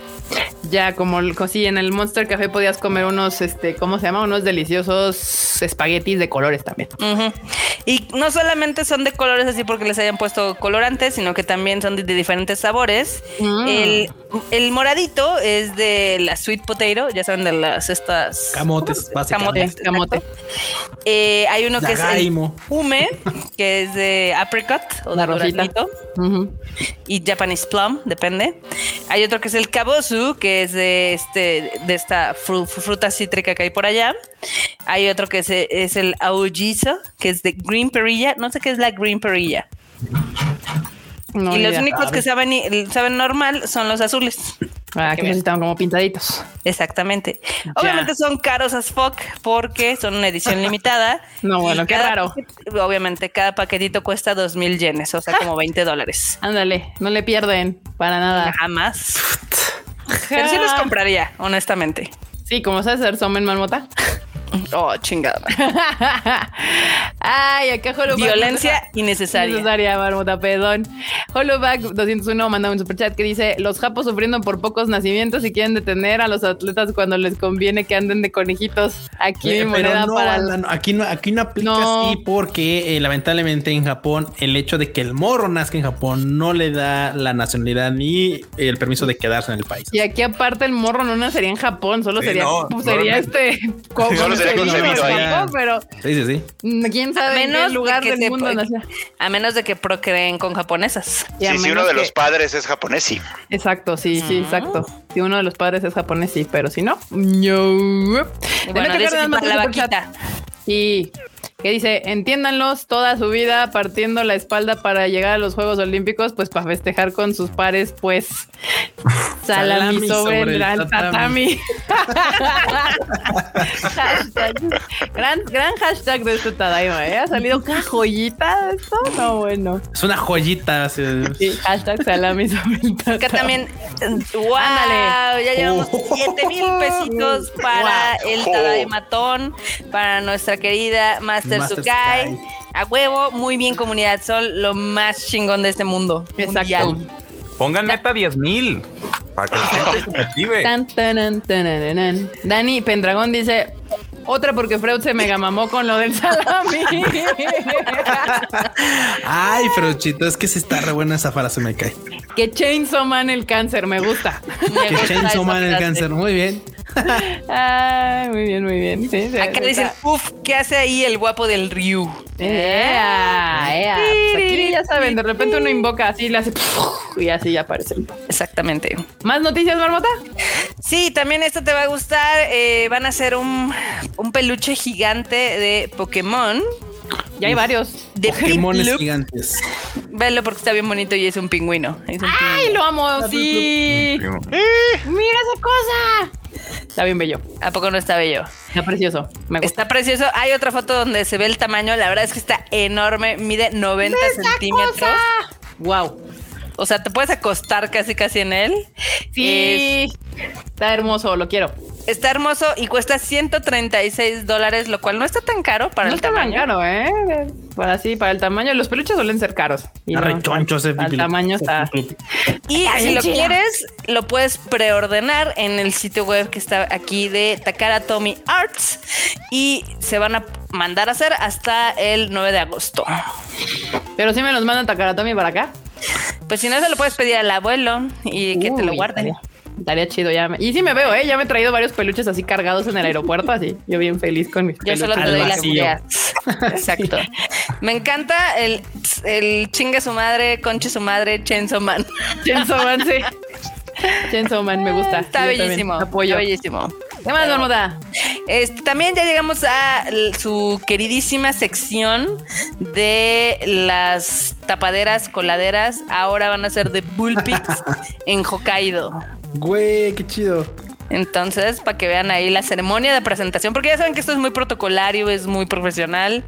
Ya, como el- sí, en el Monster Café podías comer unos, este, ¿cómo se llama? Unos deliciosos espaguetis de colores también. Ujú. Y no solamente son de colores así porque les hayan puesto colorantes, sino que también son de, de diferentes sabores. Mm. El, el moradito es de la sweet potato, ya saben, de las estas... Camotes, Es básicamente. Camotes, camote. exacto. Eh, hay uno que Dagaimo. es el hume, que es de apricot o de La rosita. duraznito, Ujú. y Japanese plum, depende. Hay otro que es el kabosu, que es de este de esta fru- fruta cítrica que hay por allá. Hay otro que es, es el aullizo, que es de green perilla. No sé qué es la green perilla. No, y ni los idea. únicos Ah, que saben, y- saben normal son los azules. Ah, que esos estaban como pintaditos. Exactamente. Obviamente son caros as fuck porque son una *laughs* edición limitada. No, Y bueno, qué cada raro. paquete- obviamente cada paquetito cuesta dos mil yenes, o sea, como 20 dólares. Ándale, no le pierden para nada. Jamás. Pero sí los ah. compraría, honestamente. Sí, como sabes hacer somen, Marmota. Oh, chingada. *laughs* Ay, acá Holoback. Violencia innecesaria. Necesaria, Marmota, perdón. Holoback 201 manda un superchat que dice: Los japos sufriendo por pocos nacimientos y quieren detener a los atletas cuando les conviene que anden de conejitos. Aquí Eh, mi pero moneda no, para. Alan, aquí no, aquí no aplica No. así porque eh, lamentablemente en Japón el hecho de que el morro nazca en Japón no le da la nacionalidad ni el permiso de quedarse en el país. Y aquí aparte el morro no nacería en Japón, solo Sí, sería, no, sería no, este co- Solo sería concebido ahí. Japón, pero Sí, sí, sí. mm, quién sabe en qué menos lugar de que del se mundo po- nació. A menos de que procreen con japonesas. Y a Sí, si menos uno de que- los padres es japonés, sí. Exacto, sí, sí, Ah. exacto. Si uno de los padres es japonés, sí, pero si no, no. Y Demetrio bueno, de eso Cárdenas sí manda para la un superchat. vaquita. Sí. Que dice, entiéndanlos toda su vida partiendo la espalda para llegar a los Juegos Olímpicos, pues para festejar con sus pares, pues salami, sobre, Salami sobre el el gran tatami. tatami. Hashtag. gran, gran hashtag de este Tadaima, ¿eh? Ha salido una joyita de esto, no bueno. Es una joyita. así. Sí, hashtag salami sobre el tatami. Acá también. ¡Wow! Ándale. Ya llevamos Oh. 7 mil pesitos para el Oh. Tadaimatón, para nuestra querida Master, Master Sukai. Sukai. A huevo, muy bien, Comunidad Sol, lo más chingón de este mundo. Exacto. mundial. Pongan meta 10 mil para que la gente se motive. Tan, tanan, tanananan. Dani Pendragón dice otra porque Freud se mega mamó con lo del salami. Ay, pero chito, es que sí está re buena esa frase, me cae. que Chainsaw Man el cáncer, me *laughs* gusta. Me Que gusta Chainsaw esa Man el frase. cáncer. Muy bien. Ay, muy bien, muy bien. Sí, sí, Acá sí, dicen, está. uff, ¿qué hace ahí el guapo del Ryu? Ea, ea. Pues aquí ya saben, de repente uno invoca así, le hace y así ya aparece. Exactamente. ¿Más noticias, Marmota? Sí, también esto te va a gustar. eh, van a hacer un, un peluche gigante de Pokémon. Ya hay varios. De Pokémones Piplup. gigantes. Velo porque está bien bonito y es un pingüino. Es un ¡Ay, lo amo! ¡Sí! ¡Mira esa cosa! Está bien bello. pingüino. ¿A poco no está bello? Está precioso. Me gusta. Está precioso. Hay otra foto donde se ve el tamaño. La verdad es que está enorme. Mide 90 centímetros. ¡Wow! O sea, te puedes acostar casi casi en él. Sí. Está hermoso, lo quiero. Es- está hermoso y cuesta 136 dólares, lo cual no está tan caro para no el está tan tamaño. caro, ¿eh? Para sí, para el tamaño. Los peluches suelen ser caros. Y Está no, re choncho ese para el pipilip. tamaño está. Y si bien lo chido. quieres, lo puedes preordenar en el sitio web que está aquí de Takara Tommy Arts. Y se van a mandar a hacer hasta el 9 de agosto. Pero si me los mandan Takaratomi para acá. Pues si no, se lo puedes pedir al abuelo y que te lo Uy, guarde. estaría- Estaría chido ya. me- Y sí me veo, ¿eh? Ya me he traído varios peluches así cargados en el aeropuerto, así. Yo bien feliz con mis Yo peluches. solo te al doy las *laughs* vacío. ideas. Exacto. Me encanta el, el chinga su madre, conche su madre, Chainsaw Man. Chainsaw Man, sí. *laughs* Chainsaw Man, Ah, me gusta. Está Yo también bellísimo. Apoyo. Está bellísimo. ¿Qué más, Marmota? Este, también ya llegamos a l- su queridísima sección de las tapaderas coladeras. Ahora van a ser de *laughs* bullpits en Hokkaido. Güey, qué chido. Entonces, para que vean ahí la ceremonia de presentación, porque ya saben que esto es muy protocolario, es muy profesional.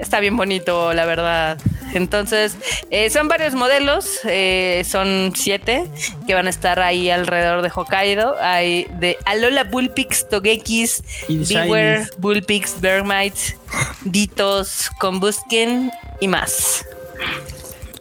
Está bien bonito, la verdad. Entonces, eh, son varios modelos, eh, son siete que van a estar ahí alrededor de Hokkaido. Hay de Alola Bullpix, Togekis, Y Beware, shinies. Bullpix, Bermites, Ditos, Combuskin y más.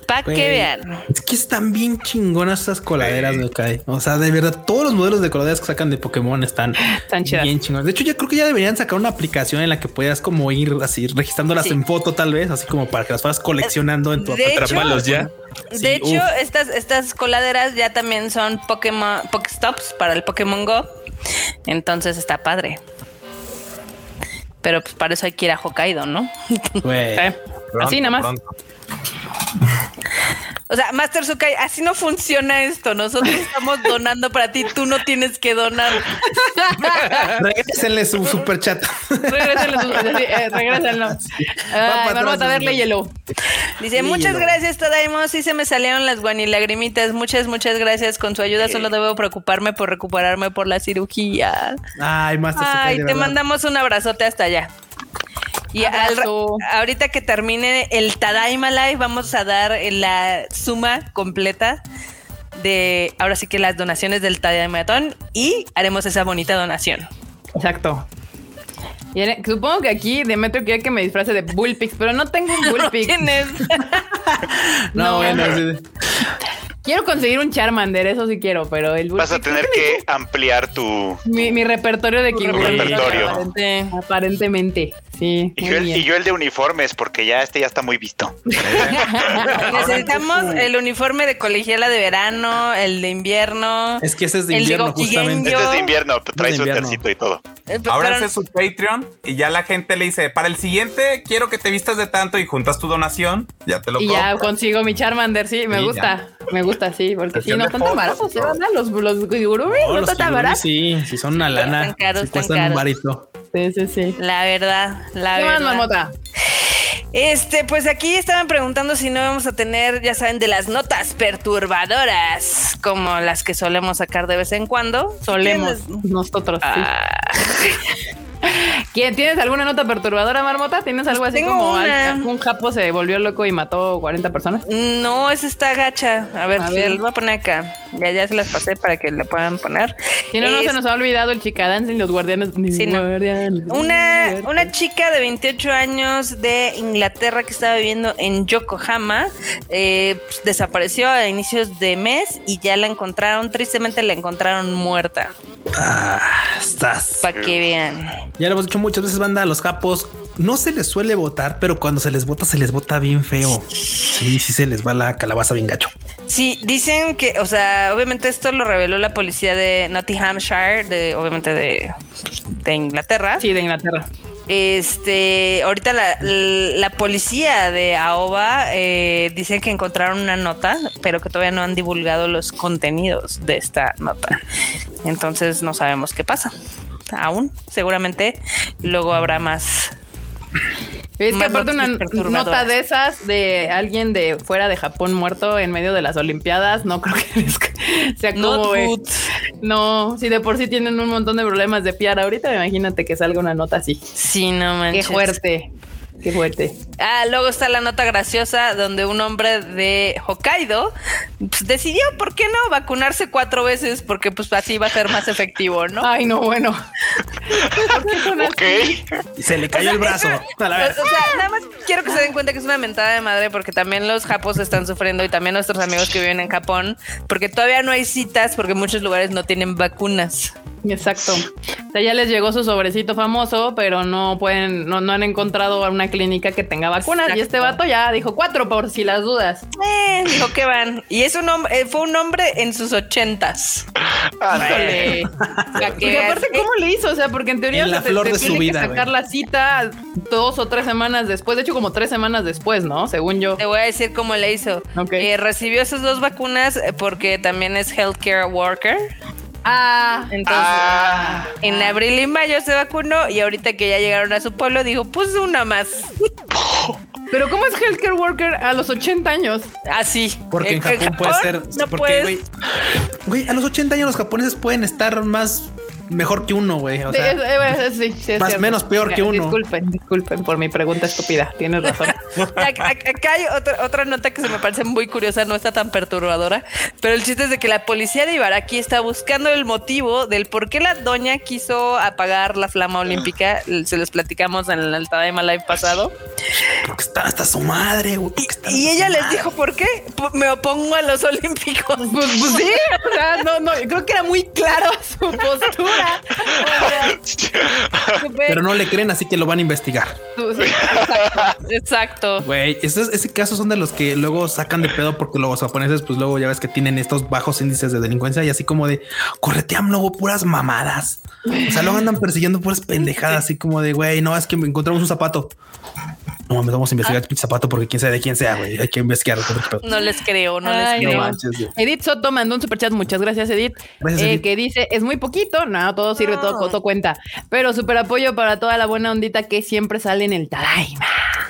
Para que Güey. vean. Es que están bien chingonas estas coladeras, me cae. O sea, de verdad, todos los modelos de coladeras que sacan de Pokémon están Están chidas. bien chingones. De hecho, yo creo que ya deberían sacar una aplicación en la que puedas como ir así registrándolas Sí. en foto, tal vez, así como para que las fueras coleccionando en tu De hecho- *laughs* Atrápalos ya. De Sí, hecho, uf. estas, estas coladeras ya también son Pokémon Pokestops para el Pokémon Go. Entonces está padre. Pero pues para eso hay que ir a Hokkaido, ¿no? Güey. Eh, así nada más. O sea, Master Sukai, así no funciona esto. Nosotros estamos donando para ti, tú no tienes que donar. Regrésenle su super chat. Regrésenlo. sus- así, eh, *laughs* regrésenlo. Ay, atrás, Marmota, a ver, güey. léyelo. Dice, muchas gracias, Tadaimo. Sí se me salieron las guanilagrimitas. Muchas, muchas gracias. Con su ayuda solo debo preocuparme por recuperarme por la cirugía. Ay, Master Sukai, Ay, de te verdad. mandamos un abrazote hasta allá. Y al ra- Abrazo. ahorita que termine el Tadaima Live, vamos a dar la suma completa de ahora sí que las donaciones del Tadaimatón y haremos esa bonita donación. Exacto. Y en- supongo que aquí Demetrio quiere que me disfrace de Bullpix, pero no *laughs* tengo un Bullpix. ¿Quién es? No, No. bueno, así de- Quiero conseguir un Charmander, eso sí quiero, pero el Vas a Bullpix- tener que ampliar tu. Mi, mi repertorio de King Tu Kong. repertorio. Aparente. Aparentemente, sí. Y muy yo, el, bien. y yo el de uniformes, porque ya este ya está muy visto. Eh, Necesitamos el uniforme de colegiala de verano, el de invierno. Es que ese es de El de invierno, Gokigengyo. justamente. Este es de invierno, trae de su invierno. tercito y todo. Eh, pe- Ahora pero- hace su Patreon y ya la gente le dice, para el siguiente quiero que te vistas de tanto y juntas tu donación, ya te lo Y ya compras. consigo mi Charmander, sí, me Sí, gusta, me gusta, sí, porque sí, Sección no de están tan fotos, baratos, ¿eh? todo. banda? Los, los gurumis Pues No, no los están tan kigurumis, baratos. Sí, sí, son una Están lana. caros, sí están cuestan caros. un varito. Sí, sí, sí. La verdad, la ¿Qué verdad. más, Marmota? Este, pues aquí estaban preguntando si no vamos a tener, ya saben, de las notas perturbadoras, como las que solemos sacar de vez en cuando. Solemos ¿Tienes? nosotros. sí. Ah, ¿Quién- ¿Tienes alguna nota perturbadora, Marmota? ¿Tienes algo así Tengo como al- una. un japo se volvió loco y mató 40 personas? no, es esta gacha. A ver, A sí, ver. lo voy a poner acá. Ya, ya se las pasé para que la puedan poner. Si no, no Es- se nos ha olvidado el chicadance y los guardianes. mis Sí, no. guardianes. Una, una chica de 28 años de Inglaterra que estaba viviendo en Yokohama eh, pues, desapareció a inicios de mes y ya la encontraron, tristemente la encontraron muerta. Ah, estás. Para que vean. Ya lo hemos dicho muchas veces, banda, a los capos no se les suele votar, pero cuando se les vota, se les vota bien feo. Sí, sí se les va la calabaza bien gacho. Sí, dicen que, o sea, obviamente esto lo reveló la policía de Nottinghamshire, de, obviamente de, de Inglaterra. Sí, de Inglaterra. Este, ahorita la, la policía de AOBA eh, dicen que encontraron una nota, pero que todavía no han divulgado los contenidos de esta nota. Entonces no sabemos qué pasa. Aún, seguramente luego habrá más. Es que Más aparte una noticias perturbadoras. nota de esas de alguien de fuera de Japón muerto en medio de las Olimpiadas, no creo que *laughs* les- sea como... Not eh, good. No, si de por sí tienen un montón de problemas de piar ahorita, imagínate que salga una nota así. Sí, no Qué manches. fuerte, qué fuerte. Ah, luego está la nota graciosa donde un hombre de Hokkaido pues, decidió, ¿por qué no? Vacunarse cuatro veces porque pues así va a ser más efectivo, ¿no? Ay, no, bueno. *laughs* ¿Por qué son así? Ok. Y se le cayó el *laughs* brazo. A la O vez. sea, nada más quiero que se den cuenta que es una mentada de madre porque también los japos están sufriendo y también nuestros amigos que viven en Japón porque todavía no hay citas porque muchos lugares no tienen vacunas. Exacto. O sea, ya les llegó su sobrecito famoso, pero no pueden, no, no han encontrado una clínica que tenga vacunas. Y este Exacto. vato ya dijo cuatro por si las dudas. Eh, dijo que van. Y es un hombre, eh, fue un hombre en *laughs* sus ochentas. Ándale. Híjole. Para que Porque aparte, veas, ¿cómo le hizo? O sea, porque en teoría En o sea, la te, flor te de su tiene vida, que sacar la cita dos o tres semanas después. De hecho, como tres semanas después, ¿no? Según yo. Te voy a decir cómo le hizo. Ok. Eh, recibió esas dos vacunas eh, porque también es healthcare worker. Ah, Entonces, Ah, en abril y mayo se vacunó y ahorita que ya llegaron a su pueblo, dijo, pues una más. pero ¿cómo es healthcare worker a los 80 años? Así. Eh, Porque en Japón, puede ser. No porque, puedes. güey, güey, a los 80 años los japoneses pueden estar más mejor que uno, güey. O Sí, sea, es- eh, eh, sí, sí, es más cierto. menos peor que uno. Disculpen, disculpen por mi pregunta estúpida. Tienes razón. Ac- ac- Acá hay otra, otra nota que se me parece muy curiosa, no está tan perturbadora, pero el chiste es de que la policía de Ibaraki está buscando el motivo del por qué la doña quiso apagar la flama olímpica. Ah. Se los platicamos en el Tadaima Live pasado. porque está hasta su madre, güey. porque está Y hasta ella su les madre. dijo, ¿por qué? "P- Me opongo a los *laughs* olímpicos. Pues, pues sí, o sea, no, no, creo que era muy claro *laughs* su *laughs* postura. Súper- Pero no le creen, así que lo van a investigar. Su- su- Exacto. Güey, esos- ese caso son de los que luego sacan de pedo porque los japoneses, pues luego ya ves que tienen estos bajos índices de delincuencia y así como de corretean luego puras mamadas. O sea, luego andan persiguiendo *laughs* puras pendejadas, así como de güey, no es que encontramos un zapato. No mames, vamos a Ah. investigar el pinche zapato porque quién sabe de quién sea, güey. Hay que investigar. qué pedo. No les creo, no les Ay, creo. No manches, güey. *laughs* Edith Soto mandó un superchat. Muchas gracias, Edith. Gracias, eh, Edith. Que dice: Es muy poquito. No, todo sirve, todo, No. todo cuenta. Pero super apoyo para toda la buena ondita que siempre sale en el Tadaima.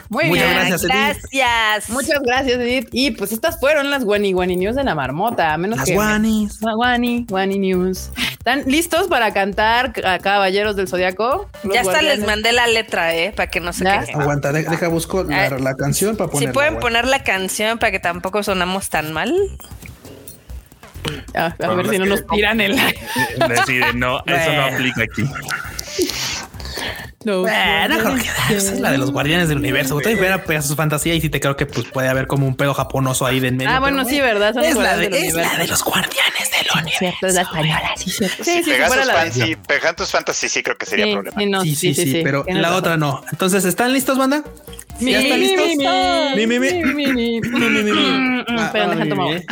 Muy Muchas bien. Ay, gracias, Edith. gracias. Muchas gracias, Edith. Y pues estas fueron las Guani Guani News de la marmota. A menos Las que. guanis. Guani, Guani News. ¿Están listos para cantar a Caballeros del Zodiaco? Los Ya hasta les guardianes. mandé la letra, ¿eh? Para que no se Ya. quejen. Aguanta, de- deja busco la, Ay, la canción para Si poner. pueden poner la canción para que tampoco sonamos tan mal. Ah, A, a ver Problemas si no que- nos tiran el. Decide, no, eso no aplica aquí. *laughs* Los Bueno, Jorge, guardianes esa es la de los guardianes del universo. güey. Todavía fuera pues, su fantasía y sí te creo que pues, puede haber como un pedo japonoso ahí de en medio. Ah, pero bueno, sí, ¿verdad? Son los es la, guardianes de, del es universo. la de los guardianes del universo. Cierto, es la española, sí, cierto. Sí, sí, si si Pegasus, fuera la de- Fantasy, Pegasus Fantasy sí creo que sería Sí, problema. sí, no, sí, sí, sí, pero tienes la razón. otra no. Entonces, ¿están listos, banda? Mi, ¿Ya están listos? mi, mi, Mi, mi, mi. mi, mi, mi. Mm, mm, Ah, Espera, ah, deja mi, tomar. mi. agua.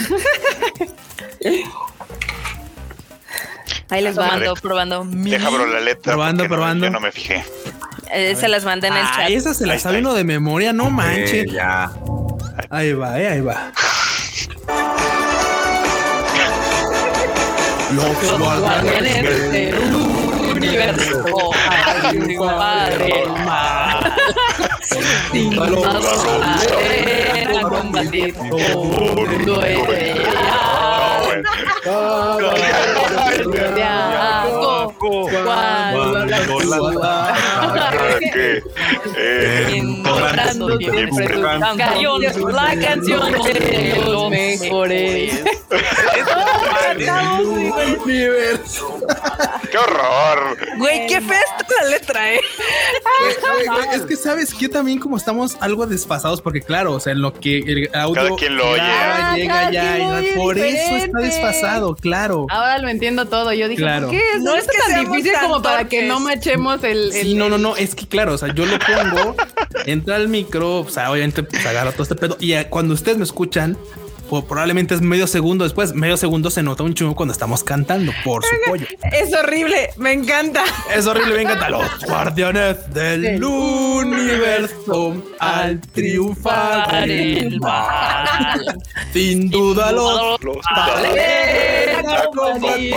Ahí les Pásame mando, la- probando. Deja abro la letra. Probando, porque no- probando. yo no me fijé. Eh, se las mandé en el Ah, chat. esa se la Ahí sabe está. uno de memoria, no manches. Eh, ya. Ahí va, eh, ahí va. Los guardianes Guardianes del universo, ay, padre, sin más poder a combatir con Ah, Ah, dueñas. Ah, Te hago cuando la Que, *laughs* eh, Encontrando siempre tus canciones, la canción de los mejores. ¡Qué horror! Güey, qué fea está la letra, ¿eh? Güey, güey, Es que sabes que también como estamos algo desfasados porque claro, o sea, en lo que el audio Cada quien lo ¿eh? ya oye. llega Ah, cada ya, quien lo y oye por eso está diferente. Ah, desfasado, claro. Ahora lo entiendo todo. Yo dije, Claro. ¿por qué? No No es es que tan seamos difícil tan como para que torpes. no machemos el. el- Sí, no, no, no, es que claro, o sea, yo lo *laughs* pongo, entra al micro, o sea, obviamente pues, agarra todo este pedo y eh, cuando ustedes me escuchan, pues, probablemente es medio segundo después, medio segundo se nota un chingo cuando estamos cantando, por su pollo. Es horrible, me encanta. Es horrible, venga, a los guardianes del universo al triunfar el mal. Sin duda los Los valen a combatir.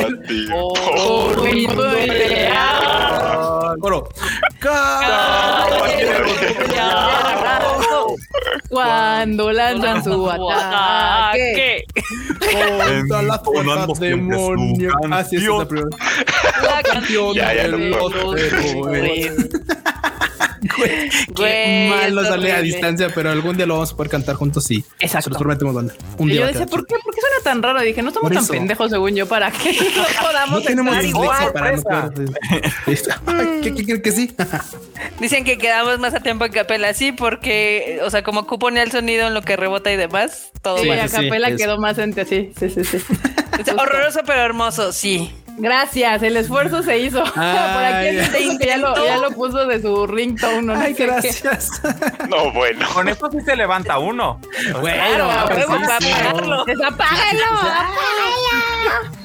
combatir por por- mi real. Coro. Caballeros del universo, Cuando lanzan su ataque. Contra las fuerzas demonios. Así es esa primera. La canción. Ya, ya no de puedo. los héroes. Güey, Malo es sale a horrible. *laughs* distancia, pero algún día lo vamos a poder cantar juntos y Exacto. se los prometemos donde. Un Y día. yo va a decía, quedar ¿por qué? ¿Por qué suena tan raro? Y dije, no estamos Por tan eso. pendejos según yo para que *laughs* no podamos No tenemos estar dislexia igual. para no poder- pues. Ay, ¿Qué, qué creen que sí? Dicen que quedamos más a tiempo en capela, sí, porque, o sea, como Q ponía el sonido en lo que rebota y demás, todo Sí, bueno. a sí, capela es- quedó más ente, sí, sí, sí, sí. Es horroroso pero hermoso, sí. Gracias, el esfuerzo se hizo. *laughs* Por aquí Ay. alguien te dice, ya, lo, ya lo puso de su ringtone. No Ay, sé qué. gracias. No, bueno. Con esto sí se levanta uno. Claro, a huevo, sí, para sí, apagarlo. Desapágalo, apágalo.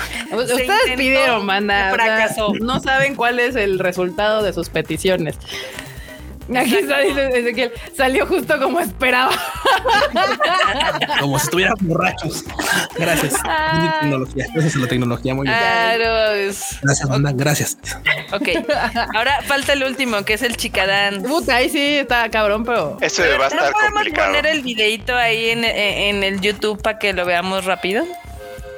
Se Ustedes intentó, pidieron, manda. o sea, fracasó. no saben cuál es el resultado de sus peticiones. Aquí está, dice Ezequiel, salió justo como esperaba. Como si estuvieran borrachos. *laughs* Gracias. Ay. Tecnología. Gracias a la tecnología. Muy bien. Ah, Claro. es- Gracias, banda. Gracias. *laughs* Ok. Ahora falta el último, que es el chicadán. Puta, ahí sí está cabrón, pero Eso ¿De va a verdad estar podemos complicado. poner el videito ahí en, e, en el YouTube para que lo veamos rápido?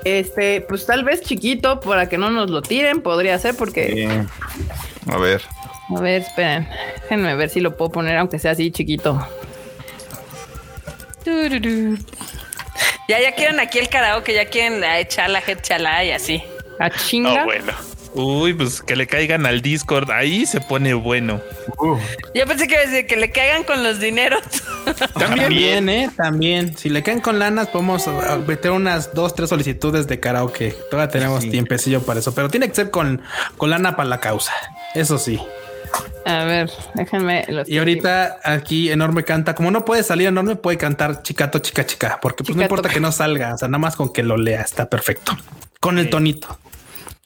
este, pues tal vez chiquito para que no nos lo tiren, podría ser porque Eh, a ver. A ver, esperen. Déjenme ver si lo puedo poner, aunque sea así chiquito. Tururú. Ya, ya quieren aquí el karaoke, ya quieren la chala, jet chala y así. A No, chinga. bueno. Uy, pues que le caigan al Discord. Ahí se pone bueno. Yo pensé que iba a decir que le caigan con los dineros. También, eh. También. Si le caen con lanas, podemos ah, meter unas dos, tres solicitudes de karaoke. Todavía tenemos tiempecillo para eso, pero tiene que ser con, con lana para la causa. Eso sí. A ver, déjenme. los- Y ahorita aquí Enorme canta, como no puede salir Enorme, puede cantar Chicato, chica, chica, porque pues no Chicato. importa que no salga, o sea, nada más con que lo lea, está perfecto. Con el tonito.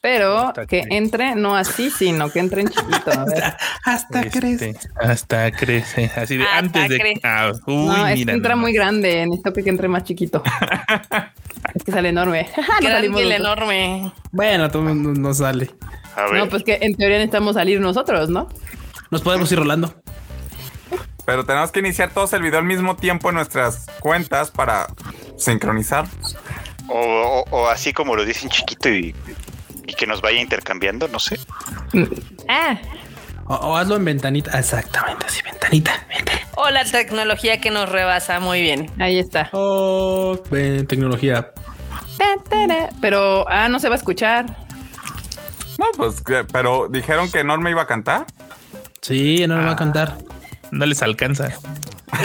Pero que entre no así, sino que entre en chiquito. *laughs* A ver. Hasta Este, crees. Hasta crece. Así de Hasta antes de. crece. Ah, uy, no, es que mira entra nomás. muy grande. Necesito que entre más *laughs* chiquito. es que sale enorme. *laughs* no, Gran salimos el nosotros. enorme. Bueno, todo no, no sale. A ver. No, pues que en teoría necesitamos salir nosotros, ¿no? Nos podemos ir rolando. Pero tenemos que iniciar todos el video al mismo tiempo en nuestras cuentas para sincronizar. o, o- o así como lo dicen chiquito y, y que nos vaya intercambiando, no sé. Ah, O, o hazlo en ventanita. Exactamente, así, ventanita. ventanita. O la tecnología que nos rebasa muy bien. ahí está. Oh, ven, tecnología. Ta, ta, ra. Pero, ah, no se va a escuchar. No, pues, que- pero dijeron que Norma iba a cantar. Sí, Enorme va a cantar. No les alcanza.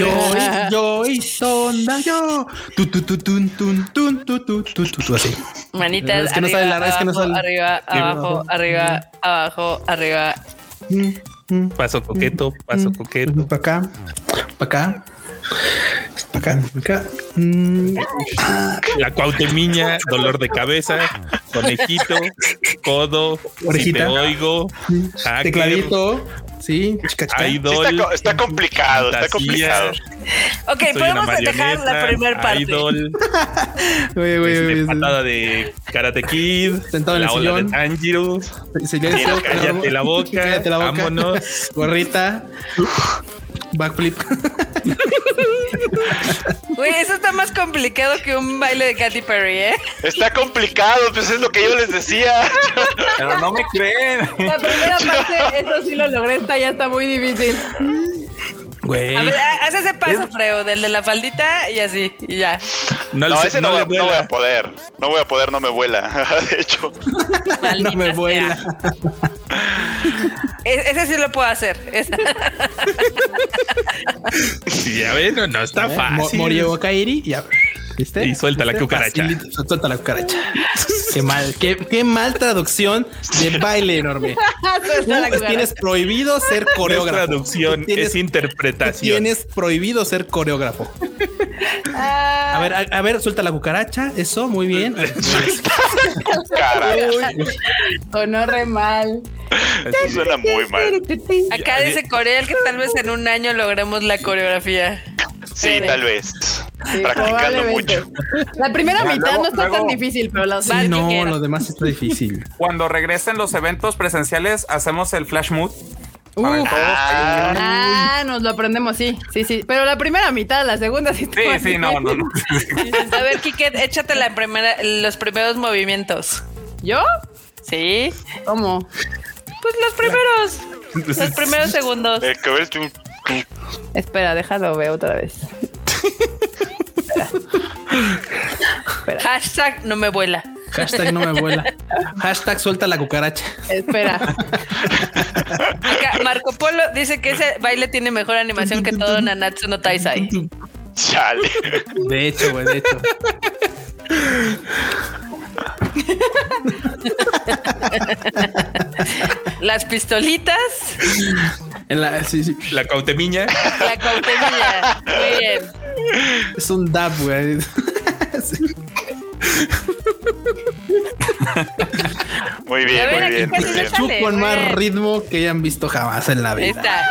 Yo, y- yo y sonda, yo. Tu, tu, tu, tun, tun, tun, tu, tu, tu, tu, tu, así. Manitas. Es que no arriba, sale, la verdad es que no abajo, sale. Arriba, abajo, arriba, abajo, arriba. Paso coqueto, paso coqueto. Para acá, para acá, para acá, pa' acá. Mm, La cuautemiña, dolor de cabeza, conejito, codo, Orejita. si te oigo, hacker, tecladito, sí, chica, chica. Sí idol, está, co- está complicado, está fantasía, complicado. Ok, soy una podemos dejar la marioneta, primera parte. Idol, Oye, oye, este, oye, patada de Karate Kid, Sentado en la el ola de sillón. Tanjiro, se- se- se- Mira, eh, se- cállate la boca, *laughs* cállate la boca, vámonos. gorrita, backflip. *laughs* Güey, eso está más complicado que un baile de Katy Perry, ¿eh? Está complicado, pues es lo que yo les decía. *laughs* Pero no me creen. *laughs* La primera parte, eso sí lo logré. Esta ya está muy difícil. Güey, A ver, ha- haz ese paso, Freo, del de la faldita y así, y ya. No, No, le- ese no, no voy, le a- no voy vuela. a poder. No voy a poder, no me vuela. *laughs* De hecho, Maldita *laughs* no me sea. vuela. E- ese sí lo puedo hacer. *laughs* esa. Sí, ya ven, no, no está Mo- fácil. Morió Kairi, ya. ¿Viste? Y suelta la ¿Viste? cucaracha. Facilito, Suelta la cucaracha. qué mal, qué, qué mal traducción de baile enorme. Suelta la Tú cucaracha. Pues tienes prohibido ser no es coreógrafo. traducción, Tienes- es interpretación. Tienes prohibido ser coreógrafo. Ah. A ver, a, a ver, suelta la cucaracha. Eso, muy bien. caray, Sonó re mal. eso suena muy mal. Acá Ya, dice Coreal que tal vez en un año logremos la coreografía. Sí, tal vez. Sí, Practicando probablemente. mucho. La primera Ya, mitad luego- no está tan luego- difícil, pero la Va, Sí, el que no, quiera. lo demás está difícil. Cuando regresen los eventos presenciales, hacemos el flash mood. Uf. Ah, Ah, nos lo aprendemos, sí, sí, sí. Pero la primera mitad, la segunda sí. Sí, está sí, no, no, no. A ver, Kike, échate la primera, los primeros movimientos. ¿Yo? ¿Sí? ¿Cómo? Pues los *laughs* primeros. Los primeros segundos. el que ves tú- Espera, déjalo ver otra vez. Hashtag no me vuela. Hashtag no me vuela. Hashtag suelta la cucaracha. *laughs* Espera. Acá Marco Polo dice que ese baile tiene mejor animación que todo Nanatsu no Taisai. Chale. *laughs* De hecho, güey, de hecho. Las pistolitas, En la, sí, sí. La cautemiña. la cautemilla. Muy bien. Es un dab, güey. Sí. Muy bien, A ver, muy aquí bien, muy casi bien. se sale, Chupo en muy más bien. ritmo que hayan visto jamás en la Ahí vida. está.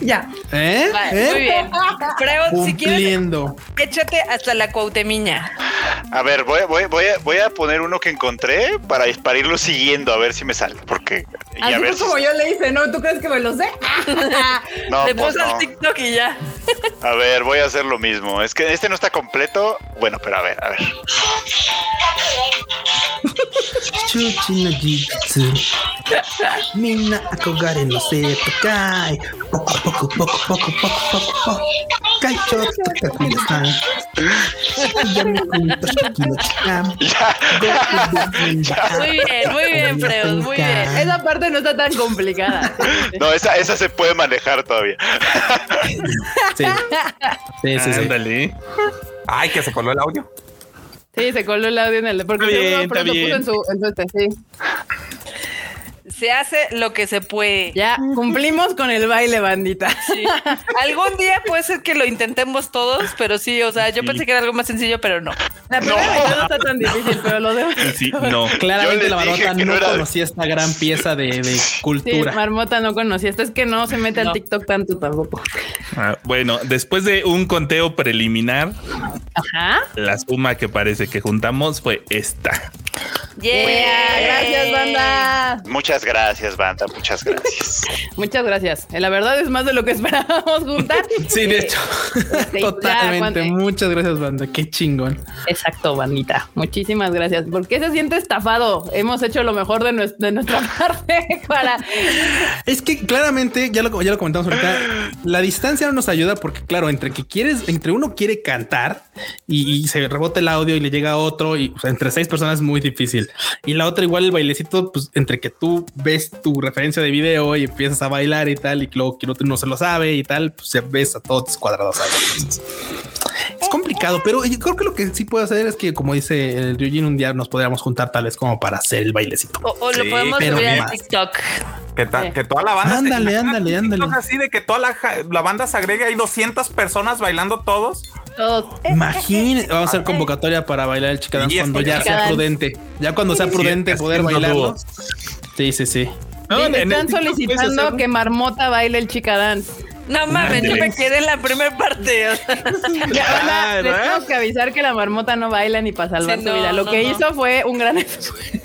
Ya. ¿Eh? Va, ¿Eh? Muy bien. Freud, si quieres, Cumpliendo. échate hasta la cuautemiña. A ver, voy, voy, voy, a, voy a poner uno que encontré para, para irlo siguiendo, a ver si me sale. Porque. Y Así a ver fue si- como yo le hice, ¿no? ¿Tú crees que me lo sé? no, Le pues puse al no. TikTok y ya. A ver, voy a hacer lo mismo. Es que este no está completo. Bueno, pero a ver, a ver. Chuchino jitsu. Mina akogare no seto kai. Poco, poco, poco, poco, poco, poco, poco. Kai choto kakuya-san. Yami kun toshiki no chikan. Ya. *laughs* Goku Batman Batman. Muy bien, muy bien, Freud, muy bien. Esa parte no está tan complicada. No, esa, esa se puede manejar todavía. Sí. Sí, sí, sí. Ándale. Ay, que se coló el audio. Sí, se coló el audio en el porque Está bien, seguro Freud está lo puso bien. en su, en su este, sí. Se hace lo que se puede. Ya cumplimos con el baile, bandita. Sí. Algún día puede ser que lo intentemos todos, pero sí, o sea, yo pensé que era algo más sencillo, pero no. La primera mitad no está tan difícil, pero lo demás. Sí, no. Yo Claramente les la dije barota que no no era- conocía esta gran pieza de, de Sí, cultura. Marmota no conocía. Esto es que no se mete al TikTok tanto tampoco. Ah, bueno, después de un conteo preliminar, Ajá. la suma que parece que juntamos fue esta. *laughs* Eh. Yeah. Gracias, banda. Muchas gracias, banda. Muchas gracias. Muchas gracias. Eh, La verdad es más de lo que *laughs* esperábamos juntar. Sí, Eh, de hecho. este, ya, *laughs* Totalmente. cuando- Muchas gracias, banda. Qué chingón. Exacto, bandita. Muchísimas gracias. ¿Por qué se siente estafado? Hemos hecho lo mejor de, nues- de nuestra *laughs* parte para. Es que claramente, ya lo, ya lo comentamos ahorita, la distancia no nos ayuda porque, claro, entre que quieres, entre uno quiere cantar y, y se rebota el audio y le llega a otro, y o sea, entre seis personas es muy difícil. Y la otra, igual el bailecito, pues entre que tú ves tu referencia de video y empiezas a bailar y tal, y luego que el otro no se lo sabe y tal, pues ya ves a todos cuadrados. ahí. Entonces, Es complicado, pero yo creo que lo que sí puedo hacer es que, como dice el Ryujin, un día nos podríamos juntar tales como para hacer el bailecito. O, o lo Sí, podemos pero subir ni al más. TikTok. Que, ta- Sí. que toda la banda. se- Ándale, ándale, ándale. TikTok Así de que toda la, ja- la banda se agrega. Hay 200 personas bailando todos. Todos. Imagínate, vamos a hacer convocatoria para bailar el chica dance Y es cuando que ya chica sea dance. prudente. Ya cuando sea prudente Así poder no bailarlo. dudo. Sí, sí, sí. No, Sí, me en el están TikTok puedes solicitando hacerlo. que Marmota baile el chica *laughs* dance. No mames, yo me quedé en la primera parte. o sea. Ahora, Ah, les ¿verdad? tengo que avisar que la marmota no baila ni para salvar Sí, su no, vida. Lo no, que no. hizo fue un gran *laughs* esfuerzo.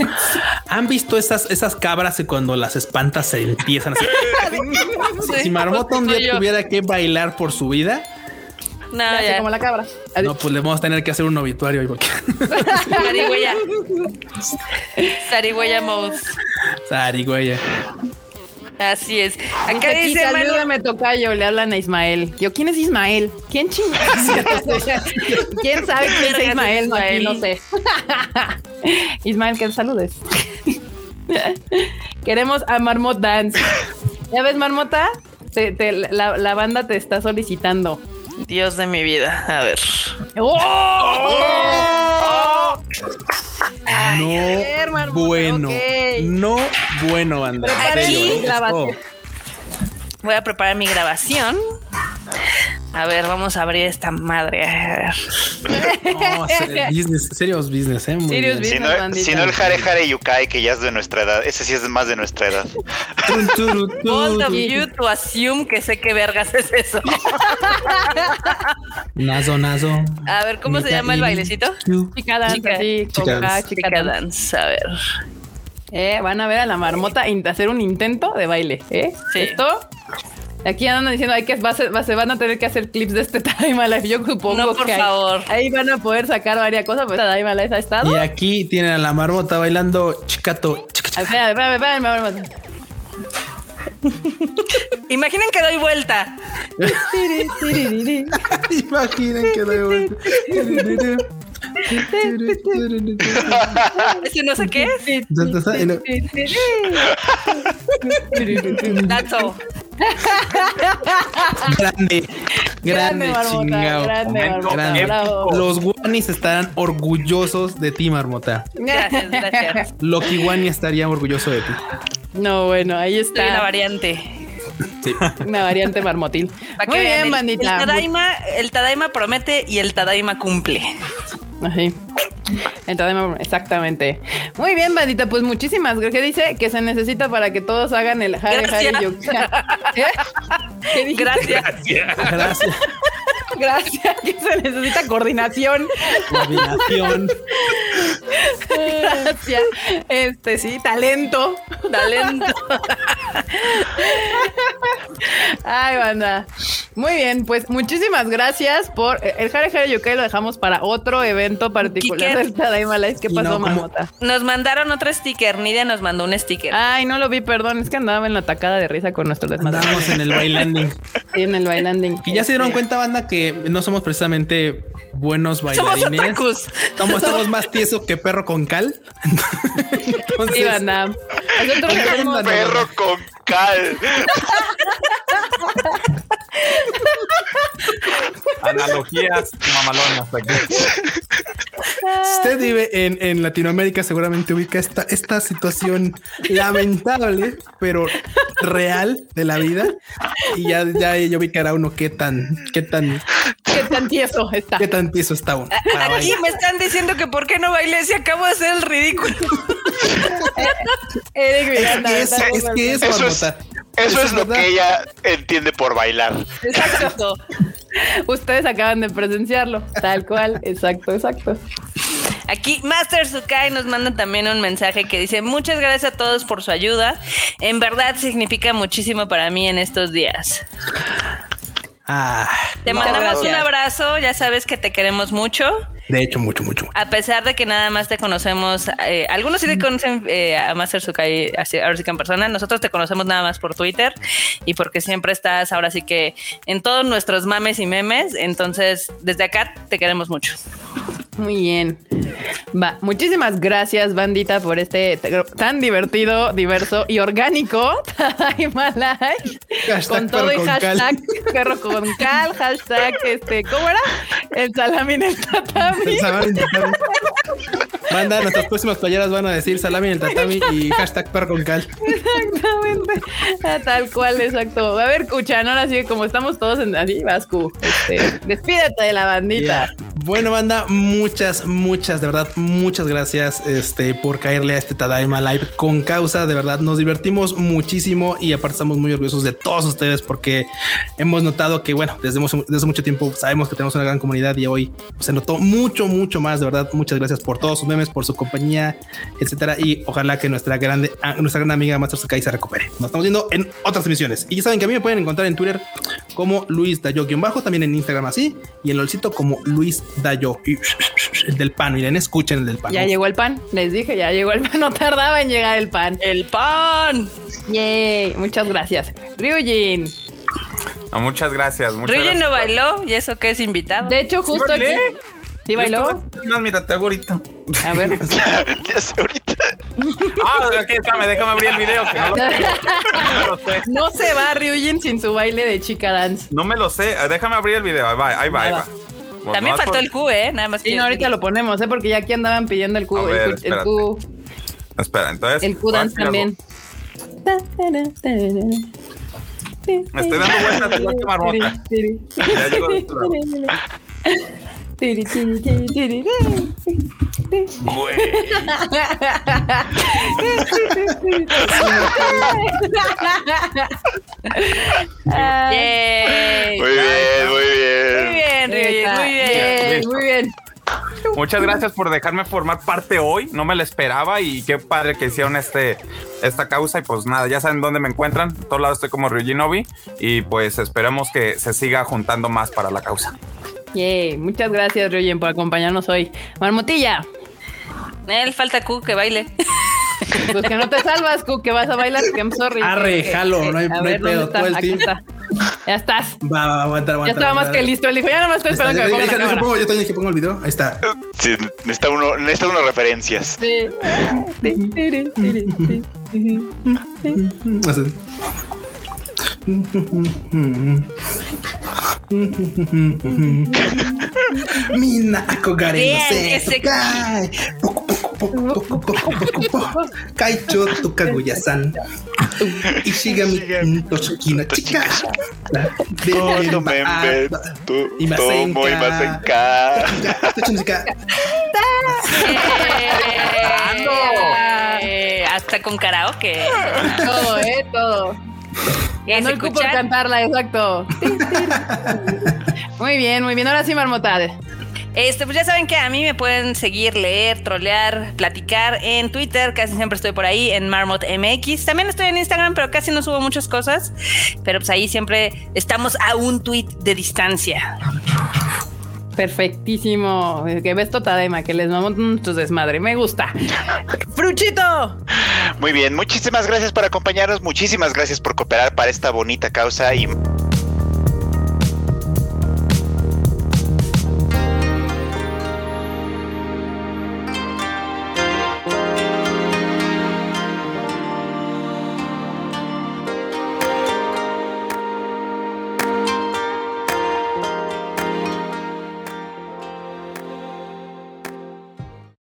¿Han visto esas, esas cabras que cuando las espantas se empiezan *laughs* así? Sí, Si Marmota un soy día yo. tuviera que bailar por su vida, No, Así Ah, ya. *laughs* como la cabra. Así. no, pues le vamos a tener que hacer un obituario. ahí, porque- *laughs* Sarigüeya. Sarigüeya mode. Zarigüeya. Así es. Acá Dice, dice "Kika, Manu. ayúdame, tocayo. Le hablan a Ismael. Yo, ¿quién es Ismael? ¿Quién *laughs* chingados? ¿Quién sabe quién es Ismael? No, aquí no sé. *laughs* Ismael, que saludes. Queremos a Marmot Dance. ¿Ya ves, Marmota? Te- te- la, la banda te está solicitando. Dios de mi vida. A ver. No bueno. No bueno, banda. Aquí. Let's go. Voy a preparar mi grabación. A ver, vamos a abrir esta madre. A ver. *laughs* No, ser- business, serios business, eh. Muy Serious business. bien. Si no, bandita. si no el Hare Hare Yukai, que ya es de nuestra edad. Ese sí es más de nuestra edad. Tun, turu, turu, Bold of turu. you to assume que sé qué vergas *laughs* es eso. Nazo, nazo. A ver, ¿cómo se llama el bailecito? Chica dance, Chica- así, con chica K, dance. chica Chica dance. dance. A ver. Eh, van a ver a la marmota in- hacer un intento de baile. ¿eh? Sí. Esto. Aquí andan diciendo hay que va a ser- va a- se van a tener que hacer clips de este *laughs* Time Alive. Yo supongo No, por que ahí- favor. Ahí, van a poder sacar varias cosas, pero esta Time Alive ha estado. Y aquí tienen a la marmota bailando chicato. chica- Ay, Espérame, espérame, espérame, marmota. Imaginen que doy vuelta. Tiri, tiri, tiri. Imaginen Ah, que de vuelta. Ese no sé qué es. Ya está, y lo- *laughs* That's all. Ah, Grande, grande, Marmota, chingado. grande, Momento Marmota, épico. bravo. Los guanis estarán orgullosos de ti, Marmota. Gracias, gracias. Loki Guani estaría orgulloso de ti. No, bueno, ahí Soy una está variante. *laughs* una variante marmotil. Pa' que Muy vean, bien, el- bandita. El Tadaima, el Tadaima promete y el Tadaima cumple. Así. Entonces, exactamente. Muy bien, bandita. Pues muchísimas gracias. ¿Qué dice? Que se necesita para que todos hagan el jare, jare, Gracias. *laughs* yuca. ¿Qué? ¿Eh? ¿Qué dijiste? Gracias. *laughs* Gracias. Gracias. *laughs* Que se necesita coordinación. Combinación. Gracias. Este sí, talento. Talento. Ay, banda. Muy bien, pues muchísimas gracias por eh, el Jare Jare Yokai lo dejamos para otro evento particular Quique. del Tadaima Live. ¿Qué Y no, pasó, como- Marmota? Nos mandaron otro sticker. Nidia nos mandó un sticker. Ay, no lo vi, perdón, es que andaba en la tacada de risa con nuestro desmadre Andamos en el bailanding. Sí, en el bailanding. Y ya se dieron Este, cuenta, banda, que no somos precisamente buenos Somos bailarines. otakus. Somos, somos este más tieso que perro con cal. *laughs* Entonces, Sí, banda. Nosotros Oigan, somos- banda. Perro con cal. Analogías mamalonas aquí. si usted vive en, en Latinoamérica, seguramente ubica esta, esta situación lamentable, pero real de la vida. Y ya, ya yo ubicará uno qué tan, qué tan, qué tan tieso está. qué tan tieso está uno. para Aquí bailar. me están diciendo que por qué no bailé si acabo de hacer el ridículo. Eric Es Miranda, que es, estamos es que es, Eso es- Marmota. Eso es lo verdad. que ella entiende por bailar. *laughs* Exacto. *laughs* Ustedes acaban de presenciarlo, tal cual, exacto, exacto. Aquí Master Sukai nos manda también un mensaje que dice muchas gracias a todos por su ayuda. En verdad significa muchísimo para mí en estos días. Ah, Te Muchas mandamos un gracias. abrazo, ya sabes que te queremos mucho, de hecho, mucho, mucho. a pesar de que nada más te conocemos, eh, algunos sí te conocen eh, a Master Sukai así- ahora sí que en persona, nosotros te conocemos nada más por Twitter y porque siempre estás ahora sí que en todos nuestros mames y memes, entonces desde acá te queremos mucho. Muy bien. Va, muchísimas gracias, bandita, por este t- tan divertido, diverso y orgánico *laughs* Tadaima Live. Hashtag con todo perro y con cal. hashtag perro con cal, hashtag este, ¿cómo era? El salami en el *laughs* tatami. Salami en el tatami. Banda, nuestras próximas playeras van a decir salami en el tatami y hashtag perro con cal. Exactamente. Ah, Tal cual, exacto. A ver, Cuchan, ahora sí, como estamos todos en así, Vasco, este, despídete de la bandita. Yeah. Bueno, banda, muchas, muchas, de verdad, muchas gracias este, por caerle a este Tadaima Live con causa. De verdad, nos divertimos muchísimo y aparte estamos muy orgullosos de todos ustedes porque hemos notado que, bueno, desde, mu- desde mucho tiempo sabemos que tenemos una gran comunidad y hoy se notó mucho, mucho más. De verdad, muchas gracias por todos sus memes, por su compañía, etcétera. Y ojalá que nuestra grande, a- nuestra gran amiga Master Sakai se recupere. Nos estamos viendo en otras emisiones. Y ya saben que a mí me pueden encontrar en Twitter como Luis Dayo guión bajo, también en Instagram así, y en Lolcito como Luis Dayo, y el del pan, miren, escuchen el del pan. Ya llegó el pan, les dije, ya llegó el pan, no tardaba en llegar el pan. El pan. Yay, muchas gracias. Ryujin. No, muchas gracias. Muchas Ryuji gracias. no bailó y eso que es invitado. De hecho, justo aquí. bailé. ¿Sí bailó? No, mira, te hago ahorita. A ver. Ya sé ahorita. Ah, aquí déjame, déjame abrir el video. Que no, lo, no lo sé. No se va Ryujin sin su baile de chica dance. No me lo sé. Ah, Déjame abrir el video. Ahí va, ahí va, Pues ahí va. Bueno, También nomás faltó por- el Q, ¿eh? Nada más Sí, no, ahorita lo ponemos, ¿eh? porque ya aquí andaban pidiendo el Q, A el, ver, cu- el espérate. Q, pues, Espera, entonces. el Q voy a dance hacer algo. también. Me estoy dando vueltas igual *laughs* que marmota. Ya llegó de otro lado. Yay. Muy bien, *laughs* muy Muy bien. *laughs* bien, Ryuji, muy bien. Muy bien. Muchas gracias por dejarme formar parte hoy. No me lo esperaba y qué padre que hicieron este, esta causa. Y pues nada, ya saben dónde me encuentran. En todos lados estoy como Ryuji Novi. Y pues esperemos que se siga juntando más para la causa. Yay, muchas gracias, Ryujin, por acompañarnos hoy. Marmotilla, Él falta Q que baile. pues que no te salvas, Q, que vas a bailar, que I'm sorry. Eh, Arre, jalo, no hay, A no hay ver, ¿dónde pedo, todo el está? Aquí team. está. Ya estás. Va, va, va, aguanta, Ya aguanta, estaba más aguanta. que listo. Él dijo, ya no estoy Ahí está, esperando que me yo- pongan la yo- yo cámara. pongo- Yo también que pongo el video, ahí está. Sí, necesita uno, necesita unas referencias. Sí. Tiri, tiri, tiri, tiri. Así. Mina akogare no Bien, se ese- tokai. Poco, poco, poco, poco, poco, poco, poco. Kaicho tu kaguya-san. Ishigami Toshiki no chika. La- Todo Bebe- membe, Ah, tú, Y más en tomo y ca- más en ca. Tochonjika. Eh, hasta con karaoke. Todo, eh, todo. Ya No se el cupo por escucha. cantarla, *laughs* exacto. Muy bien, muy bien. Ahora sí, Marmota. Este, pues ya saben que a mí me pueden seguir, leer, trolear, platicar en Twitter, casi siempre estoy por ahí, en Marmot MX. También estoy en Instagram, pero casi no subo muchas cosas. Pero pues ahí siempre estamos a un tweet de distancia. Perfectísimo. Que ves Totadema, que les mamó tu desmadre. Me gusta. ¡Fruchito! Muy bien, muchísimas gracias por acompañarnos, muchísimas gracias por cooperar para esta bonita causa y